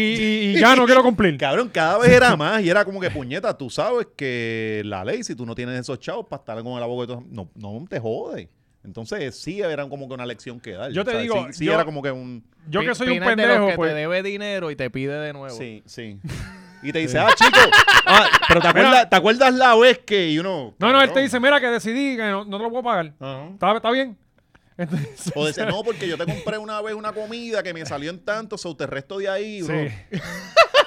B: y- y ya no quiero cumplir.
C: [laughs] Cabrón, cada vez era más y era como que puñeta, tú sabes que la ley, si tú no tienes esos chavos para estar con el abogado, no, no te jode. Entonces sí era como que una lección que dar.
B: Yo te
C: O sea,
B: digo,
C: sí, sí
B: yo-
C: era como que un...
B: Yo
D: Pi-
B: que soy un
D: Pina es de los
B: pendejo,
D: que
B: pues.
D: te debe dinero y te pide de nuevo.
C: Sí, sí. Y te dice, ah, chico, ah, pero te acuerdas, ¿te acuerdas la vez que y uno...
B: No, no, él te
C: cabrón.
B: dice, mira que decidí que no, no te lo puedo pagar.
C: Ajá.
B: ¿Está, está bien? [laughs] Entonces,
C: O dice, no, porque yo te compré una vez una comida que me salió en tanto, so te resto de ahí, bro.
B: sí.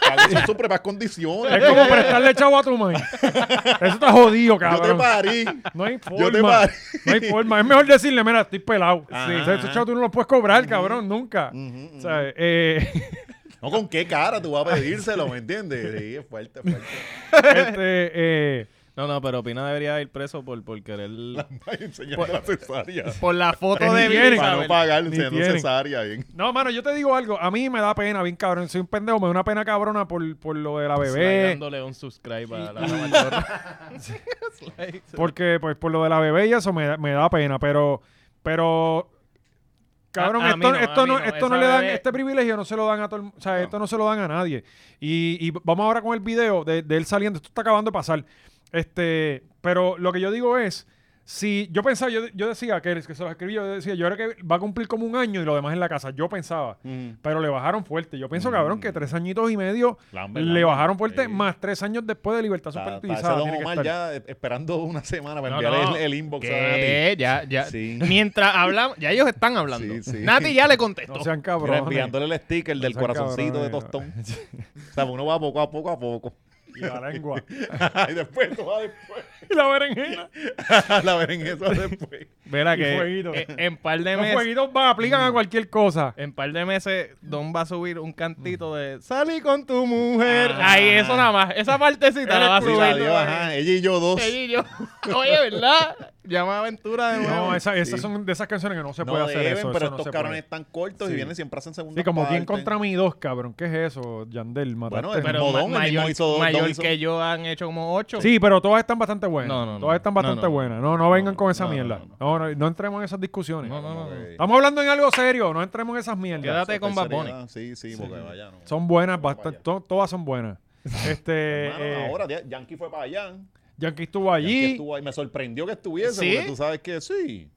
C: Cabrón, son súper más condiciones.
B: Es como prestarle chavo a tu man. Eso está jodido,
C: yo te
B: cabrón.
C: parí.
B: No hay forma.
C: Yo te paré.
B: No hay forma. Es mejor decirle, mira, estoy pelado. Sí,
C: Ajá.
B: o sea, esos chavos tú no los puedes cobrar, cabrón, nunca.
C: Ujú,
B: O sea, eh, [laughs]
C: No, ¿con qué cara tú vas a pedírselo, me entiendes? Sí, es
B: [laughs]
C: fuerte, fuerte.
B: este, eh,
D: No, no, pero Pina debería ir preso por, por querer...
C: Ay,
B: Pues,
C: enseñando la cesárea.
D: por la foto
B: Ni
D: de
B: tienen.
D: Bill,
C: Para
D: ¿sabes?
C: no pagar,
B: Ni
C: enseñando
B: tienen.
C: cesárea. Bien.
B: No, mano, yo te digo algo. A mí me da pena, bien cabrón. Soy un pendejo, me da una pena cabrona por, por lo de la
C: Pues
B: bebé.
D: Dándole un subscribe a
C: [laughs]
D: la machorra.
B: Porque, pues, por lo de la bebé y eso me, da- me da pena. Pero, pero. Cabrón,
D: A- a mí
B: esto,
D: no, a
B: esto
D: mí
B: no,
D: no.
B: esto no
D: Esa
B: le dan,
D: bebé-
B: este privilegio no se lo dan a todo el mu- o sea, esto no se lo dan a nadie. Y, y vamos ahora con el video de, de él saliendo, esto está acabando de pasar. Este, pero lo que yo digo es, si yo pensaba, yo, yo decía que, el que se lo escribí, yo decía, yo creo que va a cumplir como un año y lo demás en la casa, yo pensaba. Pero le bajaron fuerte. Yo pienso, cabrón, que tres añitos y medio
C: Lambe,
B: le
C: lambe.
B: bajaron fuerte,
C: Sí.
B: más tres años después de libertad superutilizada.
C: Don
B: tiene que
C: Omar
B: estar.
C: ya eh, esperando una semana para
D: No,
C: enviarle [laughs]
D: no.
C: el, el inbox a Nati.
D: ¿Qué? Ya, ya.
C: Sí.
D: Mientras hablamos, ya ellos están hablando.
C: Sí, sí.
D: Nati ya le contestó.
B: No sean
C: Mira,
B: cabrones.
C: enviándole el sticker del
B: Esa cabrona,
C: corazoncito de
B: mira.
C: tostón.
B: [laughs]
C: o sea, uno va poco a poco a poco.
B: Y la lengua.
C: y después, tú vas después.
B: [laughs] y la berenjena.
C: la berenjena después.
D: Verá
B: Y
D: que
B: fueguito.
D: eh, en par de
B: Los
D: meses,
B: jueguitos va, aplican a cualquier cosa.
D: en par de meses, Don va a subir un cantito de Salí con
C: Ah.
D: tu mujer. Ahí, eso nada más. Esa partecita la va a
C: Y la
D: subir.
C: dio, ajá, ella y yo dos.
D: Ella y yo. [laughs] Oye, ¿verdad? Llama a Aventura de nuevo.
B: No, esa- esas son de esas canciones que no se
C: No
B: puede hacer
C: deben,
B: eso.
C: pero
B: eso no
C: estos
B: se puede.
C: cabrones están cortos
B: Sí.
C: y vienen siempre hacen segunda
B: Sí, como
C: parte.
B: quien contra mí dos, cabrón. ¿Qué es eso, Yandel? Mataste.
C: Bueno,
D: Pero
C: Modón,
D: ma-
C: el mismo
D: mayor,
C: hizo dos-
D: mayor
C: dos hizo-
D: que yo han hecho como ocho.
B: Sí, pero todas están bastante buenas.
D: No, no, no.
B: Todas están bastante
D: No, no.
B: buenas. No, no vengan con esa
C: no,
B: mierda.
C: no,
B: No,
C: no.
B: no, no entremos en esas discusiones.
D: No, no, no, no.
C: Ok.
B: Estamos hablando en algo serio. No entremos en esas mierdas.
D: Quédate con Bad Bunny.
C: Seriedad, Sí, sí, porque vaya, no.
B: Son buenas, bastante, to- todas son buenas.
C: [laughs]
B: Este,
C: Hermano,
B: eh,
C: ahora ya- Yankee fue para allá.
B: Yankee estuvo
C: Yankee
B: allí.
C: estuvo ahí. Me sorprendió que estuviese,
D: ¿Sí?
C: porque tú sabes que sí.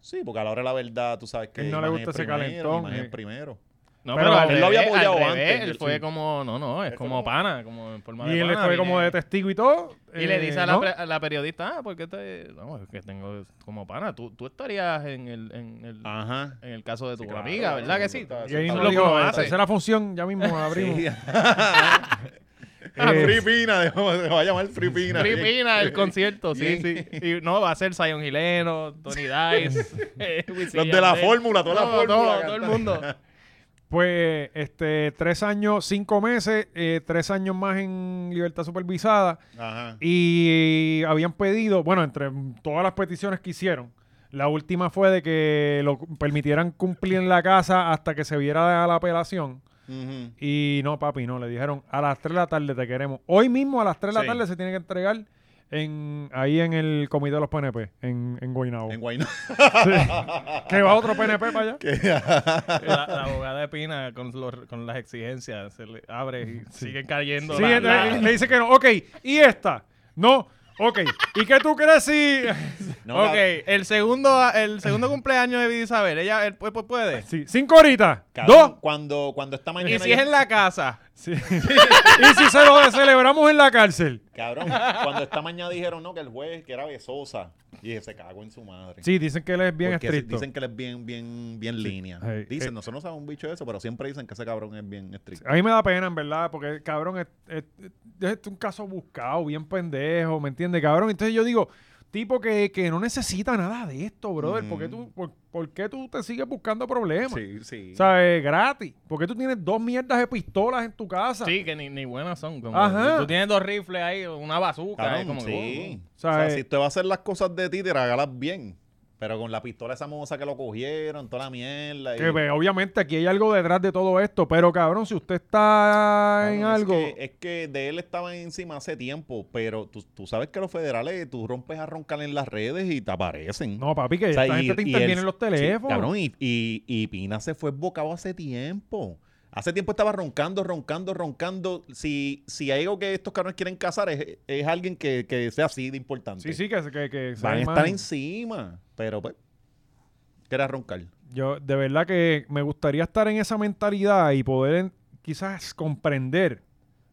C: Sí, porque a la hora de la verdad, tú sabes que.
B: Él no le
C: imagen
B: gusta
C: es
B: ese
C: primero,
B: calentón,
C: imagen
B: eh.
C: es primero.
D: No,
B: Pero
D: pero, al
C: él lo había
D: revés, al
C: apoyado
D: revés,
C: antes,
D: Él
C: sí.
D: fue como, no, no, es
C: Él fue
D: como
C: como-
D: pana, como en forma de
B: Y él
D: pana,
B: fue como
D: viene-
B: de testigo y todo.
D: Y le
B: Eh,
D: dice a la,
B: ¿no?
D: pre- a la periodista, ah, porque te... no, es que tengo como pana, tú, tú estarías en el, en el,
C: Ajá.
D: en el caso de tu
C: Ah. claro,
D: amiga,
C: claro,
D: ¿verdad que
C: eso
D: sí?
C: está-
B: Y ahí
C: Eso
B: nos
D: lo
B: lo
D: que
B: dijo,
D: uno
B: la
D: hace.
B: tercera función, ya mismo abrimos. [laughs]
C: Sí.
B: Eh,
C: Free Pina, se va a llamar Free Pina.
D: Free Pina,
C: [laughs]
D: el concierto, sí,
C: Bien.
D: sí. Y no, va a ser Zion
C: [laughs]
D: Gileno, Tony Dice, eh, Wisin
C: Los de la
D: Yandel.
C: fórmula, toda la
D: Todo,
C: fórmula.
D: todo, todo el mundo.
B: Pues, este, tres años, cinco meses, eh, tres años más en libertad supervisada.
C: Ajá.
B: Y habían pedido, bueno, entre todas las peticiones que hicieron, la última fue de que lo permitieran cumplir en la casa hasta que se viera la apelación.
C: Ujú.
B: Y no, papi, no, le dijeron a las 3 de la tarde te queremos. Hoy mismo a las 3 de la
C: Sí.
B: tarde se tiene que entregar en, ahí en el comité de los PNP, en, en Guaynabo. [laughs]
C: En Guayna.
B: que va otro PNP para allá.
D: La, la abogada de Pina con, los- con las exigencias se le abre y siguen cayendo.
B: Sí,
D: la-
B: entonces, [laughs]
D: la-
B: le dice que no. Ok, ¿y esta? No, ok. ¿Y qué tú crees si...?
C: [laughs] No,
D: ok, el segundo, el segundo cumpleaños de Vida Isabel, ella él, pu- pu- puede.
B: Sí, cinco horitas.
C: Cabrón,
B: Dos.
C: Cuando, cuando esta mañana.
D: Y si
C: yo-
D: es en la casa.
B: Sí. [laughs] ¿Y si se lo celebramos en la cárcel?
C: Cabrón, cuando esta mañana dijeron no, que el juez que era besosa. Y dije, se cagó en su madre.
B: Sí, dicen que él es bien
C: Porque
B: estricto.
C: Dicen que él es bien, bien, bien línea.
B: Ay,
C: dicen,
B: eh.
C: nosotros no sabemos un bicho de eso, pero siempre dicen que ese cabrón es bien estricto.
B: A mí me da pena, en verdad, porque cabrón, es, es- es un caso buscado, bien pendejo, ¿me entiendes, cabrón? Entonces yo digo, tipo que, que no necesita nada de esto, brother, ¿por, qué tú, por, por qué tú te sigues buscando problemas?
C: Sí, sí.
B: ¿Sabes? Gratis. ¿Por qué tú tienes dos mierdas de pistolas en tu casa?
D: Sí, que ni, ni buenas son. Como,
B: Ajá.
D: Tú tienes dos rifles ahí, una bazooka.
C: Cabrón,
D: ahí, como que,
C: sí.
B: O sea,
C: O sea,
B: eh,
C: si usted va a hacer las cosas de títere, hágalas bien. Pero con la pistola esa moza que lo cogieron, toda la mierda. y-
B: Que ve, obviamente aquí hay algo detrás de todo esto, pero cabrón, si usted está
C: Cabrón,
B: en
C: es
B: algo...
C: que- eh, es que de él estaba encima hace tiempo, pero tú, tú sabes que los federales, tú rompes a roncar en las redes y te aparecen.
B: No, papi, que
C: O sea,
B: esta
C: y-
B: gente te
C: y
B: interviene
C: él-
B: en los
C: sí,
B: teléfonos.
C: cabrón, y, y- y Pina se fue bocado hace tiempo. Hace tiempo estaba roncando, roncando, roncando. Si, si hay algo que estos cabrones quieren cazar, es, es alguien que, que sea así de importante.
B: sí, sí, que... que, que
C: eh, Van a
B: sean
C: estar
B: más-
C: encima, pero pues, que era roncar.
B: Yo de verdad que me gustaría estar en esa mentalidad y poder en- quizás comprender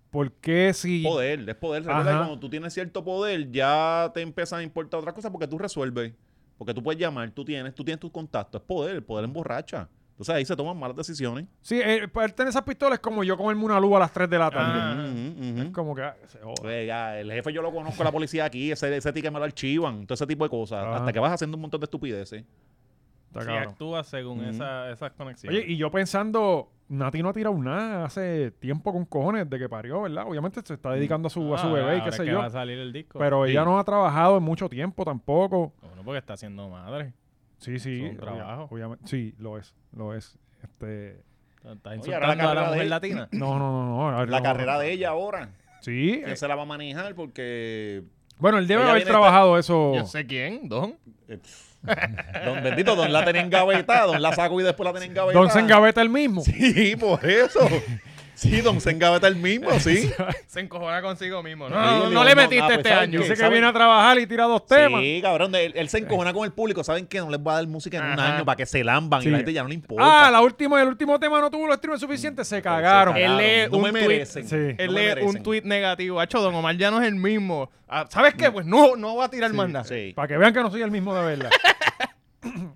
B: por qué si...
C: Poder, es poder. Recuerda
B: Ajá.
C: que cuando tú tienes cierto poder, ya te empiezan a importar otras cosas porque tú resuelves. Porque tú puedes llamar, tú tienes, tú tienes tus contactos. Es poder, el poder emborracha. Entonces ahí se toman malas decisiones.
B: Sí, eh, para tener esas pistolas es como yo comerme una luz a las 3 de la tarde.
D: Ah.
C: Ujú, ujú.
B: Como que ah, se joda.
C: Pues ya, el jefe yo lo conozco, la policía aquí, ese, ese ticket me lo archivan, todo ese tipo de cosas.
B: Ajá.
C: Hasta que vas haciendo un montón de estupideces.
B: Está
D: Sí,
B: cabrón.
D: actúa según
C: Ujú.
D: esa- esas conexiones.
B: Oye, y yo pensando, Nati no ha tirado nada hace tiempo con cojones de que parió, ¿verdad? Obviamente se está dedicando a su, a su
D: Ah,
B: bebé y
D: ahora
B: qué
D: es
B: sé
D: que
B: yo.
D: va a salir el disco.
B: Pero ella no ha trabajado en mucho tiempo tampoco.
D: Bueno, porque está siendo madre.
B: Sí, sí.
D: Es un
B: obvia-
D: trabajo.
B: Obviamente. Sí, lo es. Lo es. Este.
D: Está-
C: Oye, ahora
D: Está
C: la
D: insultando a la
C: carrera de
D: mujer
C: él.
D: latina.
B: No, no, no, no.
C: La carrera de ella ahora,
B: Sí.
C: que
B: eh,
C: se la va a manejar [laughs] porque...
B: Bueno, él debe
C: Ella
B: haber
C: viene
B: trabajado eso.
D: Yo sé quién, Don.
C: eh, pff, don bendito, don la tiene engavetada, don la saco y después la tiene engavetada.
B: Don se engaveta el mismo.
C: Sí, por eso. Sí, don se engaveta el mismo, sí.
D: Se encojona consigo mismo. No,
C: Sí,
D: [laughs] no,
C: digo,
D: no le
C: no,
D: metiste
C: ah, pues,
D: este
C: ¿saben
D: año.
C: qué?
B: Dice que
C: ¿saben?
B: viene a trabajar y tira dos temas.
C: Sí, cabrón, él, él se encojona con el público. ¿Saben qué? No les voy a dar música en un
D: Ajá.
C: año para que se lamban
B: Sí.
C: y la gente ya no le importa.
B: ah, la última, el último tema no tuvo los streams suficientes.
C: Pues,
B: Se cagaron.
D: Él lee
C: no
D: un
C: me
D: tuit.
C: merecen.
B: Sí.
C: no
D: Él
C: me
D: lee
C: merecen.
D: un tuit negativo. Hacho, Don Omar ya no es el mismo. Ah, ¿Sabes qué? Pues no, no va a tirar más nada.
C: Mm. Sí.
B: Para que vean que no soy el mismo de verdad. [laughs]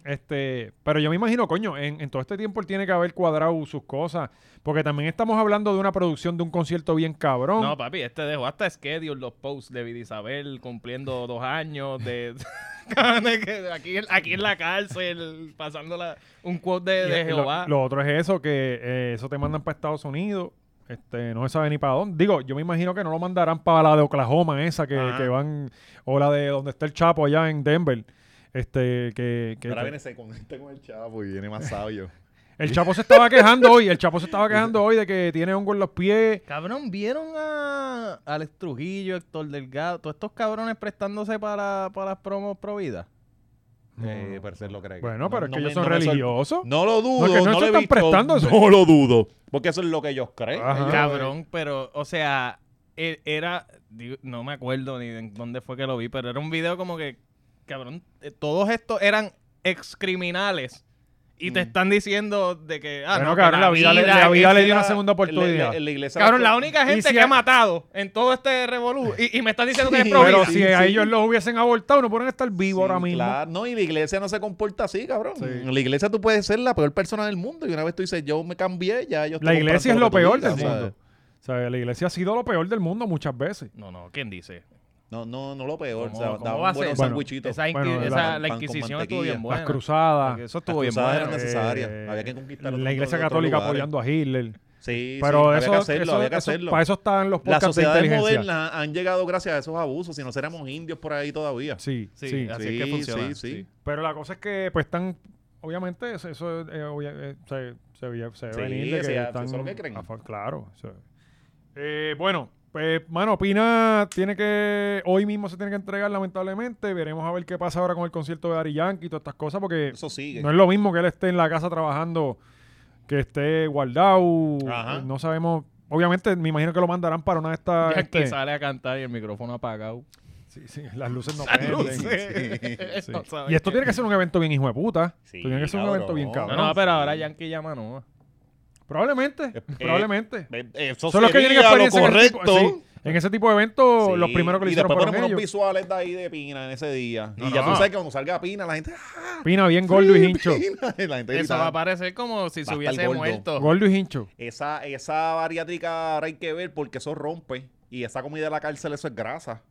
B: este, pero yo me imagino, coño, en, en todo este tiempo él tiene que haber cuadrado sus cosas. Porque también estamos hablando de una producción de un concierto bien cabrón.
D: No, papi, este dejó hasta schedule los posts de Vida Isabel cumpliendo dos años de... [laughs] de que aquí, en- aquí en la cárcel, pasándola un quote de,
B: Y
D: de
B: lo-
D: Jehová.
B: Lo, otro es eso, que eh, eso te mandan para Estados Unidos. Este, no se sabe ni para dónde. Digo, yo me imagino que no lo mandarán para la de Oklahoma, esa que,
C: Ajá.
B: que van, o la de donde está el Chapo allá en Denver. Este, que, que-
C: Ahora viene, se conecta con el chavo y viene más
D: [laughs]
C: sabio. [laughs]
B: el Chapo se estaba quejando hoy, el Chapo se estaba quejando hoy de que tiene hongo en los pies.
D: Cabrón, ¿vieron a Alex Trujillo, Héctor Delgado, todos estos cabrones prestándose para, para las promos pro vida?
C: Eh, pero se lo cree.
B: Bueno, pero es que ellos son
C: me- me sor-
B: religiosos.
C: No lo dudo,
B: No, que no
C: no,
B: se
C: lo he
B: están Ah.
C: visto,
B: prestando eso.
C: No lo dudo. Porque eso es lo que ellos creen.
B: Ajá.
C: Ellos-
D: Cabrón, pero, o sea, e- era, digo, no me acuerdo ni de dónde fue que lo vi, pero era un video como que, cabrón, eh, todos estos eran excriminales y te están diciendo de que,
B: Mm.
D: ah,
B: Bueno,
D: no, que
B: cabrón, la vida le- la
D: que-
B: vida le dio
C: la-
B: una segunda oportunidad.
C: la- la- la iglesia-
D: Cabrón, la única
B: Y
D: gente
B: si
D: que
B: a-
D: ha matado en todo este revolú y, y me estás diciendo
B: [laughs]
C: Sí,
D: que es pro
B: Pero
D: vida.
B: si
C: sí,
B: a
C: sí.
B: ellos los hubiesen abortado, no pueden estar vivos
C: Sí,
B: ahora mismo.
C: claro. No, y la iglesia no se comporta así, cabrón.
B: Sí.
C: En la iglesia tú puedes ser la peor persona del mundo. Y una vez tú dices, yo me cambié, ya yo estoy
B: La iglesia es
C: comprando
B: lo peor
C: que
B: del
C: tú digas,
B: mundo. O sea, la iglesia ha sido lo peor del mundo muchas veces.
D: No, no, ¿quién dice?
C: No, no, no lo peor.
D: ¿Cómo-
C: o sea,
D: cómo
C: daban
D: va a
C: buenos
D: ser?
C: sandwichitos.
D: Esa, inqui-
B: Bueno,
D: esa-
C: pan-
D: la
C: pan con
D: Inquisición estuvo bien
C: mantequilla.
D: buena.
B: Las cruzadas. eh,
D: Eso
C: Las
D: estuvo bien
C: cruzadas
D: buena.
C: eran necesarias. Había que conquistar
B: La
C: otros-
B: Iglesia
C: otros
B: Católica
C: lugares.
B: apoyando a Hitler.
C: Sí,
B: Pero
C: sí,
B: eso,
C: había que hacerlo,
B: eso-
C: había que
B: eso-
C: hacerlo.
B: para eso están los
C: Las
B: podcasts de
C: sociedades
B: inteligencia.
C: modernas han llegado gracias a esos abusos, si no éramos indios por ahí todavía.
B: Sí, sí.
D: Sí, así es que
C: Sí,
D: funciona.
C: sí, sí.
B: Pero la cosa es que, pues, están. Obviamente, eso, eso, eh, obvia- eh, se, se, veía- se ve
C: Sí,
B: venir de que
C: sí, eso
B: están
C: es lo que creen.
B: a fa- claro. eso es. Eh, bueno, pues, mano, Pina tiene que. Hoy mismo se tiene que entregar, lamentablemente. Veremos a ver qué pasa ahora con el concierto de Ari Yankee y todas estas cosas, porque
C: Eso sigue.
B: no es lo mismo que él esté en la casa trabajando que esté guardado.
C: Ajá.
B: Eh, No sabemos. Obviamente, me imagino que lo mandarán para una de estas.
D: Ya que
B: este-
D: sale a cantar y el micrófono apagado.
B: Sí, sí, las luces no prenden.
D: [laughs]
B: Sí.
D: No sabe
B: Y esto
D: qué.
B: tiene que ser un evento bien hijo de puta. Esto
C: Ah, este Sí,
B: tiene que ser un
C: cabrón.
B: evento bien
D: No,
B: cabrón.
D: no, pero ahora Yankee llama no.
B: Probablemente,
C: Eh,
B: probablemente.
C: Eh, Eso
B: Son los que tienen
C: sería lo
B: experiencia en ese tipo-
C: correcto.
B: sí, en ese tipo de eventos, los primeros que lo
C: y
B: hicieron
C: después
B: fueron
C: ponemos unos
B: ellos.
C: visuales de ahí de Pina en ese día.
B: No,
C: y ya
B: no.
C: tú sabes que cuando salga Pina, la gente. ¡Ah,
B: Pina bien gordo y hincho.
C: Pina! [laughs] La gente
D: Eso va a
C: gritando.
D: parecer como si
C: Va
D: se
C: a
D: hubiese
C: estar gordo.
D: muerto.
B: Gordo y hincho.
C: Esa, esa bariátrica ahora hay que ver porque eso rompe. Y esa comida de la cárcel, eso es grasa. [laughs]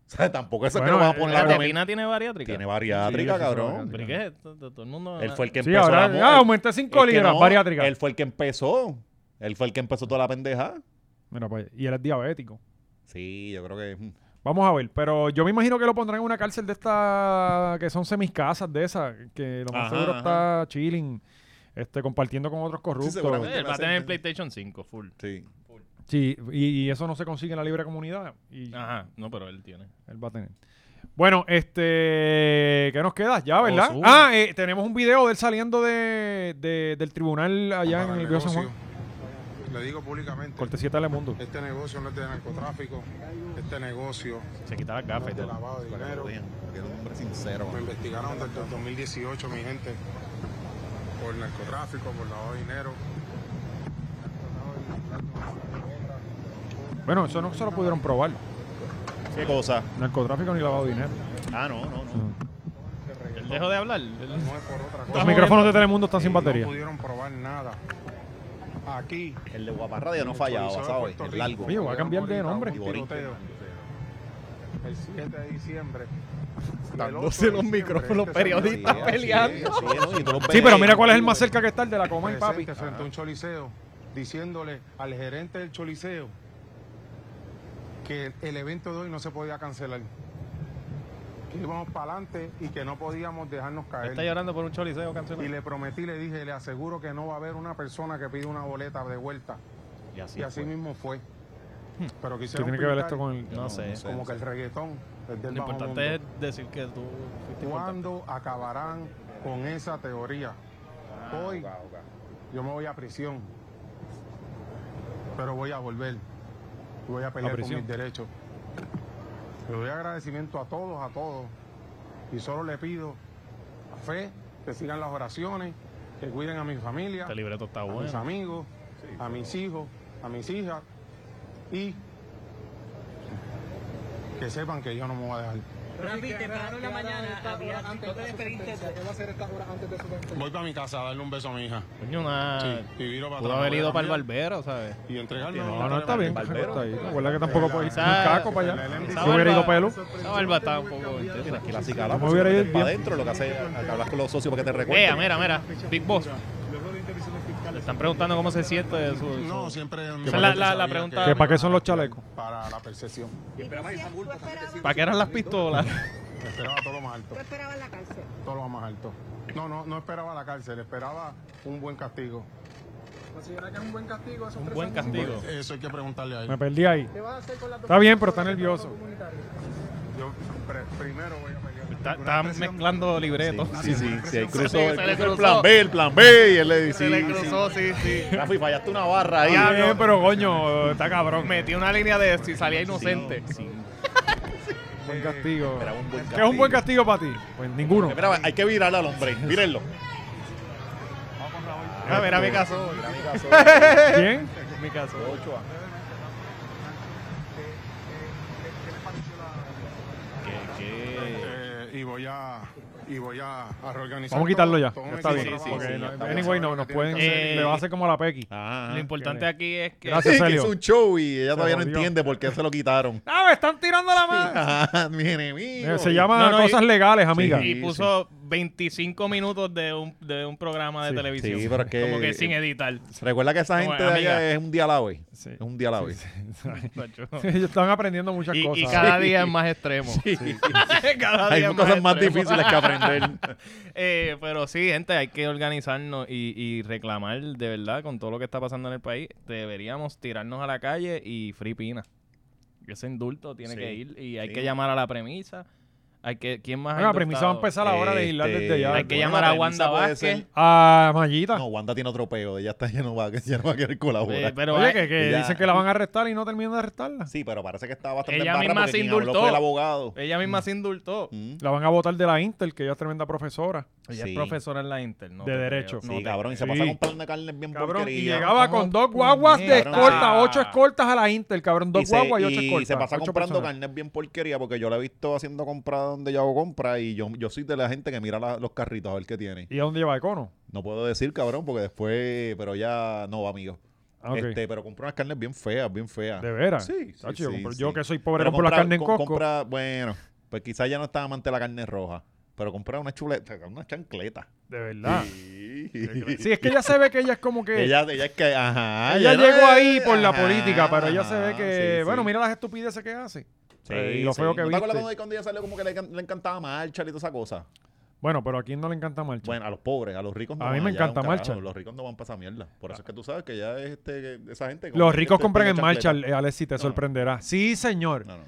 C: O sea, tampoco eso
B: Bueno,
C: es que lo vas
B: eh,
C: a poner
D: La
C: a
D: de
C: comer.
D: Pina tiene bariátrica.
B: Sí,
C: Tiene
B: eso
C: bariátrica,
B: es
C: cabrón.
D: ¿Pero qué? Todo todo el mundo.
C: Él fue el que
B: Sí,
C: empezó.
B: ahora
C: la mo-
B: ah, aumenté
C: Es
B: 5
C: que
B: libras,
C: no,
B: bariátrica.
C: Él fue el que empezó. Él fue el que empezó toda la pendeja.
B: Mira, pues, y él es diabético.
C: Sí, yo creo que. mm,
B: Vamos a ver, pero yo me imagino que lo pondrán en una cárcel de estas que son semiscasas de esas, que lo más
C: Ajá,
B: seguro
C: ajá.
B: está chilling, este, compartiendo con otros corruptos.
C: seguramente.
D: Él va a tener el PlayStation 5 full.
C: Sí.
B: Sí, y, y eso no se consigue en la libre comunidad.
C: Ah,
B: Y
D: Ajá, no, pero él tiene.
B: él va a tener. Bueno, este. ¿Qué nos queda? Ya, ¿verdad?
D: Ozuna.
B: ah, eh, tenemos un video de él saliendo de, de- del tribunal allá en el Viejo San Juan.
H: Le digo públicamente,
B: Cortesía de Telemundo.
H: este negocio no es de narcotráfico, este negocio
D: Se quitaba
H: no
D: gafas y
H: es de
D: todo.
H: lavado de
C: Para que lo
H: dinero.
C: vean, porque era un hombre sincero.
H: Me investigaron desde el 2018, mi gente, por narcotráfico, por lavado de dinero.
B: Bueno, eso no se lo pudieron probar.
C: ¿Qué cosa?
B: Narcotráfico ni lavado de dinero.
C: Ah, no, no,
H: Mm.
C: no.
D: Él dejó de hablar. Él-
H: No es por otra
B: Los
H: cosa.
B: micrófonos de Telemundo están sin
H: No
B: batería.
H: pudieron probar nada. Aquí.
C: El de Guaparradio no
H: en el
C: fallaba,
H: Chorizal de
C: ¿sabes?
H: Puerto
C: El
H: Rico,
C: largo.
B: Oye, voy a cambiar de
H: hubo un
B: nombre.
H: tiroteo El 7 de diciembre. Y el
D: Dándose
H: 8 de
D: los
H: diciembre,
D: micrófonos
H: este señor
D: periodistas
H: estaba
D: peleando.
C: Sí, sí, sí, tú los
B: Sí,
C: ves
B: pero
C: ahí.
B: mira cuál es el más cerca que está, el de la coma y papi.
H: presente frente a un choliceo diciéndole al gerente del choliceo que el evento de hoy no se podía cancelar. Que íbamos para adelante y que no podíamos dejarnos caer.
D: Está llorando por un choliseo
H: Y
D: cancelado.
H: le prometí, le dije, le aseguro que no va a haber una persona que pida una boleta de vuelta.
C: Y así
H: y así
C: fue.
H: mismo fue. Pero
B: ¿Qué
H: quisieron
B: Hmm. tiene que ver
H: pintar
B: esto con el.?
D: No sé.
H: como que el reggaetón es del
D: Lo
H: bajo
D: importante
H: mundo.
D: es decir que tú fuiste importante.
H: ¿Cuándo acabarán con esa teoría? Hoy yo me voy a prisión, pero voy a volver. Voy a pelear por
B: prisión?
H: mis derechos. Le doy agradecimiento a todos, a todos. Y solo le pido fe, que sigan las oraciones, que cuiden a mi familia,
D: Este libreto está
H: a mis
D: bueno.
H: amigos, a mis hijos, a mis hijas. Y que sepan que yo no me voy a dejar. Voy para mi casa a darle un beso a mi hija.
D: Coño, una...
H: Sí, y viro para
D: Pudo
H: atrás,
D: haber
H: voy a
D: ido
H: la
D: para el
H: mía
D: barbero, ¿sabes?
H: Y entregarme
B: No, no está bien. Está ahí. Recuerda que tampoco puede ir sin
D: Esa-
B: caco para allá.
H: esa
B: Yo hubiera ido pelo.
D: Esa barba está un poco...
C: Mira,
D: entera.
C: aquí la cicala.
B: me hubiera ido bien.
C: para adentro, lo que hace es hablar con los socios para que te
D: Mira,
C: recuerden.
D: mira, mira. Big Boss. Le están preguntando cómo se siente de su... su-
H: No, siempre.
D: Esa es la- la- la pregunta-
B: ¿Que para qué son los chalecos?
H: Para la percepción.
D: ¿Para qué eran las pistolas? [laughs]
H: Esperaba todo lo más alto.
F: esperabas la cárcel?
H: Todo lo más alto. No, no, no esperaba la cárcel, esperaba un buen castigo. ¿Considera que es un buen castigo?
D: Un buen castigo.
H: Eso hay que preguntarle a
B: Me
H: él.
B: perdí ahí. Está bien, pero está nervioso.
H: Yo pre- primero voy a pelear.
D: Está- Están mezclando libretos.
C: Sí, sí, sí, él cruzó,
D: Se le
C: él cruzó
D: cruzó.
C: el plan B, el plan B, y él le dice,
D: Se le
C: sí,
D: cruzó, sí, sí.
C: sí. Rafi, fallaste una barra ahí.
B: Está bien, pero coño, está cabrón.
D: Metí una línea de si salía inocente.
B: Buen castigo.
C: Era un buen
B: ¿Qué es un buen castigo para ti? Pues ninguno.
C: Mira, hay que virarlo al hombre, mírenlo.
D: A ver, a mi caso.
B: ¿Quién?
D: Mi caso.
H: Eh, y voy a y voy a, a reorganizar.
B: Vamos a quitarlo
H: todo,
B: ya.
H: todo
B: Ya
H: un
B: Está
H: equipo
B: bien.
H: de
C: sí,
H: trabajo.
B: Porque
C: sí,
B: no-
C: ya está
B: anyway, no, nos pueden.
D: Eh,
B: le va a hacer como la Pequi.
C: Ajá.
D: Lo importante aquí es que...
B: [laughs] Gracias,
C: Sí, que
B: Celio.
C: es un show y ella todavía no
B: jodió.
C: entiende por qué se
B: [laughs]
C: lo quitaron. [laughs]
B: ¡Ah, me están tirando la mano!
C: Ajá, mi enemigo.
B: Eh, Se llama
D: No, no, y-
B: Cosas Legales, amiga.
D: Y
C: Sí,
D: puso 25 minutos de un, de un programa de
B: Sí,
D: televisión.
C: sí, pero es que- eh,
D: Como que sin editar.
C: [laughs] Recuerda que esa
D: Como
C: gente de allá
D: amiga.
C: es un día a la vez.
B: Sí.
C: Es un día a la vez. [laughs]
D: Tacho.
B: [laughs] Ellos están aprendiendo muchas
D: y, y
B: cosas.
D: [laughs] cada día es más extremo. [laughs] Cada
C: Hay
D: día es
C: cosas más
D: extremo.
C: difíciles que
B: [laughs]
C: aprender.
D: [laughs] Eh, pero sí, gente, hay que organizarnos y, y reclamar de verdad con todo lo que está pasando en el país. Deberíamos tirarnos a la calle y free pina. Ese indulto tiene
C: Sí,
D: que ir y hay
C: sí.
D: que llamar a la premisa. Hay que, ¿Quién más? ha
B: Bueno, la premisa va a
D: indultado?
B: empezar ahora a legislar
C: Este,
B: desde ya.
D: Hay que
C: Bueno,
D: llamar
C: la
D: a
C: premisa
D: Wanda
C: puede
D: Vázquez.
C: ser-
B: A Mayita.
C: No, Wanda tiene otro peo. Ella está ya no va, [laughs] ya no va a querer
D: Eh,
C: colaborar.
D: pero
B: Oye,
D: hay-
B: que, que
C: Ya.
B: dicen que la van a arrestar y no terminan de arrestarla.
C: Sí, pero parece que está bastante
D: Ella
C: en barra
D: misma
C: porque
D: se
C: quien habló
D: indultó.
C: fue el abogado.
D: ella misma se indultó.
C: Mm.
B: La van a votar de la Intel, que ella es tremenda profesora.
D: Ella
C: Sí.
D: Pues es profesora en la Inter, ¿no?
B: De
D: te
B: derecho.
D: creo.
C: Sí,
D: No te
C: cabrón. Y se
B: sí.
C: pasa con un par de carnes bien
B: Cabrón, y
C: porquería.
B: llegaba
D: No,
B: con dos guaguas de
D: puñeta.
B: escolta, ocho escoltas a la Intel, cabrón, dos
C: Y se-
B: guaguas y ocho
C: y
B: escoltas.
C: se pasa
B: ocho
C: comprando
B: personas.
C: carnes bien porquería porque yo la he visto haciendo compras donde yo hago compras y yo, yo soy de la gente que mira la- los carritos a ver qué tiene.
B: ¿Y a dónde lleva Econo?
C: No puedo decir, cabrón, porque después, pero ya no, amigo.
B: Ah, ok.
C: Este, pero compro unas carnes bien feas, bien feas.
B: ¿De veras?
C: Sí, sí,
B: Tacho, yo,
C: sí,
B: compro-
C: sí.
B: yo que soy pobre,
C: Pero
B: compro la
C: compra-
B: carne en
C: com-
B: Costco.
C: compra- bueno, pues quizás ya no estaba amante de la carne roja, pero comprar una chuleta, una chancleta.
B: De verdad.
C: Sí.
B: Sí, es que ella se ve que ella es como que...
C: [laughs] Ella, ella es que, ajá.
B: ella
C: no
B: llegó
C: es-
B: ahí por la
C: ajá,
B: política, pero ella se ve
C: ajá,
B: que...
C: sí,
B: bueno,
C: sí.
B: mira las estupideces que hace.
C: Sí,
B: Eh, y lo
C: sí.
B: feo que
C: ¿No te acuerdas
B: viste.
C: cuando, cuando ella salió como que le, can- le encantaba marchar y toda esa cosa?
B: Bueno, pero a quién no le encanta marchar.
C: Bueno, a los pobres, a los ricos no
B: A mí
C: van
B: me
C: allá,
B: encanta
C: un
B: Marshall.
C: carajo, Los ricos no van para esa mierda. Por eso es que tú sabes que ya es este, que esa gente.
B: Los ricos
C: este,
B: compran en
C: tiene
B: marcha,
C: chancleta.
B: eh, Alexis, te
C: No, no.
B: sorprenderá. Sí, señor.
C: No, [laughs] no.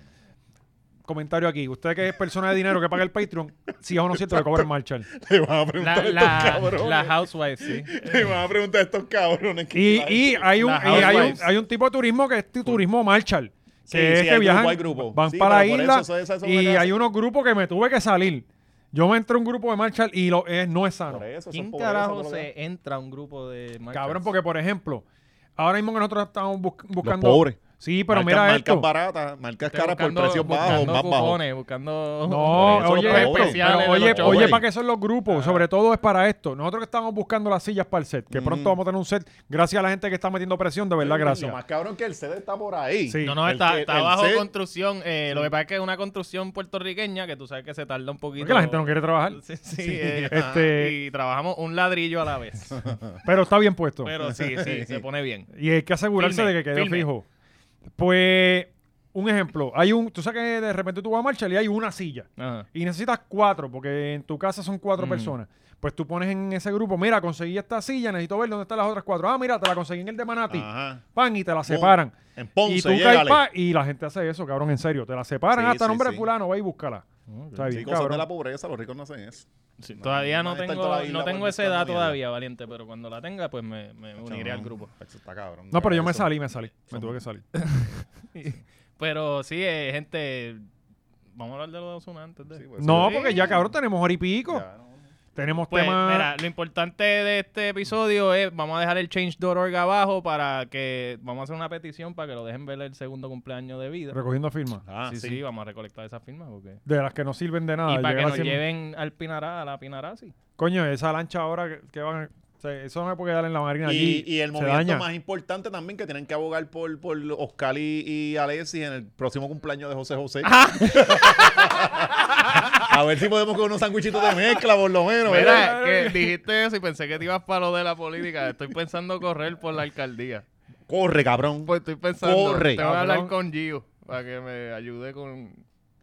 B: Comentario aquí. Usted que es persona de dinero que paga el Patreon, si es o no cierto, le cobra en marcha.
C: Le van a
D: La,
C: preguntar a estos
D: la-
C: cabrones.
D: la
C: [laughs]
D: housewife, sí.
C: Le van a preguntar a estos cabrones. que
B: Y,
C: la
B: y
C: gente-
B: hay un,
D: Las
B: y hay, un,
D: housewives.
B: hay un tipo de turismo que es tu- turismo Marshall.
C: Sí,
B: que es
C: sí,
B: que
C: hay
B: viajan,
C: grupo, hay grupo.
B: van
C: Sí,
B: para la
C: pero por
B: isla
C: eso, eso- eso es una
B: y
C: cosa-
B: hay unos grupos que me tuve que salir. Yo me entré a un grupo de Marshall y lo, es, no es sano.
C: Por eso, esos
D: ¿Quién
C: pobres,
D: carajo
C: esos no lo
D: se entra a un grupo de marchas?
B: Cabrón, porque por ejemplo, ahora mismo que nosotros estamos bus- buscando...
C: pobres.
B: Sí, pero
C: marcas,
B: mira
C: marcas
B: esto.
C: baratas, marcas
D: Estoy
C: caras por
D: buscando-
C: precios bajos,
D: buscando
C: más bajos.
D: cupones, buscando
B: No,
C: Por eso
B: oye,
C: los
B: esto,
C: pobres. Ah.
B: pero
D: Especiales de
B: oye,
D: los
B: oye,
D: shows.
B: ¿para qué son los grupos? Sobre todo es para esto. Nosotros que estamos buscando las sillas para el set, que pronto
C: Mm.
B: vamos a tener un set, gracias a la gente que está metiendo presión, de verdad,
C: Lo
B: gracias.
C: más cabrón que el CD está por ahí.
B: Sí.
D: No, no,
C: El
D: está,
C: que-
D: está
C: el
D: bajo
C: set-
D: construcción. eh, Lo que pasa es que es una construcción puertorriqueña que tú sabes que se tarda un poquito.
B: Porque la gente no quiere trabajar.
D: Sí, sí, eh,
B: Este-
D: Y trabajamos un ladrillo a
C: [laughs]
D: la vez.
B: Pero está bien puesto.
D: Pero sí, sí, se pone bien.
B: Y hay que asegurarse
D: Firme,
B: de que quede
D: firme.
B: fijo. Pues, un ejemplo, hay un, tú sabes que de repente tú vas a marchar y hay una silla.
D: Ajá.
B: Y necesitas cuatro, porque en tu casa son
C: Mm.
B: cuatro personas. Pues tú pones en ese grupo, mira, conseguí esta silla, necesito ver dónde están las otras cuatro. Ah, mira, te la conseguí en el de Manati.
C: Ajá.
B: Pan y te la separan.
C: En Ponce,
B: y tú
C: llégale.
B: caes pa- y la gente hace eso, cabrón, en serio. Te la separan
C: Sí,
B: hasta
C: sí,
B: nombre de
C: sí.
B: fulano, ve y búscala. Está bien,
C: Sí, cosas de
B: cabrón.
C: la pobreza, los ricos no hacen eso.
D: Sí, todavía no
C: Nadie está en
D: tengo,
C: toda la isla
D: no tengo
C: por
D: esa
C: buscando
D: edad
C: mierda.
D: todavía, Valiente, pero cuando la tenga, pues me, me uniré
C: No,
D: al grupo.
C: Eso está cabrón.
B: No, pero yo me
C: Eso.
B: salí, me salí. Me tuve que salir.
D: [laughs] Pero sí, eh, gente, vamos a hablar de los de Ozuna antes de...
C: Sí, pues,
B: No,
C: sí.
B: porque ya, cabrón, tenemos hora y pico.
C: Ya, no.
B: Tenemos
D: Pues
B: temas.
D: mira, lo importante de este episodio es, vamos a dejar el change.org abajo para que, vamos a hacer una petición para que lo dejen ver el segundo cumpleaños de vida.
B: recogiendo firmas.
C: Ah,
D: sí,
C: sí.
D: sí, vamos a recolectar esas firmas porque...
B: De las que no sirven de nada.
D: y para
B: Llegar
D: que nos
B: Ah, haciendo-
D: lleven al Pinará, a la Pinarasi.
B: Coño, esa lancha ahora que, que van. a- se- eso no me puede dar en la marina. allí,
C: Y, y el
B: se
C: movimiento
B: daña.
C: más importante también que tienen que abogar por, por Oscar y, y Alexis en el próximo cumpleaños de José José.
B: Ah.
C: [laughs] a ver si podemos con unos sandwichitos de mezcla, por lo menos. ¿verdad?
D: Mira, que dijiste eso y pensé que te ibas para lo de la política. Estoy pensando correr por la alcaldía.
C: Corre, cabrón.
D: eh, Pues estoy pensando,
C: Corre.
D: te voy a hablar
B: Cabrón.
D: con Gio para que me ayude con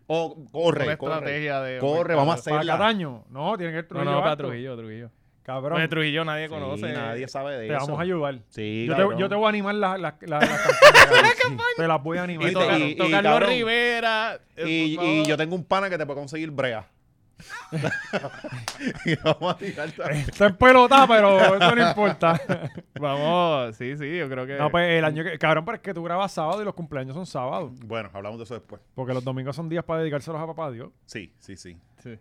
C: O-
D: una
C: corre, corre.
D: estrategia de...
C: Corre, vamos a
B: Para
C: hacerla.
B: Cataño. No, tienen que ir
D: No,
B: Trujillo.
D: no, para
B: Alto.
D: Trujillo, Trujillo.
B: Cabrón,
D: Pues de Trujillo nadie
C: Sí,
D: conoce.
C: nadie sabe de
B: te
C: eso.
B: vamos a ayudar.
C: Sí,
B: Yo
C: cabrón.
B: te, yo te voy a animar las las-
C: [laughs]
B: las- las campañas. Sí, Te las voy a animar.
D: Y,
C: Y
D: toca-
C: te- y- y,
D: tocarlo a
C: cabrón.
D: Rivera. eh,
C: Y,
D: por
C: y
D: favor.
C: yo tengo un pana que te puede conseguir brea.
B: [laughs]
C: [laughs] y vamos a tirar también.
B: Está en pelota, pero eso
C: [laughs]
B: no importa.
D: [laughs] Vamos, sí, sí, yo creo que...
B: No, pues el año que. Cabrón, pero es que tú grabas sábado y los cumpleaños son sábados.
C: Bueno, hablamos de eso después.
B: Porque los domingos son días para dedicárselos a papá Dios.
C: Sí, sí, sí.
D: sí.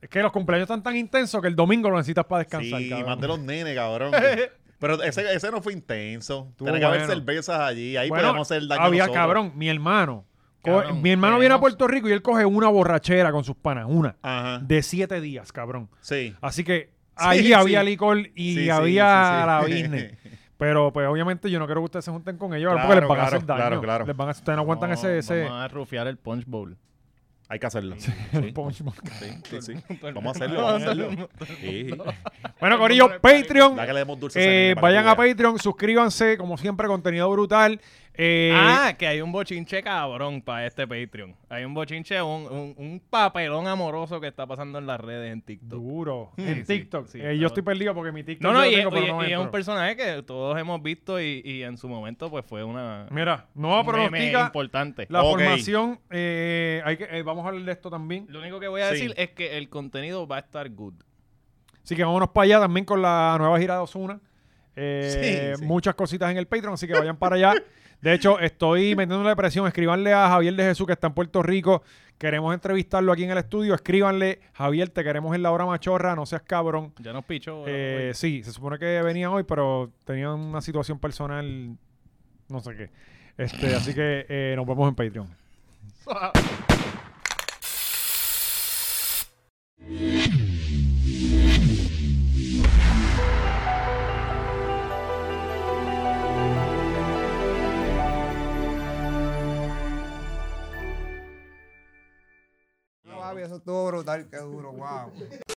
B: Es que los cumpleaños están tan intensos que el domingo lo necesitas para descansar.
C: sí, y
B: cabrón.
C: más de los
B: [laughs]
C: nenes, cabrón. Pero ese, ese no fue intenso.
B: Estuvo
C: Tiene que haber
B: bueno.
C: cervezas allí. Ahí
B: Bueno,
C: podemos hacer daño
B: Había,
C: nosotros.
B: cabrón, mi hermano. coge-
D: Cabrón,
B: mi hermano viene a
D: tenemos-
B: Puerto Rico y él coge una borrachera con sus panas, una,
C: Ajá.
B: de siete días, cabrón.
C: Sí.
B: Así que
C: Sí,
B: ahí
C: sí.
B: había licor y
C: Sí, sí, [laughs]
B: había
C: sí, sí.
B: la business. Pero pues obviamente yo no quiero que ustedes se junten con ellos ahora, porque
C: Claro,
B: les van a
C: claro,
B: hacer daño.
C: claro, claro.
B: Les van a, ustedes no aguantan
D: Vamos-
B: ese, ese
D: Vamos a rufiar el punch bowl.
C: Hay que hacerlo.
B: el [laughs] punch bowl.
C: Sí, sí,
B: [laughs]
C: sí. Vamos a hacerlo. Vamos a hacerlo. Sí.
B: Bueno, Corillo, Patreon.
C: Ya que le demos dulce.
B: Eh,
C: salitre para que
B: vayan
C: tú
B: a
C: veas.
B: Patreon, suscríbanse, como siempre, contenido brutal. Eh,
D: Ah, que hay un bochinche cabrón para este Patreon. Hay un bochinche, un, un, un papelón amoroso que está pasando en las redes en TikTok.
B: Duro.
C: Mm,
D: Sí,
B: en
D: sí,
B: TikTok.
D: sí,
B: Eh,
D: está
B: yo
D: bueno.
B: estoy perdido porque mi TikTok.
D: No, no,
B: yo
D: y,
B: lo tengo, pero
D: y-
B: no
D: y es
B: entro.
D: un personaje que todos hemos visto y, y en su momento pues fue una
B: Mira, no
D: un meme
B: pronostica
D: importante.
B: la
C: Ok.
B: formación. eh, hay que, eh, vamos a hablar de esto también.
D: Lo único que voy a
C: Sí.
D: decir es que el contenido va a estar good.
B: Así que vámonos para allá también con la nueva gira de Osuna. Eh,
C: Sí, sí.
B: Muchas cositas en el Patreon, así que vayan para allá. De hecho, estoy metiéndole presión. Escríbanle a Javier de Jesús, que está en Puerto Rico. Queremos entrevistarlo aquí en el estudio. Escríbanle, Javier, te queremos en la hora machorra. No seas cabrón.
D: Ya nos pichó.
B: Eh,
D: ¿verdad?
B: sí, se supone que venía hoy, pero tenía una situación personal, no sé qué. Este, así que eh, nos vemos en Patreon.
I: Guau, eso estuvo brutal, qué duro, guau.